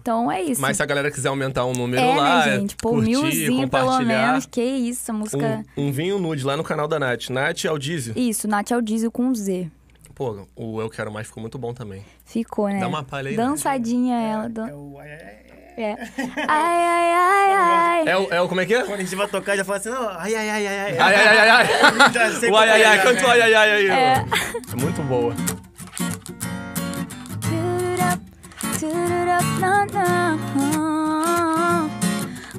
[SPEAKER 4] Então é isso.
[SPEAKER 3] Mas se a galera quiser aumentar o número
[SPEAKER 4] é,
[SPEAKER 3] lá,
[SPEAKER 4] né, gente? Pô,
[SPEAKER 3] curtir,
[SPEAKER 4] milzinho pelo
[SPEAKER 3] compartilhar.
[SPEAKER 4] menos. Que isso, a música.
[SPEAKER 3] Um, um vinho nude lá no canal da Nath. Nath Aldizio.
[SPEAKER 4] Isso, Nath Aldizio com Z.
[SPEAKER 3] Pô, o Eu Quero Mais ficou muito bom também.
[SPEAKER 4] Ficou, né?
[SPEAKER 3] Dá uma palha aí.
[SPEAKER 4] Dançadinha ela.
[SPEAKER 5] É
[SPEAKER 4] Dan...
[SPEAKER 5] o- é- é- é.
[SPEAKER 4] É. Ai, ai, ai, ai.
[SPEAKER 3] Nath. É o, é o como é que é?
[SPEAKER 5] Quando a gente vai tocar, já fala assim, não, ai, ai, ai, ai, ai.
[SPEAKER 3] Ai, ai, ai, ai.
[SPEAKER 5] Já sei
[SPEAKER 3] O
[SPEAKER 5] qual
[SPEAKER 3] ai, ai,
[SPEAKER 5] é,
[SPEAKER 3] ai.
[SPEAKER 5] né?
[SPEAKER 3] Canta o ai, ai, ai aí.
[SPEAKER 4] É.
[SPEAKER 3] É muito boa.
[SPEAKER 4] Tudurup, tudurup, na, na.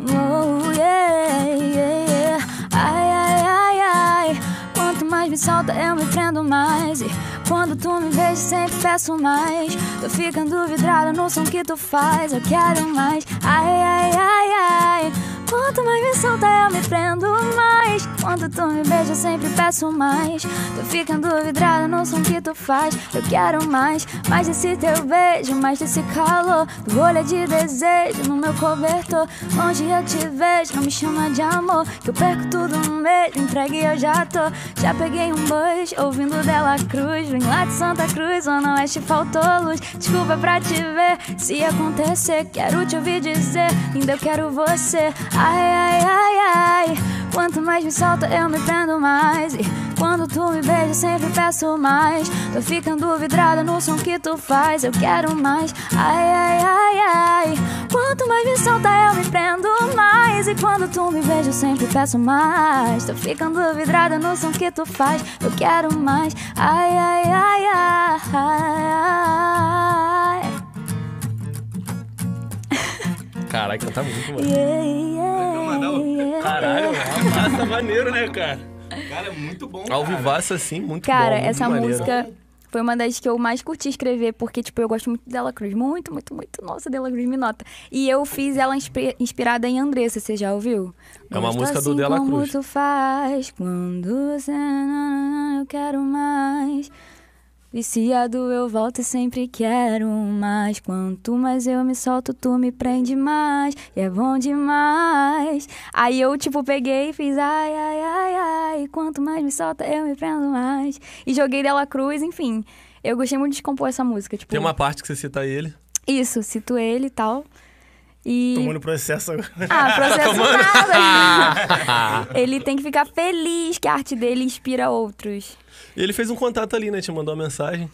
[SPEAKER 4] Oh, yeah, yeah, yeah. Ai, ai, ai, ai. Quanto mais me solta, eu me prendo mais. E quando tu me beija, sempre peço mais. Tô ficando vidrada no som que tu faz. Eu quero mais. Ai, ai, ai, ai. Quanto mais me solta, eu me prendo mais. Quando tu me beija, eu sempre peço mais. Tô ficando vidrada no som que tu faz. Eu quero mais, mais desse teu beijo, mais desse calor. Do olho é de desejo no meu cobertor. Longe eu te vejo, não me chama de amor. Que eu perco tudo no meio, entregue eu já tô. Já peguei um bus, ouvindo dela cruz. Vim lá de Santa Cruz, Zona Oeste faltou luz. Desculpa pra te ver, se acontecer, quero te ouvir dizer. Ainda eu quero você. Ai, ai, ai, ai. Quanto mais me solta, eu me prendo mais. E quando tu me beija, sempre peço mais. Tô ficando vidrada no som que tu faz. Eu quero mais. Ai, ai, ai, ai. Quanto mais me solta, eu me prendo mais. E quando tu me beija, eu sempre peço mais. Tô ficando vidrada no som que tu faz. Eu quero mais. Ai, ai, ai, ai. ai.
[SPEAKER 3] Caralho, canta muito, mano.
[SPEAKER 4] Yeah, yeah, yeah.
[SPEAKER 3] Caralho, massa, maneiro, né, cara?
[SPEAKER 1] Cara, é muito bom.
[SPEAKER 3] Ao vivaço, assim, muito bom.
[SPEAKER 4] Cara,
[SPEAKER 3] muito
[SPEAKER 4] essa
[SPEAKER 3] maneiro.
[SPEAKER 4] música foi uma das que eu mais curti escrever, porque, tipo, eu gosto muito dela Cruz. Muito, muito, muito. Nossa, Dela Cruz me nota. E eu fiz ela inspi- inspirada em Andressa, você já ouviu?
[SPEAKER 3] É uma
[SPEAKER 4] Gosto
[SPEAKER 3] música do
[SPEAKER 4] assim
[SPEAKER 3] Dela
[SPEAKER 4] como
[SPEAKER 3] Cruz.
[SPEAKER 4] tu faz quando você... Eu quero mais. Viciado eu volto e sempre quero mais. Quanto mais eu me solto, tu me prende mais. E é bom demais. Aí eu, tipo, peguei e fiz ai, ai, ai, ai. Quanto mais me solta, eu me prendo mais. E joguei dela cruz, enfim. Eu gostei muito de compor essa música. Tipo,
[SPEAKER 3] Tem uma parte que você cita ele.
[SPEAKER 4] isso, cito ele e tal. E.
[SPEAKER 5] Tomando processo agora.
[SPEAKER 3] Tá
[SPEAKER 4] Ah, processo nada. ele tem que ficar feliz que a arte dele inspira outros.
[SPEAKER 3] E ele fez um contato ali, né? Te mandou uma mensagem.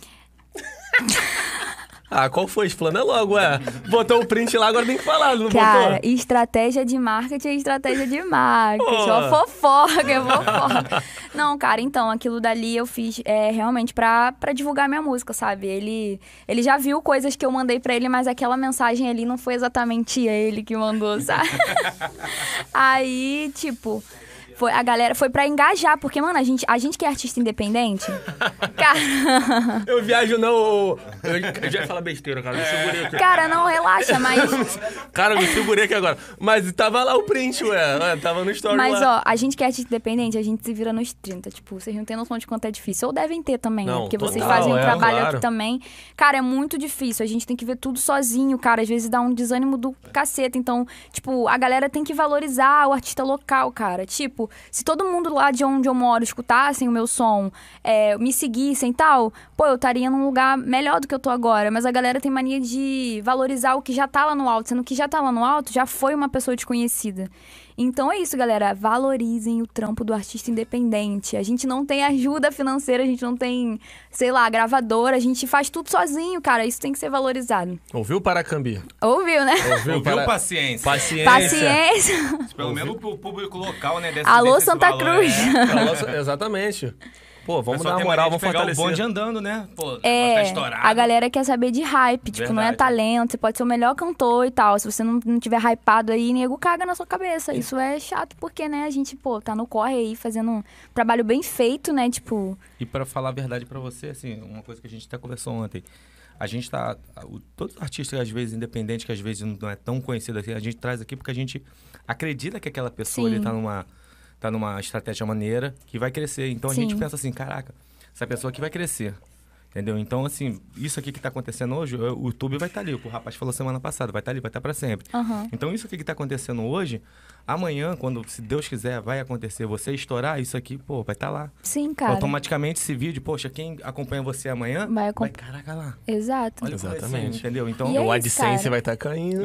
[SPEAKER 3] ah, qual foi? Explana logo, ué. Botou o print lá, agora tem que falar, não
[SPEAKER 4] Cara,
[SPEAKER 3] botou?
[SPEAKER 4] estratégia de marketing é estratégia de marketing. Ó,
[SPEAKER 3] Pô.
[SPEAKER 4] fofoca, é fofoca. Não, cara, então, aquilo dali eu fiz é, realmente pra, pra divulgar minha música, sabe? Ele, ele já viu coisas que eu mandei pra ele, mas aquela mensagem ali não foi exatamente ele que mandou, sabe? Aí, tipo. Foi, a galera foi pra engajar, porque, mano, a gente, a gente que é artista independente. Cara,
[SPEAKER 3] Eu viajo não. ô, Eu, eu já ia falar besteira, cara.
[SPEAKER 1] É.
[SPEAKER 3] Eu segurei aqui.
[SPEAKER 4] cara, não, relaxa, mas.
[SPEAKER 3] Cara, eu me segurei aqui agora. Mas tava lá o print, ué. ué, Tava no story
[SPEAKER 4] Mas,
[SPEAKER 3] lá.
[SPEAKER 4] ó, a gente que é artista independente, a gente se vira nos 30. Tipo, vocês não têm noção de quanto é difícil. Ou devem ter também, né?
[SPEAKER 3] Não,
[SPEAKER 4] Porque vocês
[SPEAKER 3] total,
[SPEAKER 4] fazem um
[SPEAKER 3] é,
[SPEAKER 4] trabalho
[SPEAKER 3] claro.
[SPEAKER 4] aqui também. Cara, é muito difícil. A gente tem que ver tudo sozinho, cara. Às vezes dá um desânimo do caceta. Então, tipo, a galera tem que valorizar o artista local, cara. Tipo, se todo mundo lá de onde eu moro escutassem o meu som, é, me seguissem e tal, pô, eu estaria num lugar melhor do que eu tô agora. Mas a galera tem mania de valorizar o que já tá lá no alto. Sendo que já tá lá no alto, já foi uma pessoa desconhecida. Então é isso, galera. Valorizem o trampo do artista independente. A gente não tem ajuda financeira, a gente não tem, sei lá, gravadora, a gente faz tudo sozinho, cara. Isso tem que ser valorizado.
[SPEAKER 3] Ouviu o Paracambi?
[SPEAKER 4] Ouviu, né?
[SPEAKER 3] Ouviu,
[SPEAKER 1] Ouviu
[SPEAKER 3] para...
[SPEAKER 1] paciência?
[SPEAKER 3] Paciência.
[SPEAKER 4] Paciência.
[SPEAKER 1] Pelo menos pro público local, né? desse-
[SPEAKER 4] Alô,
[SPEAKER 1] desse
[SPEAKER 4] Santa
[SPEAKER 1] valor,
[SPEAKER 4] Cruz.
[SPEAKER 1] né?
[SPEAKER 3] Nossa, Exatamente. Pô,
[SPEAKER 1] O
[SPEAKER 3] vamos dar uma
[SPEAKER 1] pessoal tem
[SPEAKER 3] moral,
[SPEAKER 1] mania de
[SPEAKER 3] vamos
[SPEAKER 1] pegar
[SPEAKER 3] fortalecer.
[SPEAKER 1] o bonde andando, né? Pô, tá
[SPEAKER 4] É,
[SPEAKER 1] estourado.
[SPEAKER 4] a galera quer saber de hype, tipo, não é
[SPEAKER 1] Verdade.
[SPEAKER 4] talento, você pode ser o melhor cantor e tal. Se você não, não tiver hypado aí, nego caga na sua cabeça. Isso é chato, porque, né, a gente, pô, tá no corre aí, fazendo um trabalho bem feito, né? Tipo,
[SPEAKER 1] E pra falar a verdade pra você, assim, uma coisa que a gente até conversou ontem. A gente tá. o- Todos os artistas, às vezes, independentes, que às vezes não é tão conhecido assim, a gente traz aqui porque a gente acredita que aquela pessoa
[SPEAKER 4] Sim.
[SPEAKER 1] ali tá numa, tá numa estratégia maneira que vai crescer. Então a gente
[SPEAKER 4] Sim.
[SPEAKER 1] pensa assim, caraca, essa pessoa aqui vai crescer. Entendeu? Então, assim, isso aqui que tá acontecendo hoje, eh, o YouTube vai estar ali. O que o rapaz falou semana passada, vai estar ali, vai estar pra sempre.
[SPEAKER 4] Aham.
[SPEAKER 1] Então, isso aqui que tá acontecendo hoje, amanhã, quando, se Deus quiser, vai acontecer, você estourar, isso aqui, pô, vai estar lá.
[SPEAKER 4] Sim, cara.
[SPEAKER 1] Automaticamente esse vídeo, poxa, quem acompanha você
[SPEAKER 4] tá,
[SPEAKER 1] amanhã,
[SPEAKER 4] né? Vai
[SPEAKER 1] vai,
[SPEAKER 4] acompanhar.
[SPEAKER 1] caraca lá.
[SPEAKER 4] Exato.
[SPEAKER 1] Olha como é assim,
[SPEAKER 7] Exatamente.
[SPEAKER 1] entendeu? Então,
[SPEAKER 4] E é
[SPEAKER 7] o
[SPEAKER 4] isso,
[SPEAKER 7] AdSense
[SPEAKER 4] cara.
[SPEAKER 7] vai estar
[SPEAKER 3] tá
[SPEAKER 7] caindo.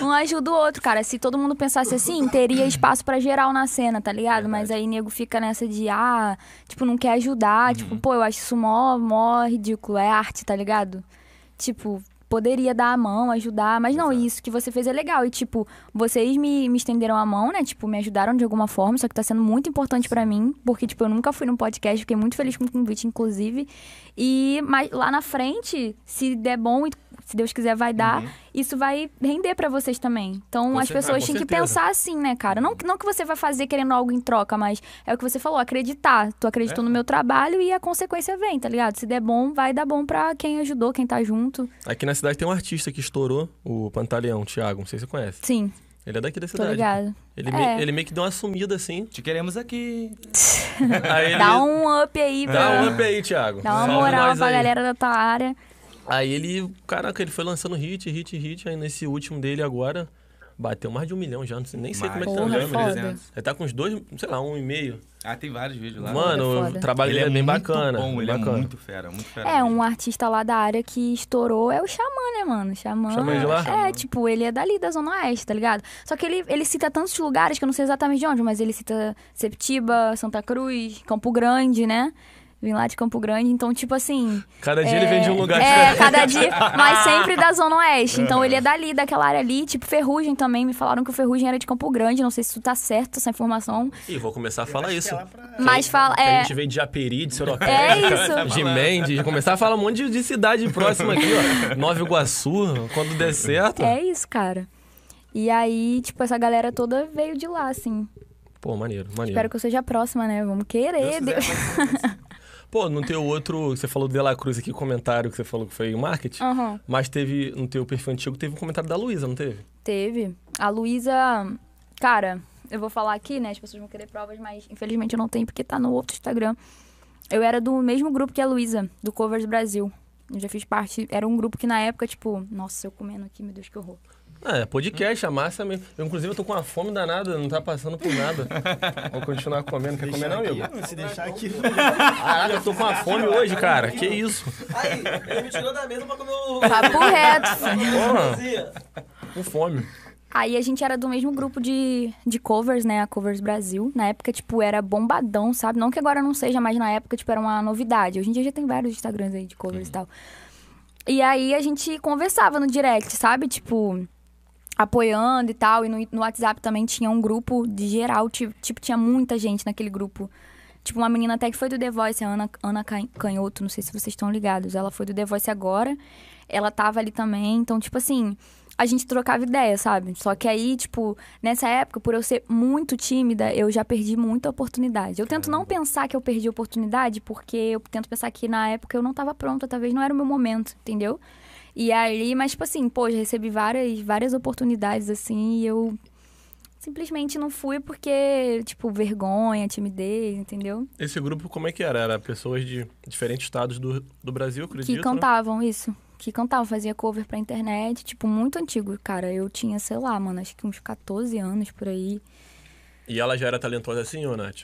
[SPEAKER 4] Um ajuda o outro, cara. Se todo mundo pensasse assim, teria espaço pra geral na cena, tá ligado? Mas aí nego fica nessa de, ah, tipo, não quer ajudar. Tipo, pô, eu acho isso mó, mó ridículo. É arte, tá ligado? Tipo, poderia dar a mão, ajudar. Mas não, isso que você fez é legal. E, tipo, vocês me, me estenderam a mão, né? Tipo, me ajudaram de alguma forma. Só que tá sendo muito importante pra mim. Porque, tipo, eu nunca fui num podcast. Fiquei muito feliz com o convite, inclusive. E mas lá na frente, se der bom e se Deus quiser vai dar,
[SPEAKER 3] Uhum.
[SPEAKER 4] isso vai render pra vocês também. Então
[SPEAKER 7] Com
[SPEAKER 4] as
[SPEAKER 7] cer- ah,
[SPEAKER 4] pessoas
[SPEAKER 7] com
[SPEAKER 4] têm que
[SPEAKER 7] certeza.
[SPEAKER 4] pensar assim, né, cara? Não, não que você vai fazer querendo algo em troca, mas é o que você falou, acreditar. Tu
[SPEAKER 3] É.
[SPEAKER 4] acreditou no meu trabalho e a consequência vem, tá ligado? Se der bom, vai dar bom pra quem ajudou, quem tá junto.
[SPEAKER 3] Aqui na cidade tem um artista que estourou, o Pantaleão, Thiago, não sei se você conhece.
[SPEAKER 4] Sim,
[SPEAKER 3] Ele é daqui da
[SPEAKER 4] tô
[SPEAKER 3] cidade.
[SPEAKER 4] ligado.
[SPEAKER 3] Ele,
[SPEAKER 4] É.
[SPEAKER 3] me- ele meio que deu uma sumida assim.
[SPEAKER 1] te queremos aqui.
[SPEAKER 3] Aí ele
[SPEAKER 4] Dá um up aí,
[SPEAKER 3] Dá
[SPEAKER 1] É.
[SPEAKER 4] velho.
[SPEAKER 3] um up aí, Thiago.
[SPEAKER 4] Dá uma
[SPEAKER 3] Salve
[SPEAKER 4] moral
[SPEAKER 3] nós
[SPEAKER 4] pra
[SPEAKER 3] aí.
[SPEAKER 4] galera da tua área.
[SPEAKER 3] Aí ele, caraca, ele foi lançando hit, hit, hit. Aí nesse último dele agora, bateu mais de um milhão já. Não sei, nem sei como
[SPEAKER 1] Mais.
[SPEAKER 3] é que
[SPEAKER 4] Porra,
[SPEAKER 3] tá o número.
[SPEAKER 4] foda.
[SPEAKER 3] Ele tá com uns dois, sei lá, um e meio.
[SPEAKER 1] Ah, tem vários vídeos lá.
[SPEAKER 3] Mano,
[SPEAKER 4] foda.
[SPEAKER 3] o trabalho dele é bem
[SPEAKER 1] muito
[SPEAKER 3] bacana.
[SPEAKER 1] Bom,
[SPEAKER 3] bem
[SPEAKER 1] ele
[SPEAKER 3] bacana.
[SPEAKER 1] é muito fera, muito fera.
[SPEAKER 4] É,
[SPEAKER 1] mesmo.
[SPEAKER 4] um artista lá da área que estourou é o Xamã, né, mano? Xamã.
[SPEAKER 3] Xamã de lá?
[SPEAKER 4] É,
[SPEAKER 3] Xamã.
[SPEAKER 4] tipo, ele é dali da Zona Oeste, tá ligado? Só que ele, ele cita tantos lugares que eu não sei exatamente de onde, mas ele cita Septiba, Santa Cruz, Campo Grande, né? Vim lá de Campo Grande, então, tipo assim.
[SPEAKER 3] Cada dia ele vem de um lugar
[SPEAKER 4] É, cada dia, mas sempre da Zona Oeste. Então ele é dali, daquela área ali. Tipo, Ferrugem também. Me falaram que o Ferrugem era de Campo Grande. Não sei se tu tá certo essa informação.
[SPEAKER 3] E vou começar a falar isso.
[SPEAKER 4] Mas fala.
[SPEAKER 3] Que
[SPEAKER 4] É,
[SPEAKER 3] A gente veio de Japeri, de Sorocaba.
[SPEAKER 4] é isso.
[SPEAKER 3] De Mendes, começar a falar um monte de- de cidade próxima aqui, ó. Nova Iguaçu, quando der certo.
[SPEAKER 4] É isso, cara. E aí, tipo, essa galera toda veio de lá, assim.
[SPEAKER 3] Pô, maneiro,
[SPEAKER 4] Espero
[SPEAKER 3] maneiro.
[SPEAKER 4] que eu seja a próxima, né? Vamos
[SPEAKER 1] Deus
[SPEAKER 4] querer.
[SPEAKER 1] quiser,
[SPEAKER 4] Deus-
[SPEAKER 1] vai acontecer.
[SPEAKER 3] Pô, no teu outro, você falou do De La Cruz aqui, comentário que você falou que foi em marketing.
[SPEAKER 4] Aham.
[SPEAKER 3] Mas teve, no teu perfil antigo, teve um comentário da Luísa, não teve?
[SPEAKER 4] Teve. A Luísa. Cara, eu vou falar aqui, né? As pessoas vão querer provas, mas infelizmente eu não tenho porque tá no outro Instagram. Eu era do mesmo grupo que a Luísa, do Covers Brasil. Eu já fiz parte. Era um grupo que na época, tipo, nossa, eu comendo aqui, meu Deus, que horror.
[SPEAKER 3] É, podcast, a massa mesmo. Eu, inclusive, eu tô com uma fome danada, não tá passando por nada. Vou continuar comendo. Quer comer, não, amigo?
[SPEAKER 5] Se deixar aqui.
[SPEAKER 3] Caraca, eu tô com uma fome hoje, cara. Que isso?
[SPEAKER 2] Aí, ele me tirou da mesa pra comer o...
[SPEAKER 4] Papo reto, filho.
[SPEAKER 3] Porra,
[SPEAKER 2] Cozinha.
[SPEAKER 3] com fome.
[SPEAKER 4] Aí a gente era do mesmo grupo de, de covers, né? A Covers Brasil. Na época, tipo, era bombadão, sabe? Não que agora não seja, mas na época, tipo, era uma novidade. Hoje em dia já tem vários Instagrams aí de covers e tal. E aí a gente conversava no direct, sabe? Tipo, apoiando e tal. E no, no WhatsApp também tinha um grupo de geral. ti- Tipo, tinha muita gente naquele grupo. Tipo, uma menina até que foi do The Voice, a Ana, Ana Can- Canhoto, não sei se vocês estão ligados. Ela foi do The Voice agora. Ela tava ali também. Então, tipo assim, a gente trocava ideia, sabe? Só que aí, tipo, nessa época, por eu ser muito tímida, eu já perdi muita oportunidade. Eu tento não pensar que eu perdi oportunidade, porque eu tento pensar que na época eu não tava pronta, talvez não era o meu momento, entendeu? E aí, mas, tipo assim, pô, já recebi várias, várias oportunidades, assim, e eu simplesmente não fui porque, tipo, vergonha, timidez, entendeu?
[SPEAKER 3] Esse grupo, como é que era? Era pessoas de diferentes estados do, do Brasil, acredito.
[SPEAKER 4] Que
[SPEAKER 3] né?
[SPEAKER 4] cantavam isso. Que cantavam, fazia cover pra internet, tipo, muito antigo, cara. Eu tinha, sei lá, mano, acho que uns 14 anos por aí.
[SPEAKER 3] E ela já era talentosa assim, ô, Nath?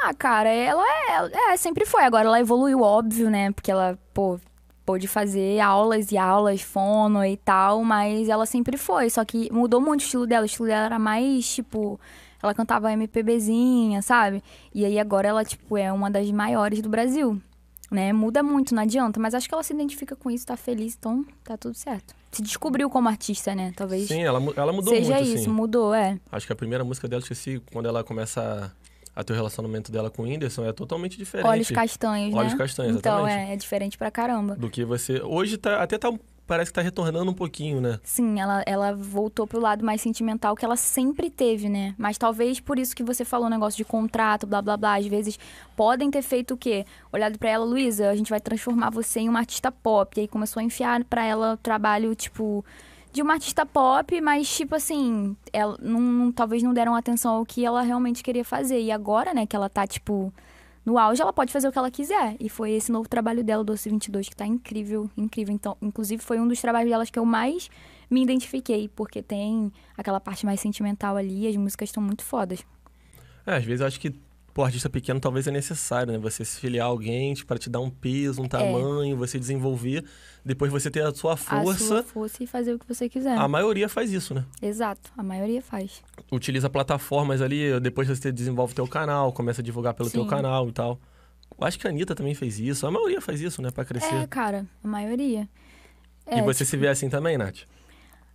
[SPEAKER 4] Ah, cara, ela é, é, sempre foi. Agora ela evoluiu, óbvio, né? Porque ela, pô, pôde fazer aulas e aulas, fono e tal, mas ela sempre foi. Só que mudou muito o estilo dela. O estilo dela era mais, tipo, ela cantava MPBzinha, sabe? E aí agora ela, tipo, é uma das maiores do Brasil. Né? Muda muito, não adianta. Mas acho que ela se identifica com isso, tá feliz, então tá tudo certo. Se descobriu como artista, né? Talvez
[SPEAKER 3] Sim, ela, mu- ela mudou
[SPEAKER 4] seja
[SPEAKER 3] muito,
[SPEAKER 4] isso,
[SPEAKER 3] assim.
[SPEAKER 4] mudou, é.
[SPEAKER 3] Acho que a primeira música dela, esqueci, quando ela começa a, a ter o relacionamento dela com o Whindersson, é totalmente diferente.
[SPEAKER 4] Olhos castanhos,
[SPEAKER 3] Olhos
[SPEAKER 4] né?
[SPEAKER 3] castanhos,
[SPEAKER 4] então,
[SPEAKER 3] exatamente.
[SPEAKER 4] é, é diferente pra caramba.
[SPEAKER 3] Do que você... Hoje tá, até tá, parece que tá retornando um pouquinho, né?
[SPEAKER 4] Sim, ela, ela voltou pro lado mais sentimental que ela sempre teve, né? Mas talvez por isso que você falou o negócio de contrato, blá blá blá. Às vezes podem ter feito o quê? Olhado pra ela, Luísa, a gente vai transformar você em uma artista pop. E aí começou a enfiar pra ela o trabalho, tipo, de uma artista pop, mas tipo assim, ela não, não- talvez não deram atenção ao que ela realmente queria fazer. E agora, né, que ela tá, tipo, no auge, ela pode fazer o que ela quiser. E foi esse novo trabalho dela, o Doce 22, que tá incrível, incrível. Então, inclusive, foi um dos trabalhos delas que eu mais me identifiquei, porque tem aquela parte mais sentimental ali, e as músicas estão muito fodas.
[SPEAKER 3] É, às vezes eu acho que pro artista pequeno talvez é necessário, né? Você se filiar a alguém para te dar um peso, um tamanho, você desenvolver, depois você ter a sua
[SPEAKER 4] É. A sua
[SPEAKER 3] força.
[SPEAKER 4] força e fazer o que você quiser.
[SPEAKER 3] A maioria faz isso, né?
[SPEAKER 4] Exato, a maioria faz.
[SPEAKER 3] Utiliza plataformas ali, depois você desenvolve o teu canal, começa a divulgar pelo teu
[SPEAKER 4] Sim.
[SPEAKER 3] canal e tal. Eu acho que a Anitta também fez isso, a maioria faz isso, né? Pra
[SPEAKER 4] É,
[SPEAKER 3] crescer.
[SPEAKER 4] cara, a maioria.
[SPEAKER 3] e
[SPEAKER 4] É,
[SPEAKER 3] você se vê assim também, Nath?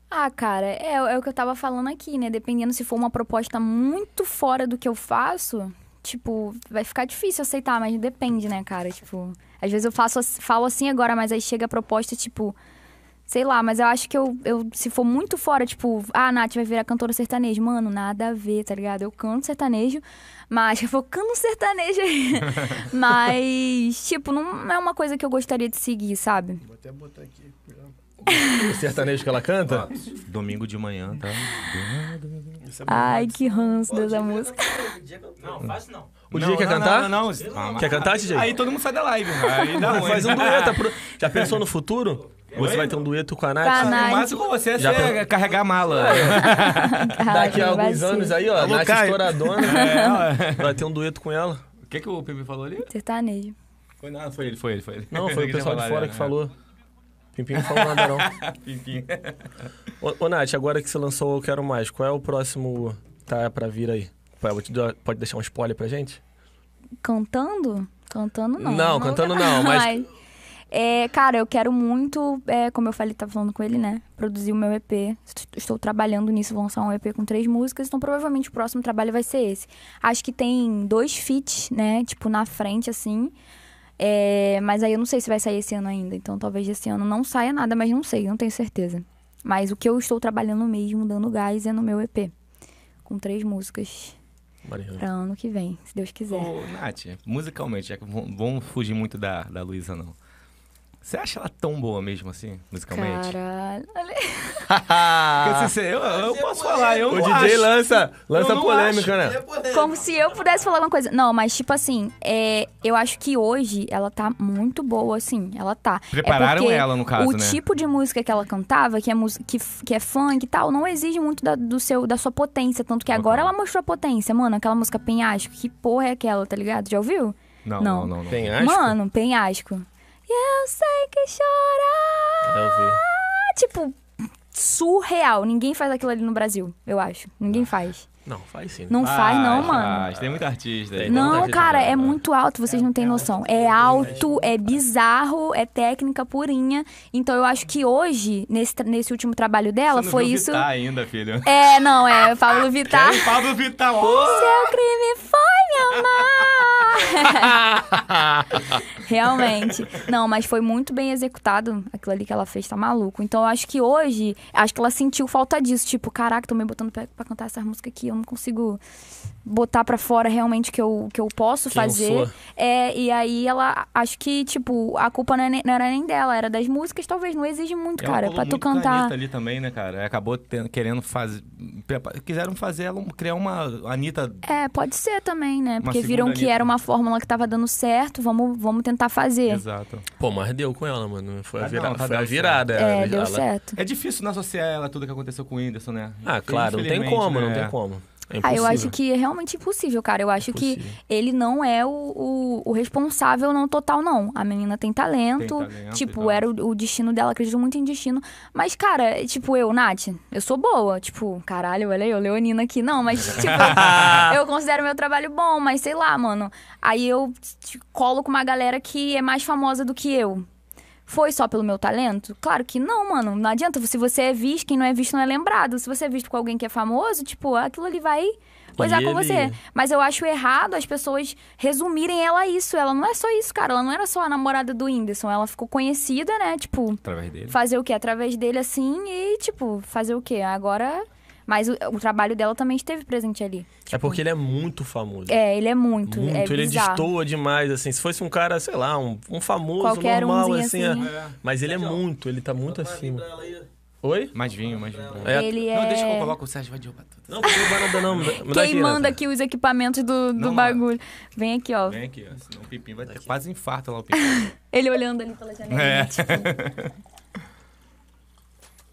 [SPEAKER 4] Ah, cara, é, é o que eu tava falando aqui, né? Dependendo se for uma proposta muito fora do que eu faço, tipo, vai ficar difícil aceitar, mas depende, né, cara? Tipo, às vezes eu faço, ass- falo assim agora, mas aí chega a proposta, tipo, sei lá, mas eu acho que eu, eu se for muito fora, tipo, ah, Nath vai virar cantora sertanejo. Mano, nada a ver, tá ligado? Eu canto sertanejo, mas eu vou canto sertanejo aí. mas, tipo, não é uma coisa que eu gostaria de seguir, sabe?
[SPEAKER 5] Vou até botar aqui.
[SPEAKER 3] O sertanejo que ela canta?
[SPEAKER 4] um-
[SPEAKER 1] Domingo de manhã, tá?
[SPEAKER 5] Essa
[SPEAKER 4] Ai, que ranço dessa música.
[SPEAKER 6] Não, fácil não.
[SPEAKER 3] O
[SPEAKER 1] Não,
[SPEAKER 3] DJ quer
[SPEAKER 1] não,
[SPEAKER 3] cantar?
[SPEAKER 1] Não, não, não.
[SPEAKER 3] Quer cantar, DJ?
[SPEAKER 1] Aí todo mundo sai da live. Aí dá ruim.
[SPEAKER 3] Faz um dueto. apro- Já pensou no futuro? Você vai ter um dueto com a Nath?
[SPEAKER 4] Com a Tá, Nath.
[SPEAKER 1] O máximo com você é
[SPEAKER 3] Já É.
[SPEAKER 1] você
[SPEAKER 3] pensou?
[SPEAKER 1] carregar a mala.
[SPEAKER 4] Caraca,
[SPEAKER 3] Daqui a
[SPEAKER 4] vai
[SPEAKER 3] alguns
[SPEAKER 4] ser.
[SPEAKER 3] anos aí, ó,
[SPEAKER 5] Alô,
[SPEAKER 3] Nath
[SPEAKER 5] Caio.
[SPEAKER 3] estouradona. né?
[SPEAKER 1] É, ó.
[SPEAKER 3] Vai ter um dueto com ela.
[SPEAKER 1] O que, que o Pipi falou ali?
[SPEAKER 4] Sertanejo.
[SPEAKER 1] Foi nada, foi ele, foi ele, foi ele.
[SPEAKER 3] Não, foi o
[SPEAKER 1] Ele
[SPEAKER 3] pessoal de
[SPEAKER 1] tinha
[SPEAKER 3] fora
[SPEAKER 1] falado,
[SPEAKER 3] que
[SPEAKER 1] né?
[SPEAKER 3] falou. Pimpim não falou nada, não.
[SPEAKER 1] Enfim.
[SPEAKER 3] Ô, ô, Nath, agora que você lançou Eu Quero Mais, qual é o próximo tá pra vir aí? Pô, eu vou te dar- Pode deixar um spoiler pra gente?
[SPEAKER 4] Cantando? Cantando não. né?
[SPEAKER 3] Não, cantando não, mas-
[SPEAKER 4] É, cara, eu quero muito, é, como eu falei, tá falando com ele, né? Produzir o meu EP. Est- Estou trabalhando nisso, vou lançar um EP com três músicas, então provavelmente o próximo trabalho vai ser esse. Acho que tem dois feats, né? Tipo, na frente, assim. É, mas aí eu não sei se vai sair esse ano ainda. Então talvez esse ano não saia nada, mas não sei, não tenho certeza. Mas o que eu estou trabalhando mesmo, dando gás, é no meu EP. Com três músicas
[SPEAKER 3] Mariana.
[SPEAKER 4] pra ano que vem, se Deus quiser.
[SPEAKER 1] Ô, Nath, musicalmente, já que vamos vamos fugir muito da, da Luísa, não. Você acha ela tão boa mesmo assim, musicalmente?
[SPEAKER 4] Caralho.
[SPEAKER 1] Porque, assim, eu, eu posso falar, eu
[SPEAKER 3] O
[SPEAKER 1] não
[SPEAKER 3] DJ
[SPEAKER 1] acho.
[SPEAKER 3] lança, lança
[SPEAKER 1] Eu não
[SPEAKER 3] polêmica, né?
[SPEAKER 4] Como se eu pudesse falar alguma coisa. Não, mas tipo assim, é, eu acho que hoje ela tá muito boa, assim. Ela tá. É
[SPEAKER 1] Prepararam
[SPEAKER 4] porque
[SPEAKER 1] ela, no caso,
[SPEAKER 4] o
[SPEAKER 1] né?
[SPEAKER 4] tipo de música que ela cantava, que é, mus- que, f- que é funk e tal, não exige muito da, do seu, da sua potência. Tanto que agora
[SPEAKER 1] Total.
[SPEAKER 4] ela mostrou a potência. Mano, aquela música Penhasco, que porra é aquela, tá ligado? Já ouviu?
[SPEAKER 1] Não,
[SPEAKER 4] Não.
[SPEAKER 1] não, não. não.
[SPEAKER 3] Tem asco?
[SPEAKER 4] Mano, Penhasco. E eu sei que chora.
[SPEAKER 3] Eu vi.
[SPEAKER 4] Tipo, surreal. Ninguém faz aquilo ali no Brasil, eu acho. Ninguém faz.
[SPEAKER 3] Não, faz sim.
[SPEAKER 4] Não faz, não,
[SPEAKER 1] Faz,
[SPEAKER 4] mano.
[SPEAKER 1] Ah, faz. Tem muito artista aí.
[SPEAKER 3] Tem muita
[SPEAKER 4] Não,
[SPEAKER 3] gente
[SPEAKER 4] cara,
[SPEAKER 3] fazendo,
[SPEAKER 4] é
[SPEAKER 3] né?
[SPEAKER 4] muito alto, vocês não têm noção. É alto, é bizarro, é técnica purinha. Então eu acho que hoje, nesse, tra- nesse último trabalho dela,
[SPEAKER 1] Você não
[SPEAKER 4] foi
[SPEAKER 1] viu
[SPEAKER 4] isso.
[SPEAKER 1] Vittar ainda, filho.
[SPEAKER 4] É, não, é Pablo Vittar.
[SPEAKER 1] Quero o Pablo Vittar, ó.
[SPEAKER 4] Seu crime foi me amar. Realmente. Não, mas foi muito bem executado. Aquilo ali que ela fez tá maluco. Então eu acho que hoje, acho que ela sentiu falta disso. Tipo, caraca, tô me botando pra, pra cantar essas músicas aqui. Eu não consigo botar pra fora realmente o que eu, o que eu posso
[SPEAKER 3] Quem eu
[SPEAKER 4] fazer.
[SPEAKER 3] sou.
[SPEAKER 4] É, e aí ela, acho que, tipo, a culpa não, é nem- não era nem dela, era das músicas, talvez. Não exige muito,
[SPEAKER 1] Ela
[SPEAKER 4] cara. é
[SPEAKER 1] colou
[SPEAKER 4] Pra tu
[SPEAKER 1] muito com a
[SPEAKER 4] cantar.
[SPEAKER 1] Anitta um ali também, né, cara? Acabou tendo- querendo fazer. prepa- Quiseram fazer ela um- criar uma Anitta.
[SPEAKER 4] É, pode ser também, né? Porque
[SPEAKER 1] segunda
[SPEAKER 4] viram que
[SPEAKER 1] Anitta.
[SPEAKER 4] era uma fórmula que tava dando certo, vamos, vamos tentar fazer.
[SPEAKER 1] Exato.
[SPEAKER 3] Pô, mas deu com ela, mano. Foi a,
[SPEAKER 1] Tá
[SPEAKER 3] vira...
[SPEAKER 1] dando, tá
[SPEAKER 3] foi a
[SPEAKER 1] dando
[SPEAKER 3] virada.
[SPEAKER 4] É,
[SPEAKER 3] ela-
[SPEAKER 4] deu
[SPEAKER 3] ela-
[SPEAKER 4] certo.
[SPEAKER 1] É difícil não associar ela a tudo que aconteceu com o Whindersson, né?
[SPEAKER 3] Ah, claro, não tem
[SPEAKER 1] Infelizmente,
[SPEAKER 3] como, não
[SPEAKER 1] né?
[SPEAKER 3] tem como. É
[SPEAKER 4] Ah, eu
[SPEAKER 3] impossível.
[SPEAKER 4] acho que é realmente impossível, cara. Eu acho que
[SPEAKER 3] Impossível.
[SPEAKER 4] ele não é o, o, o responsável não total, não. A menina tem talento,
[SPEAKER 1] Tem talento e
[SPEAKER 4] tipo,
[SPEAKER 1] tal.
[SPEAKER 4] era o, o destino dela, acredito muito em destino. Mas, cara, tipo, eu, Nath, eu sou boa. Tipo, caralho, olha eu, Leonina aqui. Não, mas, tipo, eu considero meu trabalho bom, mas sei lá, mano. Aí eu te colo com uma galera que é mais famosa do que eu. Foi só pelo meu talento? Claro que não, mano. Não adianta. Se você é visto, quem não é visto não é lembrado. Se você é visto com alguém que é famoso, tipo, aquilo ali vai coisar
[SPEAKER 3] E
[SPEAKER 4] com
[SPEAKER 3] ele-
[SPEAKER 4] você. Mas eu acho errado as pessoas resumirem ela a isso. Ela não é só isso, cara. Ela não era só a namorada do Whindersson. Ela ficou conhecida, né? Tipo,
[SPEAKER 1] Através dele.
[SPEAKER 4] fazer o quê? Através dele assim e, tipo, fazer o quê? Agora. Mas o, o trabalho dela também esteve presente ali.
[SPEAKER 3] É porque ele é muito famoso.
[SPEAKER 4] É, ele é muito.
[SPEAKER 3] Muito,
[SPEAKER 4] é
[SPEAKER 3] ele
[SPEAKER 4] bizarro.
[SPEAKER 3] destoa demais, assim. Se fosse um cara, sei lá, um, um famoso,
[SPEAKER 4] Qualquer
[SPEAKER 3] normal,
[SPEAKER 4] umzinho
[SPEAKER 3] assim.
[SPEAKER 4] assim.
[SPEAKER 3] é. Mas ele é muito, ele tá muito acima.
[SPEAKER 8] Oi?
[SPEAKER 1] Mais vinho, mais vinho.
[SPEAKER 8] É.
[SPEAKER 4] Ele é.
[SPEAKER 1] Não, deixa que eu coloco o Sérgio, vai derrubar tudo.
[SPEAKER 3] Não, porque vai não, não, não, não dá
[SPEAKER 4] Quem
[SPEAKER 3] aqui,
[SPEAKER 4] manda
[SPEAKER 3] Renata.
[SPEAKER 4] aqui os equipamentos do, do
[SPEAKER 1] Não,
[SPEAKER 4] bagulho? Vem aqui, ó.
[SPEAKER 1] Vem aqui, ó, senão o Pipim vai ter quase infarto lá, o Pipim.
[SPEAKER 4] Ele olhando ali pela janela.
[SPEAKER 1] É.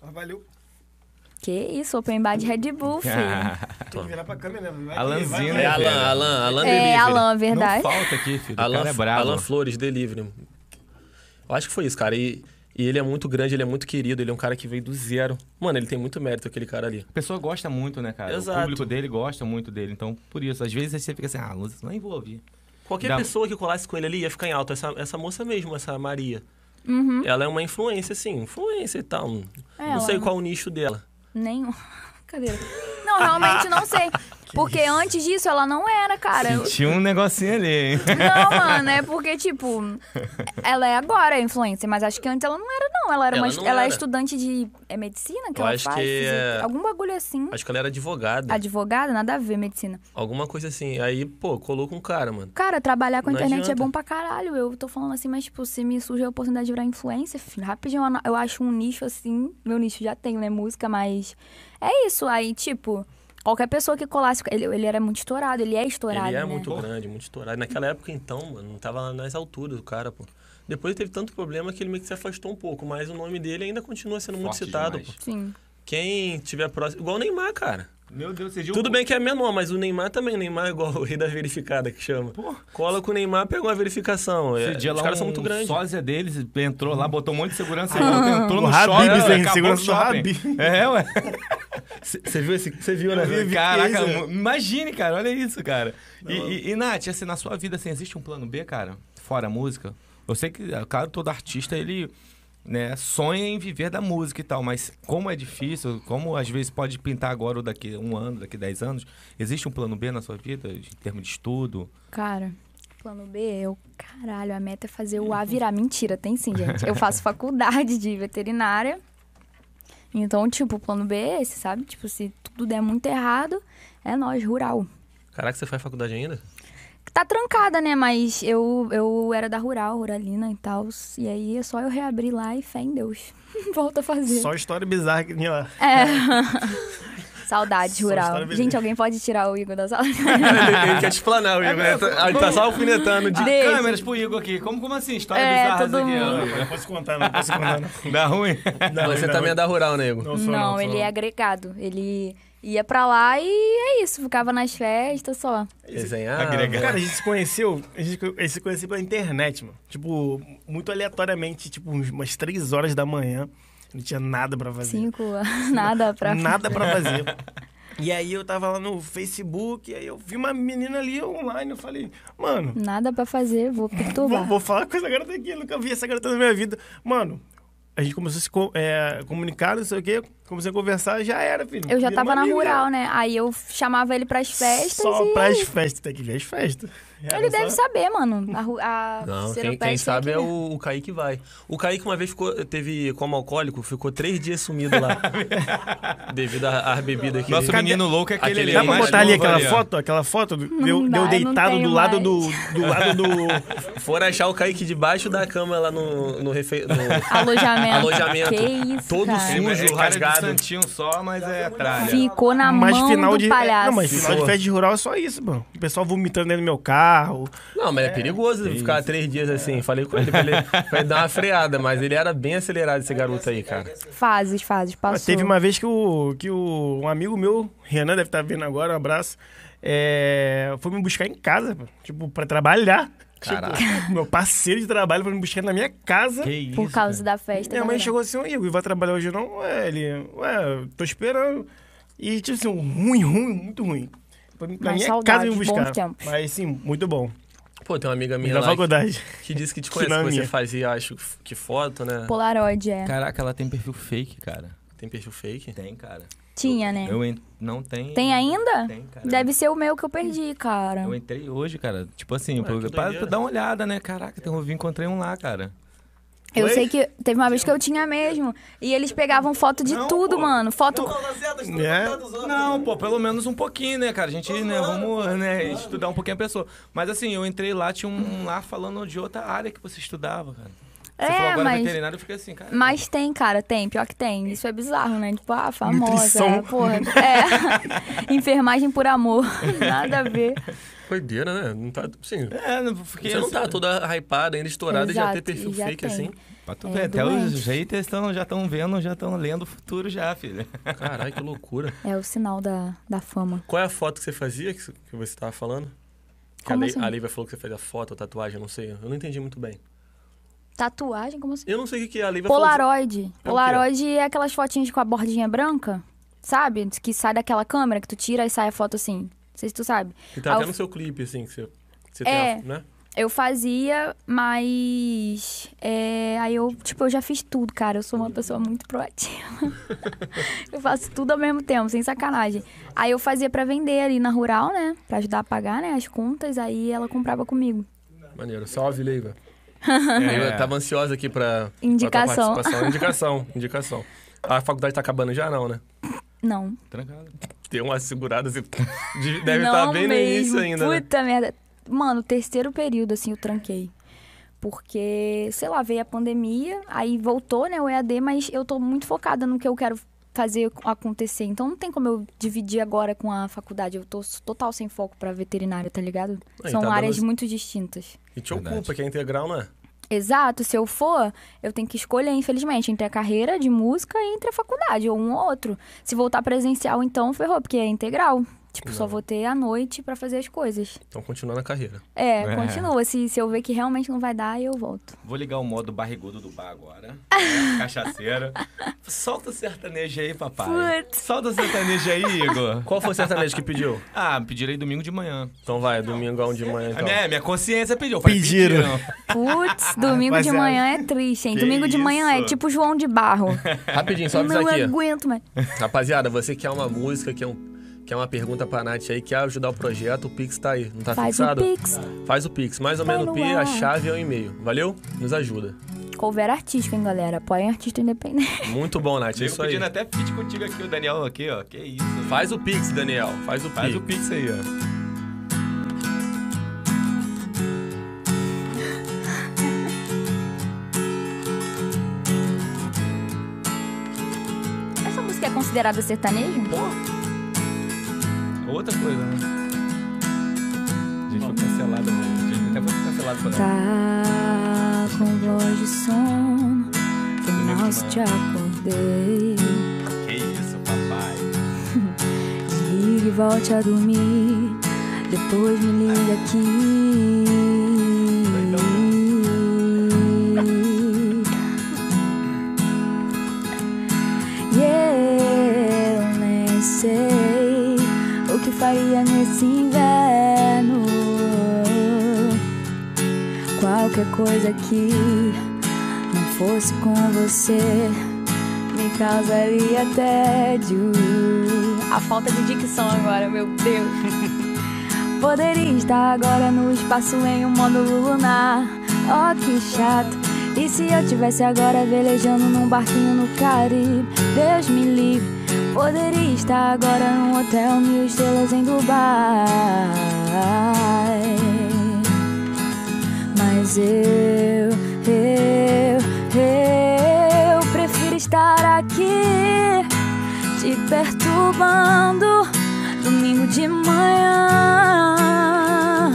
[SPEAKER 5] Ah, valeu.
[SPEAKER 4] Que isso, open bar de Red Bull, filho.
[SPEAKER 5] Tem que virar pra câmera, né? Vai que-
[SPEAKER 1] Alanzinho,
[SPEAKER 5] vai-
[SPEAKER 1] né?
[SPEAKER 3] É Alan, Alan, Alan Delivery.
[SPEAKER 4] é, Alan,
[SPEAKER 1] Não
[SPEAKER 4] verdade.
[SPEAKER 1] falta aqui, filho. O
[SPEAKER 3] Alan,
[SPEAKER 1] cara é bravo.
[SPEAKER 3] Alan Flores, Delivery. Eu acho que foi isso, cara. E, e ele é muito grande, ele é muito querido, ele é um cara que veio do zero. Mano, ele tem muito mérito, aquele cara ali.
[SPEAKER 1] A pessoa gosta muito, né, cara?
[SPEAKER 3] Exato.
[SPEAKER 1] O público dele gosta muito dele. Então, por isso, às vezes você fica assim, ah, Luz, nem vou ouvir.
[SPEAKER 8] Qualquer
[SPEAKER 1] Dá-
[SPEAKER 8] pessoa que colasse com ele ali ia ficar em alta. Essa, essa moça mesmo, essa Maria. Ela é uma influência, assim, influência e tal.
[SPEAKER 4] Uhum. É,
[SPEAKER 8] Não sei
[SPEAKER 4] Alan.
[SPEAKER 8] qual o nicho dela.
[SPEAKER 4] Nenhum. Cadeira. um- Não, realmente não sei. Porque antes disso ela não era, cara. Eu-
[SPEAKER 1] Tinha um negocinho ali, hein?
[SPEAKER 4] Não, mano, é porque, tipo, ela é agora a influencer, mas acho que antes ela não era, não. Ela era
[SPEAKER 3] Ela
[SPEAKER 4] uma. est-
[SPEAKER 3] não
[SPEAKER 4] Ela é
[SPEAKER 3] era.
[SPEAKER 4] estudante de. É medicina que
[SPEAKER 3] Eu
[SPEAKER 4] ela
[SPEAKER 3] acho
[SPEAKER 4] faz?
[SPEAKER 3] que
[SPEAKER 4] Fisi-
[SPEAKER 3] é-
[SPEAKER 4] Algum bagulho assim.
[SPEAKER 3] Acho que é. ela era advogada,
[SPEAKER 4] Advogada, nada a ver, medicina.
[SPEAKER 3] alguma coisa assim. Aí, pô, colou com o cara, mano.
[SPEAKER 4] Cara, trabalhar com a
[SPEAKER 3] Não
[SPEAKER 4] internet é
[SPEAKER 3] adianta.
[SPEAKER 4] bom pra caralho. Eu tô falando assim, mas, tipo, se me surge a oportunidade de virar influencer, filho, rapidinho eu ana- eu acho um nicho assim. Meu nicho já tem, né? Música, mas. É isso. Aí, tipo, qualquer pessoa que colasse. Ele, ele era muito estourado, ele é estourado.
[SPEAKER 3] ele é
[SPEAKER 4] né?
[SPEAKER 3] muito grande, muito estourado. Naquela época, então, mano, não tava lá nas alturas o cara, pô. Depois teve tanto problema que ele meio que se afastou um pouco, mas o nome dele ainda continua sendo muito
[SPEAKER 1] Forte
[SPEAKER 3] citado,
[SPEAKER 1] demais.
[SPEAKER 3] pô.
[SPEAKER 4] Sim.
[SPEAKER 3] Quem tiver próximo. Igual o Neymar, cara.
[SPEAKER 1] Meu Deus, você viu?
[SPEAKER 3] Tudo bem que é menor, mas o Neymar também. O Neymar é igual o rei da verificada que chama. Cola com o Neymar, pegou uma verificação. É,
[SPEAKER 1] Esse dia
[SPEAKER 3] os
[SPEAKER 1] lá,
[SPEAKER 3] caras
[SPEAKER 1] um
[SPEAKER 3] são muito grandes.
[SPEAKER 1] sósia deles entrou lá, botou um monte de segurança, igual, entrou
[SPEAKER 5] Ah. O
[SPEAKER 1] no
[SPEAKER 5] Habib,
[SPEAKER 1] shopping,
[SPEAKER 5] hein?
[SPEAKER 1] acabou
[SPEAKER 5] Segurança
[SPEAKER 1] o
[SPEAKER 5] do
[SPEAKER 1] shopping.
[SPEAKER 5] Habib.
[SPEAKER 1] É, ué. Você viu esse? Você viu, né?
[SPEAKER 5] vi, vi, que
[SPEAKER 1] Caraca,
[SPEAKER 5] isso, né?
[SPEAKER 1] mu- imagine, cara, olha isso, cara. E, e, e, Nath, assim, na sua vida, assim, existe um plano B, cara? Fora a música? Eu sei que, é claro, todo artista, ele... Né, sonha em viver da música e tal, mas como é difícil, como às vezes pode pintar agora ou daqui um ano, daqui dez anos, existe um plano B na sua vida, em termos de estudo?
[SPEAKER 4] Cara, plano B, eu, caralho, a meta é fazer o A virar. Mentira, tem sim, gente. Eu faço faculdade de veterinária. Então, tipo, o plano B é esse, sabe? Tipo, se tudo der muito errado, é nós, rural.
[SPEAKER 3] Caraca, você faz faculdade ainda?
[SPEAKER 4] Tá trancada, né? Mas eu, eu era da rural, ruralina e tal. E aí é só eu reabrir lá e fé em Deus. Volta a fazer.
[SPEAKER 5] Só história bizarra que tinha lá.
[SPEAKER 4] É. Saudade
[SPEAKER 5] Só
[SPEAKER 4] rural.
[SPEAKER 5] história beleza.
[SPEAKER 4] Gente, alguém pode tirar o Igor da sala?
[SPEAKER 3] ele, ele quer te planar, o Igor. né? Tá- Ele tá só alfinetando de.
[SPEAKER 4] Deixa.
[SPEAKER 1] Ah, Câmeras pro Igor aqui. Como, como assim? História
[SPEAKER 4] É,
[SPEAKER 1] bizarra
[SPEAKER 4] todo mundo.
[SPEAKER 1] aqui.
[SPEAKER 5] Não posso contar, não posso contar. Não,
[SPEAKER 1] ó. Dá ruim?
[SPEAKER 3] Você
[SPEAKER 5] não,
[SPEAKER 3] também é da rural, né, Igor?
[SPEAKER 5] Não, sou,
[SPEAKER 4] Não,
[SPEAKER 5] não, sou,
[SPEAKER 4] ele
[SPEAKER 5] não.
[SPEAKER 4] é agregado. Ele ia pra lá e é isso, ficava nas festas só.
[SPEAKER 3] Desenhar.
[SPEAKER 1] Agregar.
[SPEAKER 5] Cara, a gente se conheceu, a gente, a gente se conheceu pela internet, mano. Tipo, muito aleatoriamente, tipo, uns- umas três horas da manhã. Não tinha nada pra fazer.
[SPEAKER 4] Cinco, nada pra.
[SPEAKER 5] Nada pra fazer. E aí eu tava lá no Facebook, e aí eu vi uma menina ali online, eu falei, mano,
[SPEAKER 4] Nada pra fazer, vou
[SPEAKER 5] vou,
[SPEAKER 4] perturbar.
[SPEAKER 5] vou falar com essa garota aqui, eu nunca vi essa garota na minha vida. Mano, a gente começou a se co- é, comunicar, não sei o quê, comecei a conversar, já era, filho.
[SPEAKER 4] Eu já
[SPEAKER 5] Virou
[SPEAKER 4] tava
[SPEAKER 5] uma
[SPEAKER 4] na
[SPEAKER 5] amiga.
[SPEAKER 4] rural, né? Aí eu chamava ele pras festas
[SPEAKER 5] Só
[SPEAKER 4] e.
[SPEAKER 5] pras festas, tem que ver as festas. Era
[SPEAKER 4] Ele deve
[SPEAKER 5] só-
[SPEAKER 4] saber, mano. A, ru- a
[SPEAKER 3] Não, quem,
[SPEAKER 4] Seropeste
[SPEAKER 3] quem sabe
[SPEAKER 4] aqui,
[SPEAKER 3] é
[SPEAKER 4] né?
[SPEAKER 3] o, o Kaique vai. O Kaique uma vez ficou, teve como alcoólico, ficou três dias sumido lá. devido à- às bebidas que
[SPEAKER 1] Nosso
[SPEAKER 3] ele...
[SPEAKER 1] menino louco é aquele,
[SPEAKER 3] Aquele
[SPEAKER 1] ali.
[SPEAKER 5] Dá pra
[SPEAKER 1] mais
[SPEAKER 5] botar ali
[SPEAKER 1] novo
[SPEAKER 5] aquela
[SPEAKER 1] ó.
[SPEAKER 5] foto? Aquela foto? do- Deu,
[SPEAKER 4] dá,
[SPEAKER 5] deu
[SPEAKER 4] eu não
[SPEAKER 5] deitado
[SPEAKER 4] tenho
[SPEAKER 5] do lado
[SPEAKER 4] mais.
[SPEAKER 5] do. Do lado do.
[SPEAKER 3] For achar o Kaique debaixo da cama lá no, no, refe... no
[SPEAKER 4] Alojamento.
[SPEAKER 3] Alojamento.
[SPEAKER 4] Que isso,
[SPEAKER 3] Todo
[SPEAKER 4] cara.
[SPEAKER 1] Ele
[SPEAKER 3] Sujo,
[SPEAKER 1] é cara de
[SPEAKER 3] rasgado.
[SPEAKER 1] santinho só, mas é tralha.
[SPEAKER 4] Ficou na
[SPEAKER 5] mas
[SPEAKER 4] mão
[SPEAKER 5] final
[SPEAKER 4] do
[SPEAKER 5] de. é,
[SPEAKER 4] palhaço.
[SPEAKER 5] Não, mas final de
[SPEAKER 3] Pô.
[SPEAKER 5] festa de rural é só isso, mano. O pessoal vomitando dentro do meu carro.
[SPEAKER 3] Não, mas é perigoso ficar três dias assim. Falei com ele pra, ele pra ele dar uma freada, mas ele era bem acelerado, esse garoto aí, cara.
[SPEAKER 4] Fases, fases,
[SPEAKER 5] Mas
[SPEAKER 4] passou.
[SPEAKER 5] teve uma vez que, o, que o, um amigo meu, Renan, deve estar vendo agora, um abraço. é, foi me buscar em casa, mano. tipo, pra trabalhar.
[SPEAKER 3] Caraca.
[SPEAKER 5] Tipo, meu parceiro de trabalho foi me buscar na minha casa.
[SPEAKER 1] Que isso,
[SPEAKER 4] Por causa da festa.
[SPEAKER 5] né? Minha
[SPEAKER 4] da
[SPEAKER 5] mãe
[SPEAKER 4] rural.
[SPEAKER 5] chegou assim, ô Igor, vai trabalhar hoje não? Ué, ele, ué, eu tô esperando. E tipo assim, um ruim, ruim, muito ruim. Pra mim- pra
[SPEAKER 4] Mas
[SPEAKER 5] minha
[SPEAKER 4] saudades,
[SPEAKER 5] casa me
[SPEAKER 4] bons
[SPEAKER 5] buscar.
[SPEAKER 4] tempos.
[SPEAKER 5] Mas sim, muito bom.
[SPEAKER 3] Pô, tem uma amiga minha
[SPEAKER 5] Na
[SPEAKER 3] lá que,
[SPEAKER 5] faculdade.
[SPEAKER 3] que disse que te
[SPEAKER 5] Que
[SPEAKER 3] conhece,
[SPEAKER 5] não é
[SPEAKER 3] que você
[SPEAKER 5] minha.
[SPEAKER 3] fazia, acho, que foto, né?
[SPEAKER 4] Polaroid, é.
[SPEAKER 1] Caraca, ela tem perfil fake, cara.
[SPEAKER 3] Tem perfil fake.
[SPEAKER 1] Tem, cara.
[SPEAKER 4] Tinha, né?
[SPEAKER 1] Eu en- não tem.
[SPEAKER 4] Tem ainda?
[SPEAKER 1] Tem, cara.
[SPEAKER 4] Deve ser o meu que eu perdi, cara.
[SPEAKER 1] Eu entrei hoje, cara. Tipo assim,
[SPEAKER 3] que
[SPEAKER 1] pra, pra,
[SPEAKER 3] doideira.
[SPEAKER 1] dar uma olhada, né? Caraca, tem um- eu encontrei um lá, cara.
[SPEAKER 4] Eu
[SPEAKER 5] Oi?
[SPEAKER 4] sei que teve uma vez que eu tinha mesmo. E eles pegavam foto de tudo, mano. Foto.
[SPEAKER 3] Tá
[SPEAKER 5] É.
[SPEAKER 1] Não, pô, pelo menos um pouquinho, né, cara? A gente, né, vamos né, estudar um pouquinho a pessoa. Mas assim, eu entrei lá, tinha um lá falando de outra área que você estudava, cara. Você falou
[SPEAKER 4] É,
[SPEAKER 1] agora
[SPEAKER 4] mas.
[SPEAKER 1] veterinário, eu fiquei assim, cara.
[SPEAKER 4] Mas tem, cara, tem, pior que tem. Isso é bizarro, né? Tipo, ah, famosa,
[SPEAKER 5] Nutrição.
[SPEAKER 4] porra. É. Enfermagem por amor. Nada a ver.
[SPEAKER 3] Doideira, né? Não tá. Sim.
[SPEAKER 1] É, não, porque
[SPEAKER 3] Você não tá toda hypada, ainda estourada, já
[SPEAKER 4] Exato,
[SPEAKER 3] ter perfil
[SPEAKER 4] e já
[SPEAKER 3] fake
[SPEAKER 4] tem.
[SPEAKER 3] assim.
[SPEAKER 1] Pra tu
[SPEAKER 4] É,
[SPEAKER 1] ver, até
[SPEAKER 4] doente.
[SPEAKER 1] os haters tão, já estão vendo, já estão lendo o futuro já, filho.
[SPEAKER 3] Caralho, que loucura.
[SPEAKER 4] É o sinal da, da fama.
[SPEAKER 3] Qual é a foto que você fazia que que você tava falando? Que a,
[SPEAKER 4] Como
[SPEAKER 3] Lei,
[SPEAKER 4] assim?
[SPEAKER 3] a Leiva falou que você fazia foto, tatuagem, eu não sei. Eu não entendi muito bem.
[SPEAKER 4] Tatuagem? Como assim?
[SPEAKER 3] Eu não sei o que, que a Leiva falou.
[SPEAKER 4] Polaroid.
[SPEAKER 3] quê?
[SPEAKER 4] Polaroid é aquelas fotinhas com a bordinha branca, sabe? Que sai daquela câmera, que tu tira e sai a foto assim. Não sei se tu sabe.
[SPEAKER 3] Que tá
[SPEAKER 4] Ah,
[SPEAKER 3] até
[SPEAKER 4] o-
[SPEAKER 3] no seu clipe, assim, que você, que você
[SPEAKER 4] É.
[SPEAKER 3] tem, a- né?
[SPEAKER 4] Eu fazia, mas. é, aí eu, tipo, eu já fiz tudo, cara. Eu sou uma pessoa muito proativa. eu faço tudo ao mesmo tempo, sem sacanagem. Aí eu fazia pra vender ali na rural, né? Pra ajudar a pagar, né? As contas. Aí ela comprava comigo.
[SPEAKER 3] Maneiro. Salve, Leiva.
[SPEAKER 1] É,
[SPEAKER 3] Leiva tava ansiosa aqui pra,
[SPEAKER 4] Indicação.
[SPEAKER 3] pra tua participação. Indicação, indicação. A faculdade tá acabando já, não, né?
[SPEAKER 4] Não.
[SPEAKER 1] trancado.
[SPEAKER 3] Deu uma segurada, assim, de- deve
[SPEAKER 4] não
[SPEAKER 3] estar bem no
[SPEAKER 4] mesmo.
[SPEAKER 3] início ainda. né?
[SPEAKER 4] Puta merda. Mano, o terceiro período, assim, eu tranquei. Porque, sei lá, veio a pandemia, aí voltou, né, o EAD, mas eu tô muito focada no que eu quero fazer acontecer. Então não tem como eu dividir agora com a faculdade. Eu tô s- total sem foco pra veterinária, tá ligado?
[SPEAKER 3] Aí,
[SPEAKER 4] São
[SPEAKER 3] tá dando
[SPEAKER 4] áreas
[SPEAKER 3] as-
[SPEAKER 4] muito distintas.
[SPEAKER 3] E te
[SPEAKER 1] Verdade.
[SPEAKER 3] ocupa, que é integral, né?
[SPEAKER 4] Exato, se eu for, eu tenho que escolher, infelizmente, entre a carreira de música e entre a faculdade, ou um ou outro. Se voltar presencial, então ferrou, porque é integral. Tipo, só vou ter a noite pra fazer as coisas.
[SPEAKER 3] Então continua na carreira.
[SPEAKER 4] É,
[SPEAKER 1] É.
[SPEAKER 4] continua. Se, se eu ver que realmente não vai dar, aí eu volto.
[SPEAKER 1] Vou ligar o modo barrigudo do bar agora. Cachaceira. Solta o sertanejo aí, papai.
[SPEAKER 4] Putz.
[SPEAKER 1] Solta o sertanejo aí, Igor.
[SPEAKER 3] Qual foi o sertanejo que pediu?
[SPEAKER 1] Ah, me pedirei domingo de manhã.
[SPEAKER 3] Então vai, domingão de manhã,
[SPEAKER 1] A
[SPEAKER 3] então.
[SPEAKER 1] minha, minha consciência pediu. eu falei,
[SPEAKER 5] Pediram.
[SPEAKER 4] Putz, domingo de
[SPEAKER 5] Rapaziada.
[SPEAKER 4] manhã é triste, hein?
[SPEAKER 1] Que
[SPEAKER 4] domingo de manhã é
[SPEAKER 1] isso?
[SPEAKER 4] tipo João de Barro.
[SPEAKER 3] Rapidinho, só
[SPEAKER 4] Eu
[SPEAKER 3] avisar
[SPEAKER 4] não
[SPEAKER 3] aqui.
[SPEAKER 4] aguento mais.
[SPEAKER 3] Rapaziada, você quer uma música, quer, um, quer uma pergunta pra Nath aí, quer ajudar o projeto, o Pix tá aí. Não tá
[SPEAKER 4] Faz
[SPEAKER 3] fixado?
[SPEAKER 4] o Pix.
[SPEAKER 3] Faz o Pix. Mais ou
[SPEAKER 4] Tá
[SPEAKER 3] menos
[SPEAKER 4] no
[SPEAKER 3] o Pi,
[SPEAKER 4] ar.
[SPEAKER 3] a chave é o e-mail. Valeu? Nos ajuda.
[SPEAKER 4] Cover artístico, hein, galera? Apoiem artista independente.
[SPEAKER 3] Muito bom, Nath. É
[SPEAKER 1] Eu
[SPEAKER 3] isso aí.
[SPEAKER 1] pedindo até feed contigo aqui, o Daniel aqui, ó. Que isso.
[SPEAKER 3] Faz o Pix, Daniel. Faz o
[SPEAKER 1] é- Faz
[SPEAKER 3] Pix.
[SPEAKER 1] o pix aí, ó.
[SPEAKER 4] Essa música é considerada sertanejo?
[SPEAKER 1] Outra coisa, né? A gente foi cancelado.
[SPEAKER 3] né?
[SPEAKER 1] A gente até foi cancelado por
[SPEAKER 4] Tá com voz de sono, que mal se te acordei.
[SPEAKER 1] Que isso, papai.
[SPEAKER 4] Desligue e volte a dormir, depois me liga aqui. E eu nem sei o que faria nesse inverno. Qualquer coisa que não fosse com você me causaria tédio. A falta de dicção agora, meu Deus. Poderia estar agora no espaço em um módulo lunar. Oh, que chato. E se eu tivesse agora velejando num barquinho no Caribe? Deus me livre. Poderia estar agora num hotel mil estrelas em Dubai. Mas eu, eu, eu prefiro estar aqui te perturbando domingo de manhã.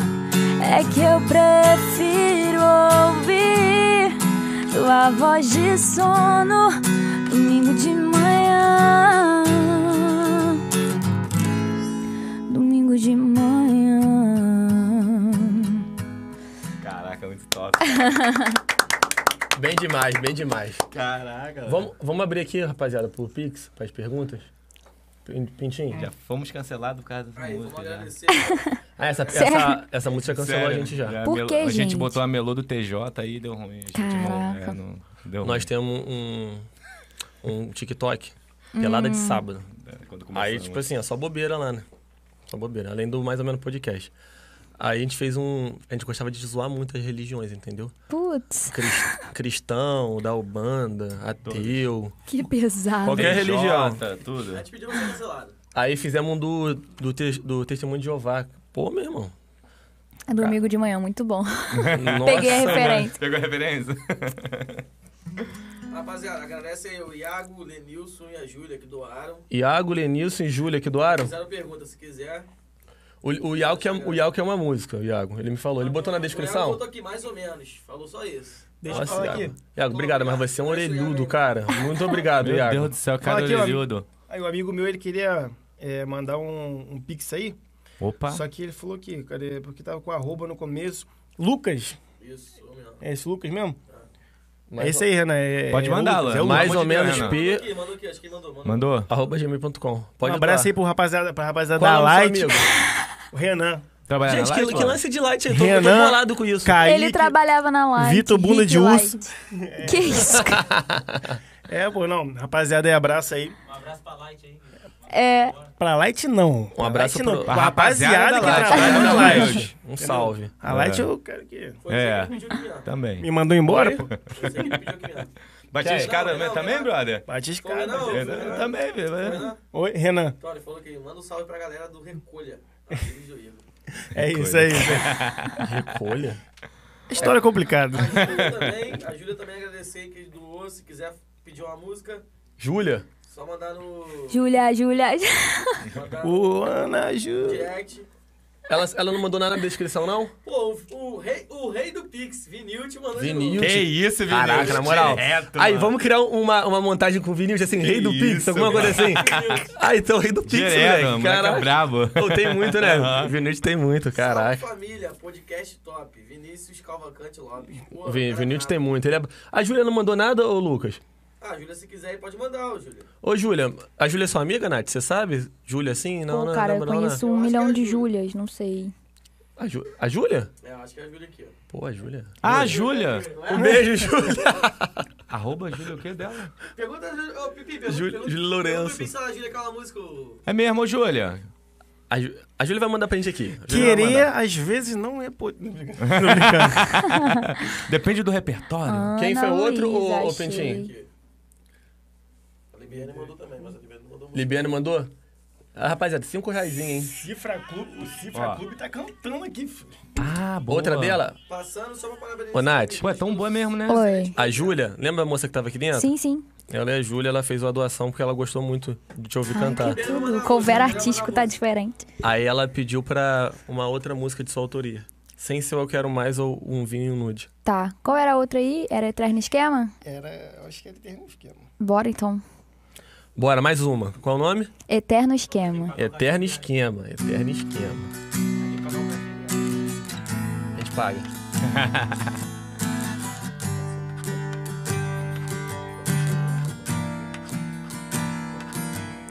[SPEAKER 4] É que eu prefiro ouvir tua voz de sono domingo de manhã. Domingo de manhã.
[SPEAKER 1] Caraca, muito top.
[SPEAKER 3] Bem demais, bem demais.
[SPEAKER 1] Caraca. Vamos.
[SPEAKER 3] Vamos, vamos abrir aqui, rapaziada, pro Pix, pras perguntas. Pin- Pintinho?
[SPEAKER 4] É.
[SPEAKER 1] Já fomos cancelados por causa dessa música. já.
[SPEAKER 3] Ah, essa, essa,
[SPEAKER 4] Sério?
[SPEAKER 3] essa música cancelou
[SPEAKER 1] Sério,
[SPEAKER 3] a gente já.
[SPEAKER 1] a
[SPEAKER 4] Por
[SPEAKER 1] melo-
[SPEAKER 4] que,
[SPEAKER 1] A gente
[SPEAKER 4] gente?
[SPEAKER 1] botou a melô do TJ aí e deu ruim. A gente não,
[SPEAKER 4] Caraca.
[SPEAKER 1] é, não- deu
[SPEAKER 3] Nós
[SPEAKER 1] ruim.
[SPEAKER 3] temos um, um TikTok, pelada
[SPEAKER 4] Hum.
[SPEAKER 3] de sábado.
[SPEAKER 1] É, quando começou
[SPEAKER 3] Aí,
[SPEAKER 1] a
[SPEAKER 3] tipo
[SPEAKER 1] música.
[SPEAKER 3] assim, é só bobeira lá, né? Só bobeira. Além do mais ou menos podcast. Aí a gente fez um. A gente gostava de zoar muito as religiões, entendeu?
[SPEAKER 4] Putz,
[SPEAKER 3] Cris- cristão, da Ubanda, ateu.
[SPEAKER 4] que pesado.
[SPEAKER 3] Qualquer
[SPEAKER 1] TJ,
[SPEAKER 3] religião.
[SPEAKER 1] tudo.
[SPEAKER 6] A gente pediu pra ser cancelado.
[SPEAKER 3] Aí fizemos um do, do, te- do Testemunho de Jeová. Pô, meu irmão.
[SPEAKER 4] É domingo de manhã, muito bom.
[SPEAKER 3] Nossa,
[SPEAKER 4] Peguei
[SPEAKER 3] né?
[SPEAKER 4] a referência.
[SPEAKER 1] Pegou a referência?
[SPEAKER 2] Rapaziada, agradece aí o Iago, o Lenilson e a Júlia que doaram.
[SPEAKER 3] Iago, Lenilson e Júlia que doaram.
[SPEAKER 2] Fizeram pergunta se quiser.
[SPEAKER 3] O, o, Iago que é, o Iago que é uma música, o Iago. Ele me falou. Ele botou
[SPEAKER 2] O
[SPEAKER 3] na
[SPEAKER 2] Iago
[SPEAKER 3] descrição?
[SPEAKER 2] botou aqui mais ou menos. Falou só isso.
[SPEAKER 5] Deixa eu falar aqui.
[SPEAKER 3] Iago. Iago, obrigado, mas você é um orelhudo, cara. Muito obrigado,
[SPEAKER 1] Meu Deus
[SPEAKER 3] Iago.
[SPEAKER 1] do céu,
[SPEAKER 5] Fala
[SPEAKER 1] cara
[SPEAKER 5] aqui, ó.
[SPEAKER 1] orelhudo.
[SPEAKER 5] Aí um amigo meu, ele queria é, mandar um, um pix aí,
[SPEAKER 1] Opa.
[SPEAKER 5] só que ele falou que, cadê? Porque tava com arroba no começo. Lucas,
[SPEAKER 2] Isso, ou menos.
[SPEAKER 5] é esse Lucas mesmo?
[SPEAKER 3] Mais
[SPEAKER 5] é esse aí, Renan. é-
[SPEAKER 1] Pode
[SPEAKER 5] é
[SPEAKER 1] mandá-lo,
[SPEAKER 5] Lucas, é o
[SPEAKER 3] Mais
[SPEAKER 1] Pelo
[SPEAKER 3] ou
[SPEAKER 1] amor de
[SPEAKER 3] menos
[SPEAKER 1] Deus,
[SPEAKER 3] P,
[SPEAKER 2] Aqui, mandou aqui, acho que mandou. mandou.
[SPEAKER 1] Mandou?
[SPEAKER 3] arroba gmail.com. Pode
[SPEAKER 5] um abraço aí
[SPEAKER 3] pro
[SPEAKER 5] pro rapaziada, pra rapaziada
[SPEAKER 3] Qual
[SPEAKER 5] da
[SPEAKER 3] é o nome do
[SPEAKER 5] Light,
[SPEAKER 3] seu amigo?
[SPEAKER 5] o Renan.
[SPEAKER 1] Trabalhar
[SPEAKER 2] É,
[SPEAKER 3] Gente,
[SPEAKER 1] na
[SPEAKER 3] que,
[SPEAKER 1] live,
[SPEAKER 3] que
[SPEAKER 1] mano?
[SPEAKER 3] lance de light aí. Tô, eu tô
[SPEAKER 5] Renan.
[SPEAKER 3] bolado com isso.
[SPEAKER 5] Kaique.
[SPEAKER 4] Ele trabalhava na Light.
[SPEAKER 5] Vitor Bunda
[SPEAKER 4] Rick
[SPEAKER 5] de Urso.
[SPEAKER 4] Light. Que isso, cara?
[SPEAKER 5] É, pô, não. Rapaziada, aí, abraço aí.
[SPEAKER 6] Um abraço pra Light aí.
[SPEAKER 4] É,
[SPEAKER 5] Pra Light, não.
[SPEAKER 3] Um abraço
[SPEAKER 5] Light, não.
[SPEAKER 3] pro-
[SPEAKER 5] Pra
[SPEAKER 1] a
[SPEAKER 5] rapaziada,
[SPEAKER 1] rapaziada da
[SPEAKER 5] que
[SPEAKER 1] Light.
[SPEAKER 5] trabalha na
[SPEAKER 1] Rapaziada da
[SPEAKER 5] Light.
[SPEAKER 3] Um salve.
[SPEAKER 5] A Light eu quero que...
[SPEAKER 2] Foi você
[SPEAKER 1] É.
[SPEAKER 2] que pediu que vier.
[SPEAKER 5] Me
[SPEAKER 1] Também.
[SPEAKER 5] mandou embora, pô.
[SPEAKER 2] Foi você que pediu que vier.
[SPEAKER 1] Bati a escada
[SPEAKER 2] Não, não,
[SPEAKER 1] também,
[SPEAKER 2] não.
[SPEAKER 1] brother?
[SPEAKER 5] Bati as
[SPEAKER 2] Foi, não,
[SPEAKER 5] caras.
[SPEAKER 2] foi,
[SPEAKER 1] Eu
[SPEAKER 2] não.
[SPEAKER 1] Também, velho.
[SPEAKER 5] Oi, Renan.
[SPEAKER 2] Então, ele falou que manda um salve pra galera do Recolha. Amigos do Igor.
[SPEAKER 5] É
[SPEAKER 1] Que
[SPEAKER 5] isso
[SPEAKER 1] coisa.
[SPEAKER 5] aí.
[SPEAKER 3] Recolha.
[SPEAKER 5] História complicada.
[SPEAKER 2] A Júlia também, a Júlia também agradecer aí que doou. Se quiser pedir uma música,
[SPEAKER 3] Júlia,
[SPEAKER 2] só mandar no,
[SPEAKER 4] Júlia, Júlia.
[SPEAKER 2] mandar no
[SPEAKER 5] O Ana Ju.
[SPEAKER 2] direct.
[SPEAKER 3] ela, ela não mandou nada na descrição, não?
[SPEAKER 2] Pô, o, o rei, o rei do Pix, Vinil te mandou de
[SPEAKER 3] Vinil.
[SPEAKER 2] novo.
[SPEAKER 1] Que isso, Vinícius?
[SPEAKER 3] Caraca, na moral.
[SPEAKER 1] Direto,
[SPEAKER 3] aí,
[SPEAKER 1] mano.
[SPEAKER 3] vamos criar uma, uma montagem com o Vinícius, assim, rei do Pix,
[SPEAKER 1] isso,
[SPEAKER 3] alguma coisa assim. ah, então rei do Pix,
[SPEAKER 1] Direto,
[SPEAKER 3] moleque.
[SPEAKER 1] moleque é
[SPEAKER 3] Caraca.
[SPEAKER 1] brabo.
[SPEAKER 3] Pô, tem muito, né? O Vinícius tem muito,
[SPEAKER 2] Salve
[SPEAKER 3] caraca.
[SPEAKER 2] família, podcast top. Vinícius Calvacante Lopes. Pô,
[SPEAKER 3] O Vin-
[SPEAKER 2] cara,
[SPEAKER 3] Vinícius tem
[SPEAKER 2] cara.
[SPEAKER 3] muito. Ele é... A Júlia não mandou nada, ô Lucas?
[SPEAKER 2] Ah, Júlia, se quiser aí pode mandar, ô Júlia.
[SPEAKER 3] Ô, Júlia, a Júlia é sua amiga, Nath? Você sabe? Júlia, assim? Não,
[SPEAKER 4] Pô,
[SPEAKER 3] não,
[SPEAKER 4] cara, eu
[SPEAKER 3] lembra não, né?
[SPEAKER 4] conheço
[SPEAKER 2] Eu
[SPEAKER 4] um
[SPEAKER 2] acho que
[SPEAKER 4] milhão
[SPEAKER 2] é
[SPEAKER 4] de
[SPEAKER 2] Júlia.
[SPEAKER 4] Júlias, não sei.
[SPEAKER 3] A, Jú... a Júlia?
[SPEAKER 2] É, acho que é a Júlia aqui, ó.
[SPEAKER 3] Pô, a Júlia.
[SPEAKER 1] Ah, Júlia.
[SPEAKER 4] é?
[SPEAKER 3] Um beijo, Júlia.
[SPEAKER 1] Arroba Júlia, o que dela?
[SPEAKER 2] Pergunta, Júlia- ô, Pipi, pergunta.
[SPEAKER 3] Júlia-
[SPEAKER 2] pergunta-
[SPEAKER 3] Júlia Lourenço.
[SPEAKER 2] Pergunta pra Júlia aquela música, ô.
[SPEAKER 1] É mesmo, ô, Júlia?
[SPEAKER 3] A, Jú- a Júlia vai mandar pra gente aqui. A Júlia vai
[SPEAKER 5] Querer,
[SPEAKER 3] mandar.
[SPEAKER 5] às vezes, não é poder. Tô brincando.
[SPEAKER 1] Depende do repertório.
[SPEAKER 3] Quem
[SPEAKER 4] Ana
[SPEAKER 3] foi o outro, ô-
[SPEAKER 4] Luísa,
[SPEAKER 3] ô,
[SPEAKER 4] achei.
[SPEAKER 3] Pentinho?
[SPEAKER 2] A Libiane mandou também, mas a Libiane mandou muito.
[SPEAKER 3] Libiane mandou? Ah, rapaziada, cinco reais, hein?
[SPEAKER 5] Cifra Clube, o Cifra
[SPEAKER 1] Ó.
[SPEAKER 5] Clube tá cantando aqui. filho.
[SPEAKER 1] Ah, boa.
[SPEAKER 3] Outra dela?
[SPEAKER 2] Passando só pra parabenizar.
[SPEAKER 3] Ô, Nath.
[SPEAKER 1] Pô, é tão boa mesmo, né?
[SPEAKER 4] Oi.
[SPEAKER 3] A Júlia, lembra a moça que tava aqui dentro?
[SPEAKER 4] Sim, sim.
[SPEAKER 3] Ela é a Júlia, ela fez uma doação porque ela gostou muito de te ouvir
[SPEAKER 4] Ai,
[SPEAKER 3] cantar.
[SPEAKER 4] que tudo. O cover artístico tá diferente.
[SPEAKER 3] Aí ela pediu pra uma outra música de sua autoria. Sem ser Eu Quero Mais ou Um Vinho Nude.
[SPEAKER 4] Tá. Qual era a outra aí? Era Atrás no Esquema?
[SPEAKER 5] Era, é, eu acho que ele terminou o esquema.
[SPEAKER 4] Bora então.
[SPEAKER 3] Bora, mais uma. Qual o nome?
[SPEAKER 4] Eterno Esquema.
[SPEAKER 3] Eterno Esquema. Eterno Esquema. A gente paga.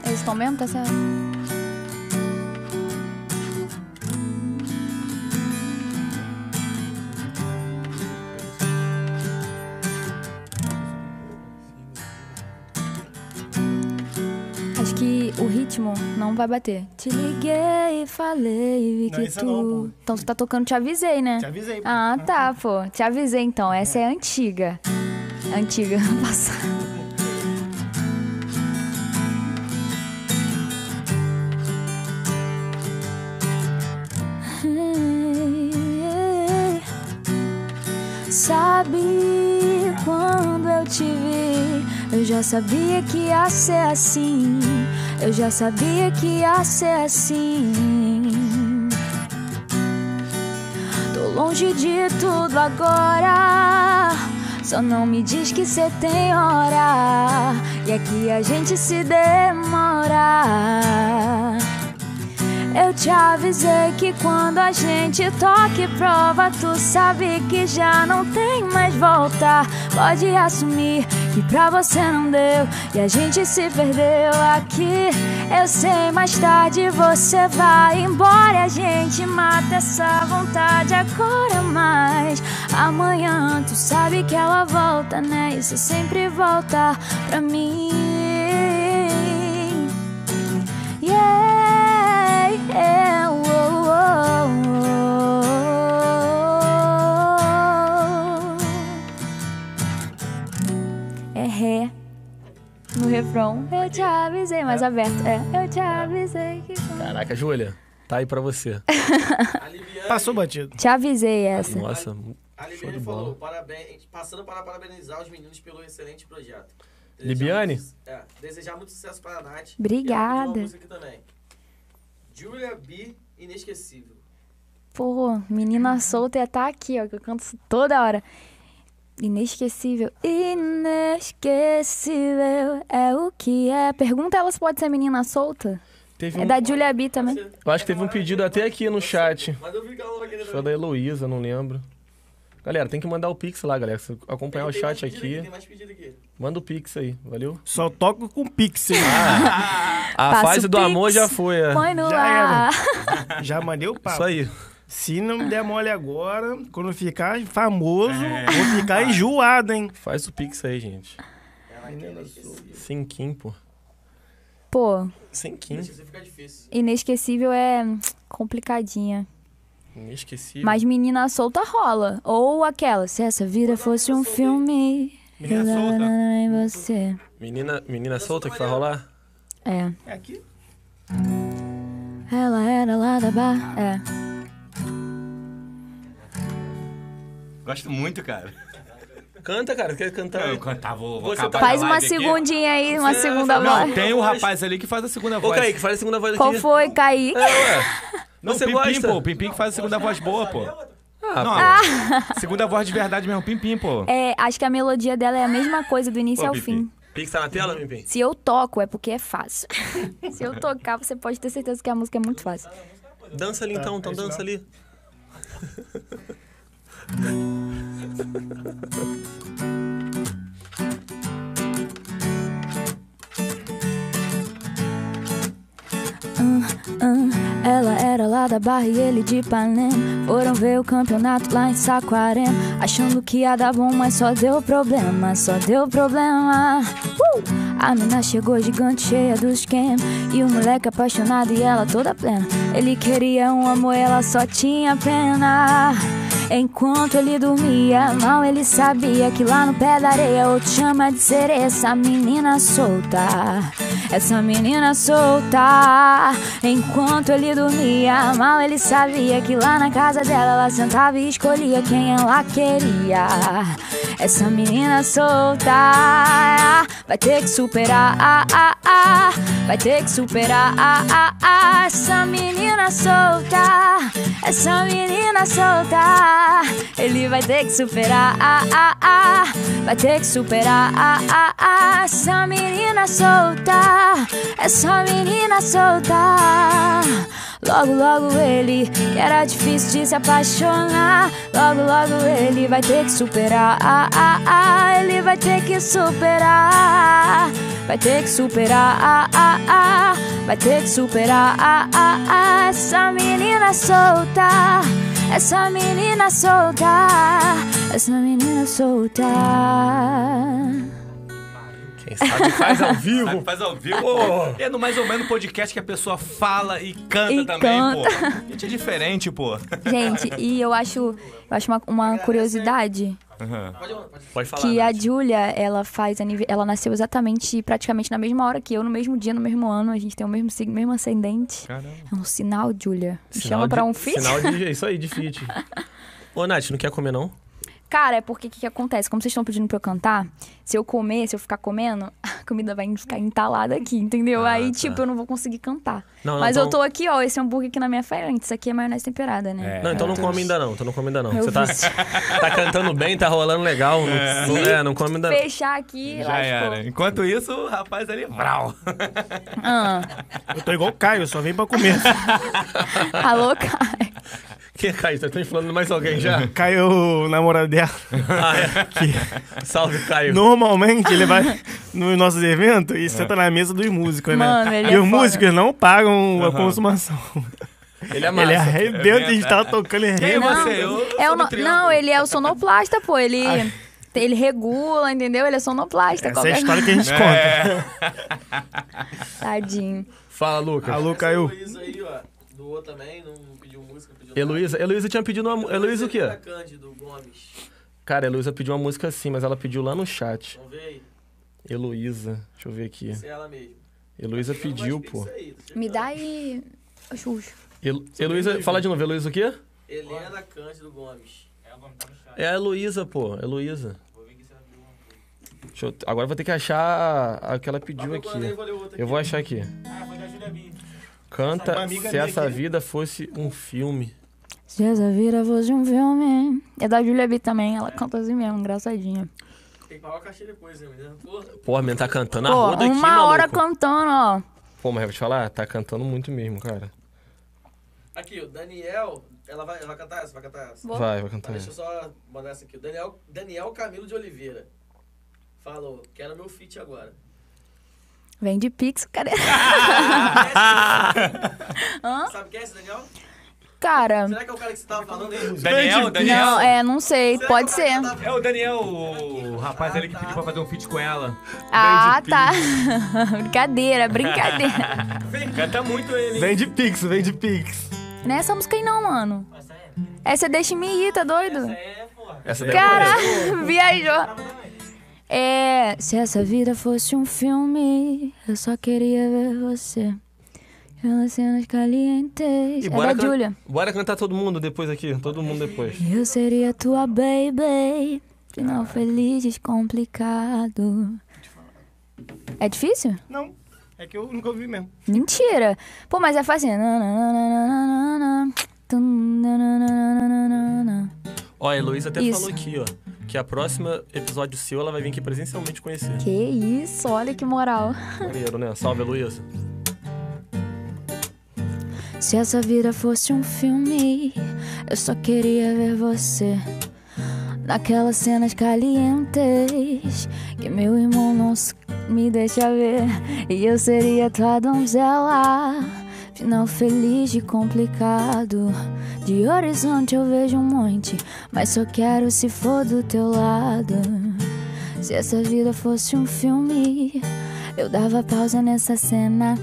[SPEAKER 4] Eles estão mesmo? Tá certo? Acho que o ritmo não vai bater. Te liguei e falei vi
[SPEAKER 5] Não,
[SPEAKER 4] que
[SPEAKER 5] essa
[SPEAKER 4] tu.
[SPEAKER 5] não, pô.
[SPEAKER 4] então tu tá tocando, te avisei, né?
[SPEAKER 5] Te avisei. pô.
[SPEAKER 4] Ah, tá, pô. Te avisei então. Essa é antiga. Antiga, passada. Sabe quando eu te vi? Eu já sabia que ia ser assim. Eu já sabia que ia ser assim. Tô longe de tudo agora. Só não me diz que cê tem hora. E aqui a gente se demora. Eu te avisei que quando a gente toca e prova, tu sabe que já não tem mais volta. Pode assumir que pra você não deu e a gente se perdeu aqui. Eu sei, mais tarde você vai embora. e A gente mata essa vontade agora, mas amanhã tu sabe que ela volta, né? Isso sempre volta pra mim. Yeah, yeah, oh, oh, oh. É ré. No refrão, eu te avisei, mais aberto. É, eu te avisei que.
[SPEAKER 3] Caraca, Júlia, tá aí pra você.
[SPEAKER 2] A Libiane
[SPEAKER 5] Passou batido.
[SPEAKER 4] Te avisei essa. é
[SPEAKER 3] Nossa,
[SPEAKER 2] A
[SPEAKER 3] Show de
[SPEAKER 2] Libiane
[SPEAKER 3] bola.
[SPEAKER 2] falou, parabéns, passando para parabenizar os meninos pelo excelente projeto.
[SPEAKER 3] Libiane?
[SPEAKER 2] muito- é, desejar muito sucesso para a Nath. E ela pediu
[SPEAKER 4] Obrigada.
[SPEAKER 2] uma música aqui também. Julia B, inesquecível.
[SPEAKER 4] Pô, menina solta ia tá aqui, ó, que eu canto isso toda hora. Inesquecível. Inesquecível é o que é. Pergunta ela se pode ser menina solta.
[SPEAKER 3] teve
[SPEAKER 4] É
[SPEAKER 3] um.
[SPEAKER 4] da Julia B também.
[SPEAKER 3] Eu acho que teve um pedido até aqui no chat.
[SPEAKER 2] Mas eu vi que ela vai querer
[SPEAKER 3] Foi da Heloísa, não lembro. Galera, tem que mandar o pix lá, galera. Se acompanhar o
[SPEAKER 2] Tem mais
[SPEAKER 3] chat
[SPEAKER 2] pedido
[SPEAKER 3] aqui,
[SPEAKER 2] Tem mais pedido aqui.
[SPEAKER 3] manda o pix aí, valeu?
[SPEAKER 5] Só toco com pixel.
[SPEAKER 3] A
[SPEAKER 4] Passa o
[SPEAKER 3] fase do
[SPEAKER 4] Pix.
[SPEAKER 3] amor já foi, é.
[SPEAKER 4] Põe no
[SPEAKER 5] Já
[SPEAKER 4] ar.
[SPEAKER 5] Já mandei o papo.
[SPEAKER 3] Isso aí.
[SPEAKER 5] Se não me der mole agora, quando eu ficar famoso, vou ficar enjoado, hein?
[SPEAKER 3] Faz o pix aí, gente. Cinquinho, pô.
[SPEAKER 4] Pô,
[SPEAKER 3] Cinquinho.
[SPEAKER 2] Isso fica difícil.
[SPEAKER 4] inesquecível é hum, complicadinha.
[SPEAKER 3] Inesquecível.
[SPEAKER 4] Mas menina solta rola. Ou aquela, se essa vida fosse um filme.
[SPEAKER 1] Menina solta.
[SPEAKER 4] em você.
[SPEAKER 3] Menina, menina solta que vai rolar?
[SPEAKER 4] É.
[SPEAKER 5] É aqui?
[SPEAKER 4] Ela era lá da bar. É.
[SPEAKER 1] Gosto muito, cara.
[SPEAKER 3] Canta, cara. Quer cantar?
[SPEAKER 1] Eu cantava, vou, vou
[SPEAKER 3] Você
[SPEAKER 1] acabar
[SPEAKER 4] Faz
[SPEAKER 1] a
[SPEAKER 4] uma
[SPEAKER 1] live aqui.
[SPEAKER 4] segundinha aí, uma segunda
[SPEAKER 1] Não,
[SPEAKER 4] voz.
[SPEAKER 1] tem o rapaz ali que faz a segunda
[SPEAKER 3] Ô,
[SPEAKER 1] voz.
[SPEAKER 3] Kaique, faz a segunda voz
[SPEAKER 4] Qual
[SPEAKER 3] aqui.
[SPEAKER 4] foi, Kaique?
[SPEAKER 3] É, ué.
[SPEAKER 1] Não,
[SPEAKER 3] Você
[SPEAKER 1] Pimpim,
[SPEAKER 3] gosta?
[SPEAKER 1] pô. Pimpim que faz a segunda voz boa, pô.
[SPEAKER 3] Ah,
[SPEAKER 1] Não,
[SPEAKER 3] pô.
[SPEAKER 1] segunda voz de verdade mesmo, Pimpim, pô.
[SPEAKER 4] É, acho que a melodia dela é a mesma coisa do início
[SPEAKER 1] Ô,
[SPEAKER 4] ao
[SPEAKER 1] Bibi.
[SPEAKER 4] fim.
[SPEAKER 3] Pix tá na tela, Pimpim?
[SPEAKER 4] Se eu toco, é porque é fácil. Se eu tocar, você pode ter certeza que a música é muito fácil.
[SPEAKER 3] Dança ali então, então dança ali.
[SPEAKER 4] Ah, Ela era lá da Barra e ele de Ipanema Foram ver o campeonato lá em Saquarema Achando que ia dar bom, mas só deu problema Só deu problema Uh! A mina chegou gigante, cheia do esquema E o moleque apaixonado e ela toda plena Ele queria um amor, ela só tinha pena Enquanto ele dormia, mal ele sabia que lá no pé da areia outro chama de sereia essa menina solta. Essa menina solta. Enquanto ele dormia, mal ele sabia que lá na casa dela ela sentava e escolhia quem ela queria. Essa menina solta vai ter que superar, ah, ah, ah. vai ter que superar. ah, ah, ah. Essa menina solta, essa menina solta. Ele vai ter que superar, ah, ah, ah. vai ter que superar, ah, ah, ah. Essa menina solta, essa menina solta. Logo, logo ele, que era difícil de se apaixonar. Logo, logo ele vai ter que superar, ah, ah, ah. Ele vai ter que superar, vai ter que superar, ah, ah, ah. Vai ter que superar, ah, ah, ah. Essa menina solta. Essa menina solta, essa menina solta.
[SPEAKER 3] Quem sabe faz ao vivo.
[SPEAKER 1] Faz ao vivo, pô. É no mais ou menos podcast que a pessoa fala e canta
[SPEAKER 4] E
[SPEAKER 1] também, pô. Gente, é diferente, pô.
[SPEAKER 4] Gente, e eu acho, eu acho uma, uma curiosidade
[SPEAKER 3] Pode falar.
[SPEAKER 4] que a
[SPEAKER 3] Nath.
[SPEAKER 4] Júlia, ela faz anive- ela nasceu exatamente praticamente na mesma hora que eu, no mesmo dia, no mesmo ano, a gente tem o mesmo signo, mesmo ascendente.
[SPEAKER 1] Caramba.
[SPEAKER 4] É um sinal, Júlia. Me
[SPEAKER 3] Sinal
[SPEAKER 4] chama
[SPEAKER 3] de-
[SPEAKER 4] pra um fit?
[SPEAKER 3] Sinal de. é Isso aí, de fit. Ô, Nath, não quer comer, não?
[SPEAKER 4] Cara, é porque o que, que acontece? Como vocês estão pedindo pra eu cantar, se eu comer, se eu ficar comendo, a comida vai ficar entalada aqui, entendeu?
[SPEAKER 3] Ah,
[SPEAKER 4] Aí,
[SPEAKER 3] tá.
[SPEAKER 4] tipo, eu não vou conseguir cantar.
[SPEAKER 3] Não, não,
[SPEAKER 4] Mas eu
[SPEAKER 3] então-
[SPEAKER 4] tô aqui, ó, esse hambúrguer aqui na minha frente. Isso aqui é maionese temperada, né?
[SPEAKER 3] Não, então não come ainda não, então não come ainda não.
[SPEAKER 4] Meu
[SPEAKER 3] Você tá,
[SPEAKER 4] vício.
[SPEAKER 3] tá cantando bem, tá rolando legal. não- Não, é, não come ainda não.
[SPEAKER 4] Fechar aqui,
[SPEAKER 1] Já
[SPEAKER 4] lascou.
[SPEAKER 1] era. Enquanto isso, o rapaz ali, brau.
[SPEAKER 4] Ah,
[SPEAKER 5] Eu tô igual o Caio, só vem pra comer.
[SPEAKER 4] alô, cara.
[SPEAKER 3] Que, Caio, você tá inflando mais alguém já?
[SPEAKER 5] Caio, o namorado dela.
[SPEAKER 3] Ah, é. Salve, Caio.
[SPEAKER 5] Normalmente ele vai nos nossos eventos e
[SPEAKER 3] É.
[SPEAKER 5] senta na mesa dos músicos,
[SPEAKER 4] Mano,
[SPEAKER 5] né?
[SPEAKER 4] ele
[SPEAKER 5] e
[SPEAKER 4] é
[SPEAKER 5] os
[SPEAKER 4] foda.
[SPEAKER 5] músicos não pagam a consumação.
[SPEAKER 3] Ele é
[SPEAKER 5] Ele
[SPEAKER 3] massa.
[SPEAKER 5] arrebenta, a gente tava tocando e
[SPEAKER 1] Quem é
[SPEAKER 5] arrebenta.
[SPEAKER 1] você? Eu
[SPEAKER 4] É o
[SPEAKER 1] sou do
[SPEAKER 4] no-
[SPEAKER 1] triângulo.
[SPEAKER 4] Não, ele é o sonoplasta, pô. Ele, ele regula, entendeu? Ele é sonoplasta.
[SPEAKER 5] Essa é a
[SPEAKER 4] qualquer-
[SPEAKER 5] história que a gente conta.
[SPEAKER 4] Tadinho.
[SPEAKER 3] Fala, Lucas.
[SPEAKER 5] Alô, Caio.
[SPEAKER 2] Isso aí, ó. Doou também, não pediu música, pediu nada.
[SPEAKER 3] Heloísa, Heloísa tinha pedido uma. mu- Heloísa é o quê?
[SPEAKER 2] Da Cândido Gomes.
[SPEAKER 3] Cara, a Heloísa pediu uma música assim, mas ela pediu lá no chat.
[SPEAKER 2] Vamos ver aí.
[SPEAKER 3] Heloísa, deixa eu ver aqui.
[SPEAKER 2] Se é ela mesmo.
[SPEAKER 3] Heloísa pediu, pô.
[SPEAKER 2] Isso aí.
[SPEAKER 4] Me dá aí. Xuxa.
[SPEAKER 3] Hel- Heloísa, fala de novo, Heloísa o quê?
[SPEAKER 2] Helena Cândido Gomes.
[SPEAKER 3] É a Heloísa, pô. Heloísa. Deixa eu- Agora eu vou ter que achar a- a que ela pediu aqui. Eu vou achar aqui.
[SPEAKER 5] Uma
[SPEAKER 3] Canta
[SPEAKER 5] amiga
[SPEAKER 3] Se
[SPEAKER 5] minha
[SPEAKER 3] Essa
[SPEAKER 5] aqui. né?
[SPEAKER 3] Vida Fosse um Filme.
[SPEAKER 4] Se essa vira fosse um filme. É da Julia B também, ela canta assim mesmo, engraçadinha.
[SPEAKER 2] Tem que pagar o cachê depois, né? menina? Pô,
[SPEAKER 3] Pô, a menina tá cantando a
[SPEAKER 4] Pô,
[SPEAKER 3] roda aqui,
[SPEAKER 4] uma hora
[SPEAKER 3] maluco.
[SPEAKER 4] cantando, ó.
[SPEAKER 3] Pô, mas eu vou te falar, tá cantando muito mesmo, cara.
[SPEAKER 2] Aqui, o Daniel. Ela vai, ela vai cantar essa? Vai cantar essa?
[SPEAKER 4] Boa.
[SPEAKER 3] Vai, vai
[SPEAKER 2] Tá,
[SPEAKER 3] cantar.
[SPEAKER 2] deixa eu só mandar essa aqui. O Daniel, Daniel Camilo de Oliveira. Falou, quero meu feat agora.
[SPEAKER 4] Vem de Pix, cadê?
[SPEAKER 2] Sabe quem é esse Daniel?
[SPEAKER 4] Cara,
[SPEAKER 2] Será que é o cara que você tava falando aí?
[SPEAKER 1] Daniel, Daniel.
[SPEAKER 4] não, é, não sei,
[SPEAKER 2] Será
[SPEAKER 4] pode
[SPEAKER 2] que é
[SPEAKER 4] ser.
[SPEAKER 2] o cara que você
[SPEAKER 1] É o Daniel, o rapaz ali que pediu pra fazer um feat com ela.
[SPEAKER 4] Ah, tá. brincadeira, brincadeira.
[SPEAKER 1] Canta muito ele, hein?
[SPEAKER 5] Vem de Pix, vem de Pix.
[SPEAKER 4] não é essa música aí não, mano.
[SPEAKER 6] Essa é.
[SPEAKER 4] Essa é Deixa Me Ir, tá doido?
[SPEAKER 6] Essa é, porra.
[SPEAKER 3] Essa daí eu conheço.
[SPEAKER 4] Cara, viajou. É, se essa vida fosse um filme, eu só queria ver você. Pelas cenas calientes.
[SPEAKER 3] E
[SPEAKER 4] É
[SPEAKER 3] bora,
[SPEAKER 4] da
[SPEAKER 3] can-
[SPEAKER 4] Julia.
[SPEAKER 3] bora cantar todo mundo depois aqui. Todo mundo depois.
[SPEAKER 4] Eu seria tua baby. Final feliz, descomplicado. É difícil?
[SPEAKER 5] Não, é que eu nunca ouvi mesmo.
[SPEAKER 4] Mentira! Pô, mas é fácil. Nananana, tum, nananana.
[SPEAKER 3] Ó, a Heloísa até
[SPEAKER 4] Isso.
[SPEAKER 3] falou aqui, ó. Que a próxima episódio seu, ela vai vir aqui presencialmente conhecer.
[SPEAKER 4] Que isso, olha que moral.
[SPEAKER 3] Maneiro, né? Salve, Heloísa.
[SPEAKER 4] Se essa vida fosse um filme, eu só queria ver você. Naquelas cenas calientes que meu irmão não s- me deixa ver. E eu seria tua donzela. Final feliz e complicado. De horizonte eu vejo um monte, mas só quero se for do teu lado. Se essa vida fosse um filme, eu dava pausa nessa cena.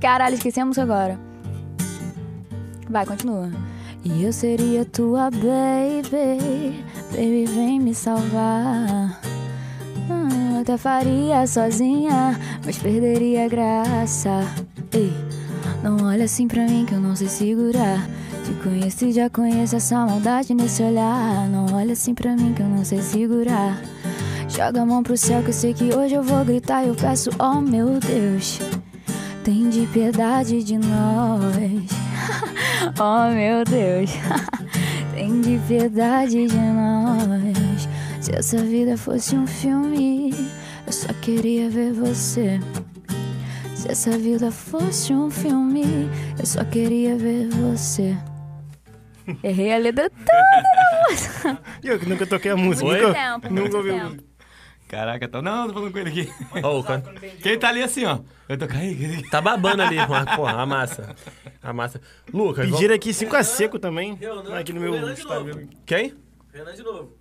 [SPEAKER 4] Caralho, esquecemos agora. Vai, continua. E eu seria tua baby, baby vem me salvar. Hum, eu até faria sozinha, mas perderia a graça. Ei, não olha assim pra mim que eu não sei segurar. Te conheci, já conheço essa maldade nesse olhar. Não olha assim pra mim que eu não sei segurar. Joga a mão pro céu que eu sei que hoje eu vou gritar. e Eu peço, oh meu Deus. Tem de piedade de nós. oh meu Deus. Tem de piedade de nós. Se essa vida fosse um filme, eu só queria ver você. Se essa vida fosse um filme, eu só queria ver você. Errei a letra toda.
[SPEAKER 5] E eu que nunca toquei a música.
[SPEAKER 4] Muito
[SPEAKER 5] nunca,
[SPEAKER 4] tempo, muito
[SPEAKER 5] nunca ouvi a
[SPEAKER 4] tempo.
[SPEAKER 5] música.
[SPEAKER 1] Caraca, tá... não, tô falando com ele aqui.
[SPEAKER 3] Ó, o can-
[SPEAKER 1] Quem tá ali assim, ó. Eu tô caindo.
[SPEAKER 3] tá babando ali, mas, porra, a massa. A massa. Lucas, vamos-
[SPEAKER 5] Pediram aqui 5 a seco também.
[SPEAKER 2] Renan,
[SPEAKER 5] Aqui no meu
[SPEAKER 2] Renan de
[SPEAKER 5] Instagram.
[SPEAKER 3] Quem?
[SPEAKER 2] Renan de novo.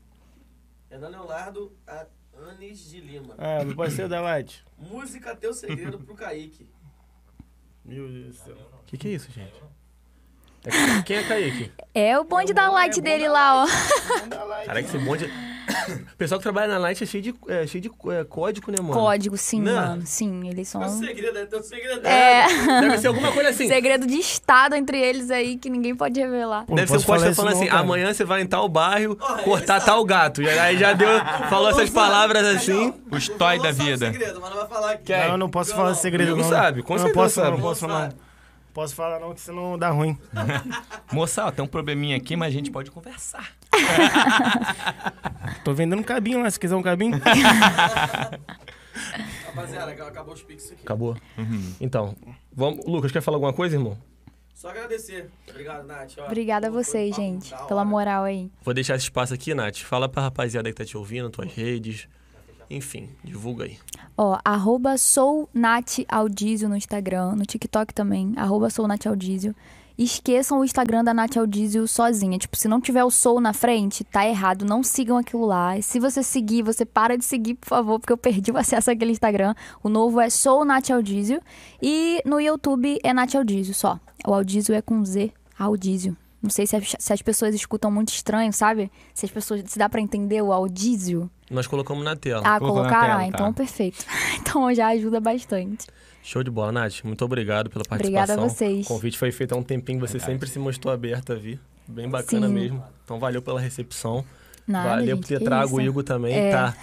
[SPEAKER 2] Renan Leonardo a Anis de Lima.
[SPEAKER 5] Ah, não pode ser da Light.
[SPEAKER 2] Música Teu Segredo pro Kaique.
[SPEAKER 5] Meu Deus do céu.
[SPEAKER 3] O que, que é isso, gente? É- Quem é Kaique?
[SPEAKER 4] É o bonde da light dele lá, ó.
[SPEAKER 3] Caraca, esse bonde. O pessoal que trabalha na Light é cheio de, é cheio de é, código, né, mano?
[SPEAKER 4] Código, sim,
[SPEAKER 3] Né?
[SPEAKER 4] mano. Sim, eles são.
[SPEAKER 2] Teu segredo, é teu segredo.
[SPEAKER 4] É.
[SPEAKER 3] Deve ser alguma coisa assim.
[SPEAKER 4] Segredo de estado entre eles aí que ninguém pode revelar.
[SPEAKER 5] Pô, não
[SPEAKER 3] Deve ser o
[SPEAKER 5] posso falar
[SPEAKER 3] Costa
[SPEAKER 5] isso
[SPEAKER 3] falando
[SPEAKER 5] não,
[SPEAKER 3] assim,
[SPEAKER 5] cara.
[SPEAKER 3] amanhã você vai em tal bairro
[SPEAKER 2] Olha,
[SPEAKER 3] cortar
[SPEAKER 2] ele sabe.
[SPEAKER 3] tal gato. E aí já deu, falou essas palavras assim.
[SPEAKER 2] Não,
[SPEAKER 1] O Stoy
[SPEAKER 2] Violão
[SPEAKER 1] da
[SPEAKER 2] sabe o
[SPEAKER 1] vida.
[SPEAKER 2] segredo, mas não vai falar aqui.
[SPEAKER 5] Não, eu não posso falar esse segredo,
[SPEAKER 3] Diego
[SPEAKER 5] não.
[SPEAKER 3] sabe, com
[SPEAKER 5] Eu não
[SPEAKER 3] certeza
[SPEAKER 5] posso,
[SPEAKER 3] sabe.
[SPEAKER 5] não posso falar.
[SPEAKER 2] Sabe.
[SPEAKER 5] Posso falar, não, que senão dá ruim.
[SPEAKER 1] Moça, ó, tem um probleminha aqui, mas a gente pode conversar.
[SPEAKER 5] Tô vendendo cabinho lá, se quiser um cabinho.
[SPEAKER 2] Rapaziada, ac- acabou os pix aqui.
[SPEAKER 3] Acabou. Então, vamos. Lucas, quer falar alguma coisa, irmão?
[SPEAKER 2] Só agradecer. Obrigado, Nath. ó.
[SPEAKER 4] Obrigada a
[SPEAKER 2] Pô, foi um
[SPEAKER 4] vocês,
[SPEAKER 2] papo
[SPEAKER 4] gente,
[SPEAKER 2] da hora.
[SPEAKER 4] pela moral aí.
[SPEAKER 3] Vou deixar esse espaço aqui, Nath. Fala pra rapaziada que tá te ouvindo, tuas redes. Enfim, divulga aí.
[SPEAKER 4] Ó, arroba sounataldizio no Instagram, no TikTok também, arroba sounataldizio. Esqueçam o Instagram da Nath Aldizio sozinha. Tipo, se não tiver o Soul na frente, tá errado. Não sigam aquilo lá. E se você seguir, você para de seguir, por favor, porque eu perdi o acesso àquele Instagram. O novo é Soul Nath Aldizio. E no YouTube é Nath Aldizio só. O Aldizio é com Z, Aldizio. Não sei se as, se as pessoas escutam muito estranho, sabe? Se as pessoas. Se dá pra entender o Aldizio.
[SPEAKER 3] Nós colocamos na tela.
[SPEAKER 4] Ah,
[SPEAKER 1] Colocou na
[SPEAKER 4] colocaram?
[SPEAKER 1] tela,
[SPEAKER 4] Ah, então
[SPEAKER 1] tá.
[SPEAKER 4] perfeito. Então já ajuda bastante.
[SPEAKER 3] Show de bola, Nath. Muito obrigado pela participação.
[SPEAKER 4] Obrigada a vocês.
[SPEAKER 3] O convite foi feito há um tempinho, você sempre se mostrou aberta a vir. Bem bacana
[SPEAKER 4] Sim.
[SPEAKER 3] mesmo. Então valeu pela recepção.
[SPEAKER 4] Nada,
[SPEAKER 3] valeu
[SPEAKER 4] gente,
[SPEAKER 3] por ter
[SPEAKER 4] que
[SPEAKER 3] trago o
[SPEAKER 4] isso.
[SPEAKER 3] Igor também.
[SPEAKER 4] É.
[SPEAKER 3] Tá.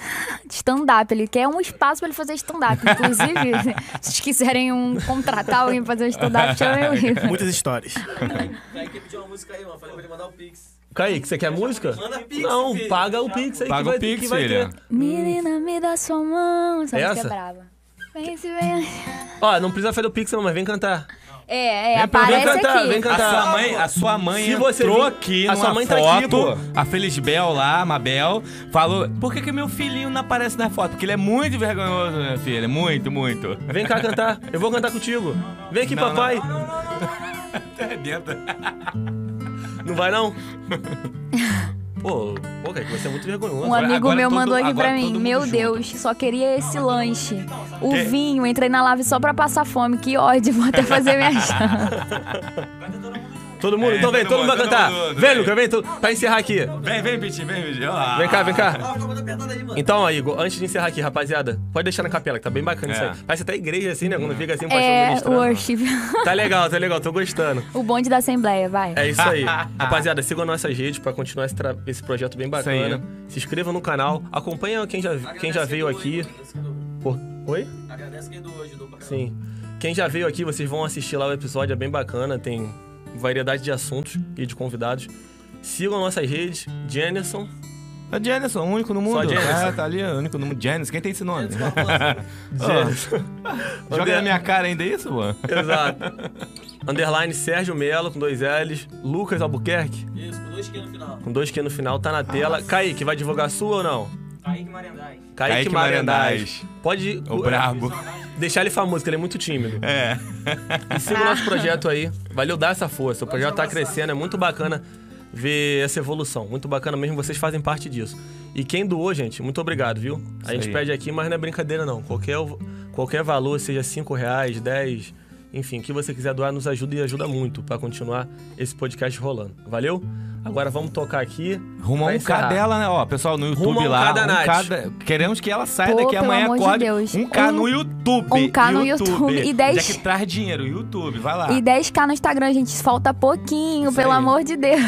[SPEAKER 4] Stand-up, ele quer um espaço pra ele fazer stand-up. Inclusive, se vocês quiserem um, contratar alguém pra fazer um stand-up, chamem o Igor.
[SPEAKER 5] Muitas histórias.
[SPEAKER 6] Aí que pediu uma música aí, mano. Falei pra ele mandar o Pix.
[SPEAKER 3] Kaique, você quer música?
[SPEAKER 6] Manda Pix.
[SPEAKER 3] Não,
[SPEAKER 6] filho.
[SPEAKER 3] paga o Pix aí
[SPEAKER 1] Paga
[SPEAKER 3] que vai,
[SPEAKER 1] o Pix,
[SPEAKER 3] que vai
[SPEAKER 1] filha.
[SPEAKER 3] ter.
[SPEAKER 4] Menina, me dá sua mão. Essa, música
[SPEAKER 3] Essa?
[SPEAKER 4] é brava. Vem, se vem.
[SPEAKER 3] Ó, não precisa fazer o Pix não, mas vem cantar.
[SPEAKER 4] É, é,
[SPEAKER 1] Vem pra-
[SPEAKER 4] aparece
[SPEAKER 1] vem
[SPEAKER 3] cantar,
[SPEAKER 4] aqui.
[SPEAKER 3] vem
[SPEAKER 1] A
[SPEAKER 3] cantar.
[SPEAKER 1] sua mãe, a sua mãe
[SPEAKER 3] Se você
[SPEAKER 1] entrou
[SPEAKER 3] vir-
[SPEAKER 1] aqui
[SPEAKER 3] a
[SPEAKER 1] numa
[SPEAKER 3] sua mãe tá aqui,
[SPEAKER 1] foto, a Felisbel lá, a Mabel, falou, por que que meu filhinho não aparece na foto? Porque ele é muito vergonhoso, minha filha, muito, muito.
[SPEAKER 3] Vem cá cantar. Eu vou cantar contigo. Vem aqui,
[SPEAKER 1] Não, não.
[SPEAKER 3] papai. Não,
[SPEAKER 1] Até arrebenta.
[SPEAKER 3] vai não? Pô, pô, Kaique, você é muito vergonhoso.
[SPEAKER 4] Um amigo
[SPEAKER 1] agora
[SPEAKER 4] meu
[SPEAKER 1] todo-
[SPEAKER 4] mandou aqui
[SPEAKER 1] agora
[SPEAKER 4] pra
[SPEAKER 1] todo
[SPEAKER 4] mim.
[SPEAKER 1] mundo
[SPEAKER 4] Meu
[SPEAKER 1] junto."
[SPEAKER 4] Deus, só queria esse lanche. O vinho, entrei na live só pra passar fome. Que ódio, vou até fazer minha janta.
[SPEAKER 3] Todo mundo?
[SPEAKER 1] É,
[SPEAKER 3] então vem, todo
[SPEAKER 1] todo
[SPEAKER 3] mundo,
[SPEAKER 1] mundo,
[SPEAKER 3] vai
[SPEAKER 1] todo
[SPEAKER 3] cantar.
[SPEAKER 1] mundo,
[SPEAKER 3] vem,
[SPEAKER 1] vem.
[SPEAKER 3] Lucas, vem. tu- Pra encerrar aqui.
[SPEAKER 1] Vem, vem, Piti, vem, Piti.
[SPEAKER 3] Vem cá, vem
[SPEAKER 1] Ah.
[SPEAKER 3] cá.
[SPEAKER 6] Ó, ficou muito apertado aí, mano.
[SPEAKER 3] Então, ó, Igor, antes de encerrar aqui, rapaziada, pode deixar na capela, que tá bem bacana
[SPEAKER 1] É.
[SPEAKER 3] isso aí. Parece até igreja assim, né? Quando fica assim, o pastor
[SPEAKER 4] É,
[SPEAKER 3] ministrando.
[SPEAKER 4] worship.
[SPEAKER 3] Tá legal, tá legal, tô gostando.
[SPEAKER 4] O bonde da Assembleia, vai.
[SPEAKER 3] É isso aí. Rapaziada, sigam nossas redes pra continuar esse, tra- esse projeto bem
[SPEAKER 1] Isso
[SPEAKER 3] bacana.
[SPEAKER 1] aí,
[SPEAKER 3] Se inscrevam no canal, acompanha quem já, quem já
[SPEAKER 6] Agradece
[SPEAKER 3] veio
[SPEAKER 6] quem doou,
[SPEAKER 3] aqui.
[SPEAKER 6] hein, mano. Esse que doou.
[SPEAKER 3] Por- Oi?
[SPEAKER 6] Agradece quem doou, ajudou pra caramba.
[SPEAKER 3] Sim. Quem já veio aqui, vocês vão assistir lá o episódio, é bem bacana, tem variedade de assuntos e de convidados. Sigam nossas redes, Jennerson.
[SPEAKER 1] A Jenison, É o único no mundo.
[SPEAKER 3] Só Jenison.
[SPEAKER 1] É, tá ali, o único no mundo. Jenison, quem tem esse nome?
[SPEAKER 3] Jennerson.
[SPEAKER 1] Joga na minha cara ainda isso, mano?
[SPEAKER 3] Exato. Underline Sérgio Melo, com dois L's. Lucas Albuquerque,
[SPEAKER 6] Isso, com dois Q no final.
[SPEAKER 3] com dois Q no final, tá na tela. Kaique, vai divulgar a sua ou não?
[SPEAKER 6] Kaique Marendais.
[SPEAKER 3] Kaique,
[SPEAKER 1] Kaique
[SPEAKER 3] Marendais.
[SPEAKER 1] Marendais.
[SPEAKER 3] Pode
[SPEAKER 1] O brabo.
[SPEAKER 3] deixar ele famoso, que ele é muito tímido.
[SPEAKER 1] É.
[SPEAKER 3] E siga o nosso projeto aí. Valeu dar essa força. O projeto tá crescendo, é muito bacana ver essa evolução. Muito bacana mesmo, vocês fazem parte disso. E quem doou, gente, muito obrigado, viu? A gente
[SPEAKER 1] aí.
[SPEAKER 3] pede aqui, mas não é brincadeira não. Qualquer, qualquer valor, seja 5 reais, 10, enfim, o que você quiser doar, nos ajuda e ajuda muito pra continuar esse podcast rolando. Valeu? Agora vamos tocar aqui.
[SPEAKER 1] Rumo a
[SPEAKER 3] pra
[SPEAKER 1] um K
[SPEAKER 3] encerrar.
[SPEAKER 1] dela, né? Ó, pessoal no YouTube
[SPEAKER 3] Rumo a um
[SPEAKER 1] lá.
[SPEAKER 3] K da Nath.
[SPEAKER 1] da- Queremos que ela saia
[SPEAKER 4] Pô,
[SPEAKER 1] daqui
[SPEAKER 4] pelo
[SPEAKER 1] amanhã,
[SPEAKER 4] amor de
[SPEAKER 1] acorde.
[SPEAKER 4] Deus.
[SPEAKER 1] Um K
[SPEAKER 4] Um-
[SPEAKER 1] no YouTube.
[SPEAKER 4] um K no YouTube. E dez-
[SPEAKER 1] Já que traz dinheiro, YouTube, vai lá.
[SPEAKER 4] E 10k no Instagram, gente. Falta pouquinho,
[SPEAKER 3] Isso
[SPEAKER 4] pelo
[SPEAKER 3] aí.
[SPEAKER 4] amor de Deus.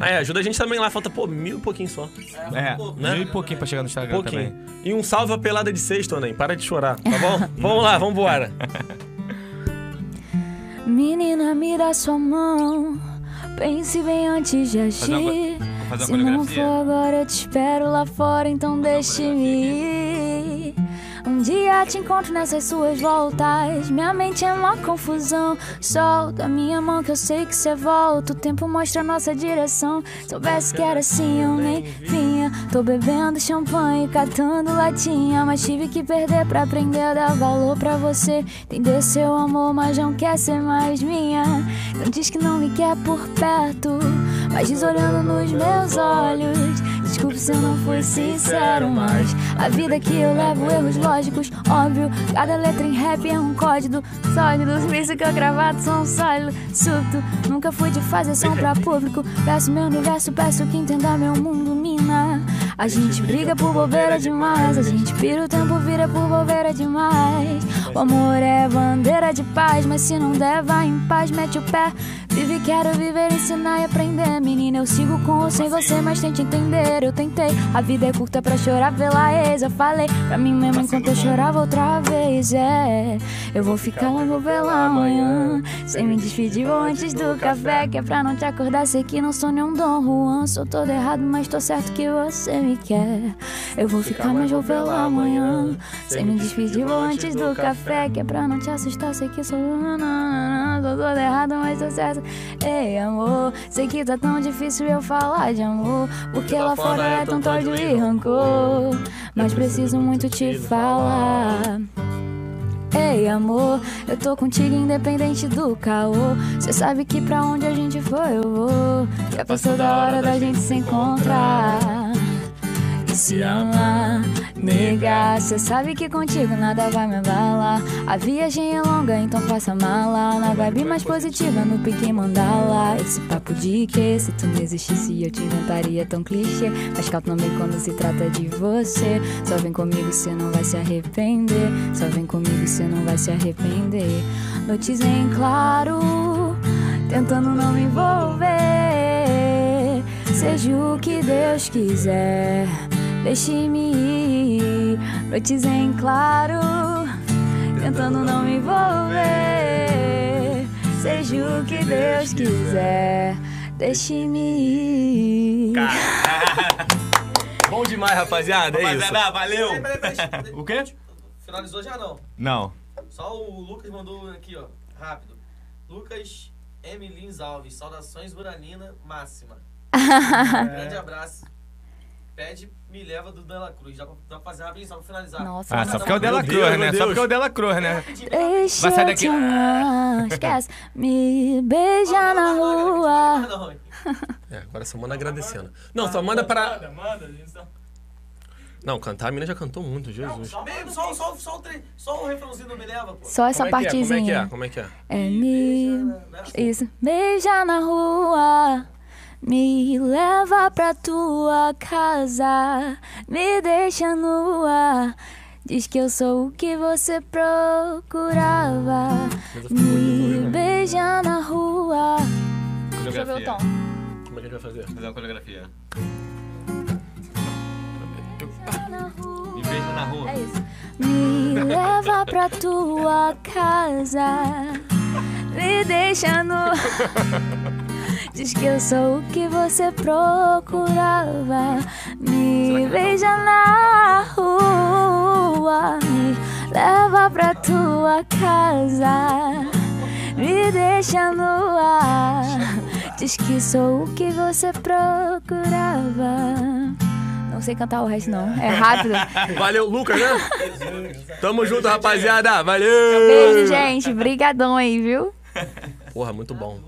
[SPEAKER 3] Ah, é, ajuda a gente também lá, falta pô, mil e pouquinho só.
[SPEAKER 1] É,
[SPEAKER 3] né?
[SPEAKER 1] mil e pouquinho pra chegar no Instagram
[SPEAKER 3] pouquinho.
[SPEAKER 1] também.
[SPEAKER 3] E um salve à pelada de sexto, nem. Para de chorar, tá bom? vamos lá, vamos embora.
[SPEAKER 4] Menina, me dá sua mão. Pense bem antes de
[SPEAKER 1] Fazer uma
[SPEAKER 4] agir.
[SPEAKER 1] Vamos fazer
[SPEAKER 4] Se
[SPEAKER 1] uma
[SPEAKER 4] não for
[SPEAKER 1] coreografia?
[SPEAKER 4] agora, eu te espero lá fora, então deixe-me ir. Um dia te encontro nessas suas voltas. Minha mente é uma confusão. Solta a minha mão que eu sei que você volta. O tempo mostra a nossa direção. Soubesse que era assim, eu nem vinha. Tô bebendo champanhe, catando latinha. Mas tive que perder pra aprender a dar valor pra você. Entender seu amor, mas não quer ser mais minha. Não diz que não me quer por perto, mas diz olhando nos meus olhos. Desculpe se eu não fui sincero, mas a vida que eu levo, erros lógicos, óbvio. Cada letra em rap é um código sólido. Por isso que eu gravado sou um sólido, súbito. Nunca fui de fazer som pra público. Peço meu universo, peço que entenda meu mundo, mina. A gente briga por bobeira demais. A gente pira o tempo, vira por bobeira demais. O amor é bandeira de paz, mas se não der, vai em paz, mete o pé. Vive, quero viver, ensinar e aprender. Menina, eu sigo com ou sem você, mas tente entender. Eu tentei. A vida é curta pra chorar pela ex. Eu falei pra mim mesmo enquanto eu chorava outra vez. É, eu vou ficar lá, vou ver lá amanhã. Sem me despedir, vou antes do café. Que é pra não te acordar, sei que não sou nenhum Dom Juan. Sou todo errado, mas tô certo que você me quer. Eu vou ficar, mas vou ver lá amanhã. Sem me despedir, vou antes do café. Que é pra não te assustar, sei que sou. nananana, Tô todo errado, mas tô certo. Ei, amor, sei que tá tão difícil eu falar de amor. Porque lá fora é tanto ódio e rancor. Mas preciso muito te falar. Ei, amor, eu tô contigo independente do caô. Cê sabe que pra onde a gente foi eu vou. Já passou da hora da gente se encontrar e se amar. Nega, cê sabe que contigo nada vai me abalar. A viagem é longa, então faça mala. Na vibe mais positiva, no pique mandala. Esse papo de que se tu não existisse, eu te inventaria tão clichê. Mas calma também quando se trata de você. Só vem comigo, cê não vai se arrepender. Só vem comigo, cê não vai se arrepender. Noites em claro, tentando não me envolver. Seja o que Deus quiser, deixe-me ir. Noites em claro, tentando não me envolver. Seja o que Deus quiser, deixe-me ir.
[SPEAKER 2] Bom demais, rapaziada. É isso.
[SPEAKER 1] Rapaziada, valeu!
[SPEAKER 6] Peraí, peraí, peraí.
[SPEAKER 1] O quê?
[SPEAKER 6] Finalizou já não.
[SPEAKER 1] Não.
[SPEAKER 6] Só o Lucas mandou um aqui, ó. Rápido. Lucas M. Lins Alves. Saudações, Uranina Máxima. Um Grande abraço. Pede, me leva do Dela Cruz. Dá pra, dá pra fazer rapidinho só pra finalizar.
[SPEAKER 4] Nossa,
[SPEAKER 1] Ah,
[SPEAKER 4] nossa.
[SPEAKER 1] só porque é o Dela
[SPEAKER 3] Meu
[SPEAKER 1] Cruz,
[SPEAKER 3] Deus,
[SPEAKER 1] né?
[SPEAKER 3] meu
[SPEAKER 1] Só
[SPEAKER 3] Deus.
[SPEAKER 1] porque é o Dela Cruz, né?
[SPEAKER 4] Deixa
[SPEAKER 1] Vai sair
[SPEAKER 4] eu
[SPEAKER 1] daqui.
[SPEAKER 4] te amar. Esquece. Me beija na
[SPEAKER 6] Não,
[SPEAKER 4] rua.
[SPEAKER 6] não, não, não.
[SPEAKER 3] É, agora só manda agradecendo. Não, só manda pra.
[SPEAKER 5] Manda, manda. a gente tá-
[SPEAKER 3] Não, cantar a mina já cantou muito, Jesus.
[SPEAKER 6] Só, meio- só, só, só, o tre- só um refrãozinho do Me Leva, pô.
[SPEAKER 4] Só essa
[SPEAKER 3] Como é que é? Como é que é?
[SPEAKER 4] partezinha.
[SPEAKER 3] Como é que é?
[SPEAKER 4] É me. Isso. Beija na rua. Me leva pra tua casa. Me deixa nua. Diz que eu sou o que você procurava. Me beija na rua. Deixa eu ver o tom.
[SPEAKER 3] Como é que a gente vai fazer?
[SPEAKER 1] Fazer uma coreografia.
[SPEAKER 4] Beija na rua.
[SPEAKER 1] Me beija na rua.
[SPEAKER 4] É isso. Me leva pra tua casa. Me deixa no. Diz que eu sou o que você procurava.
[SPEAKER 1] é
[SPEAKER 4] Me beija na rua. Me leva pra tua casa. Me deixa no ar. Diz que sou o que você procurava. Não sei cantar o resto, não. É rápido.
[SPEAKER 3] Valeu, Lucas, né? Tamo junto, rapaziada. Valeu!
[SPEAKER 4] Beijo, gente. Brigadão aí, viu?
[SPEAKER 3] Porra, muito bom.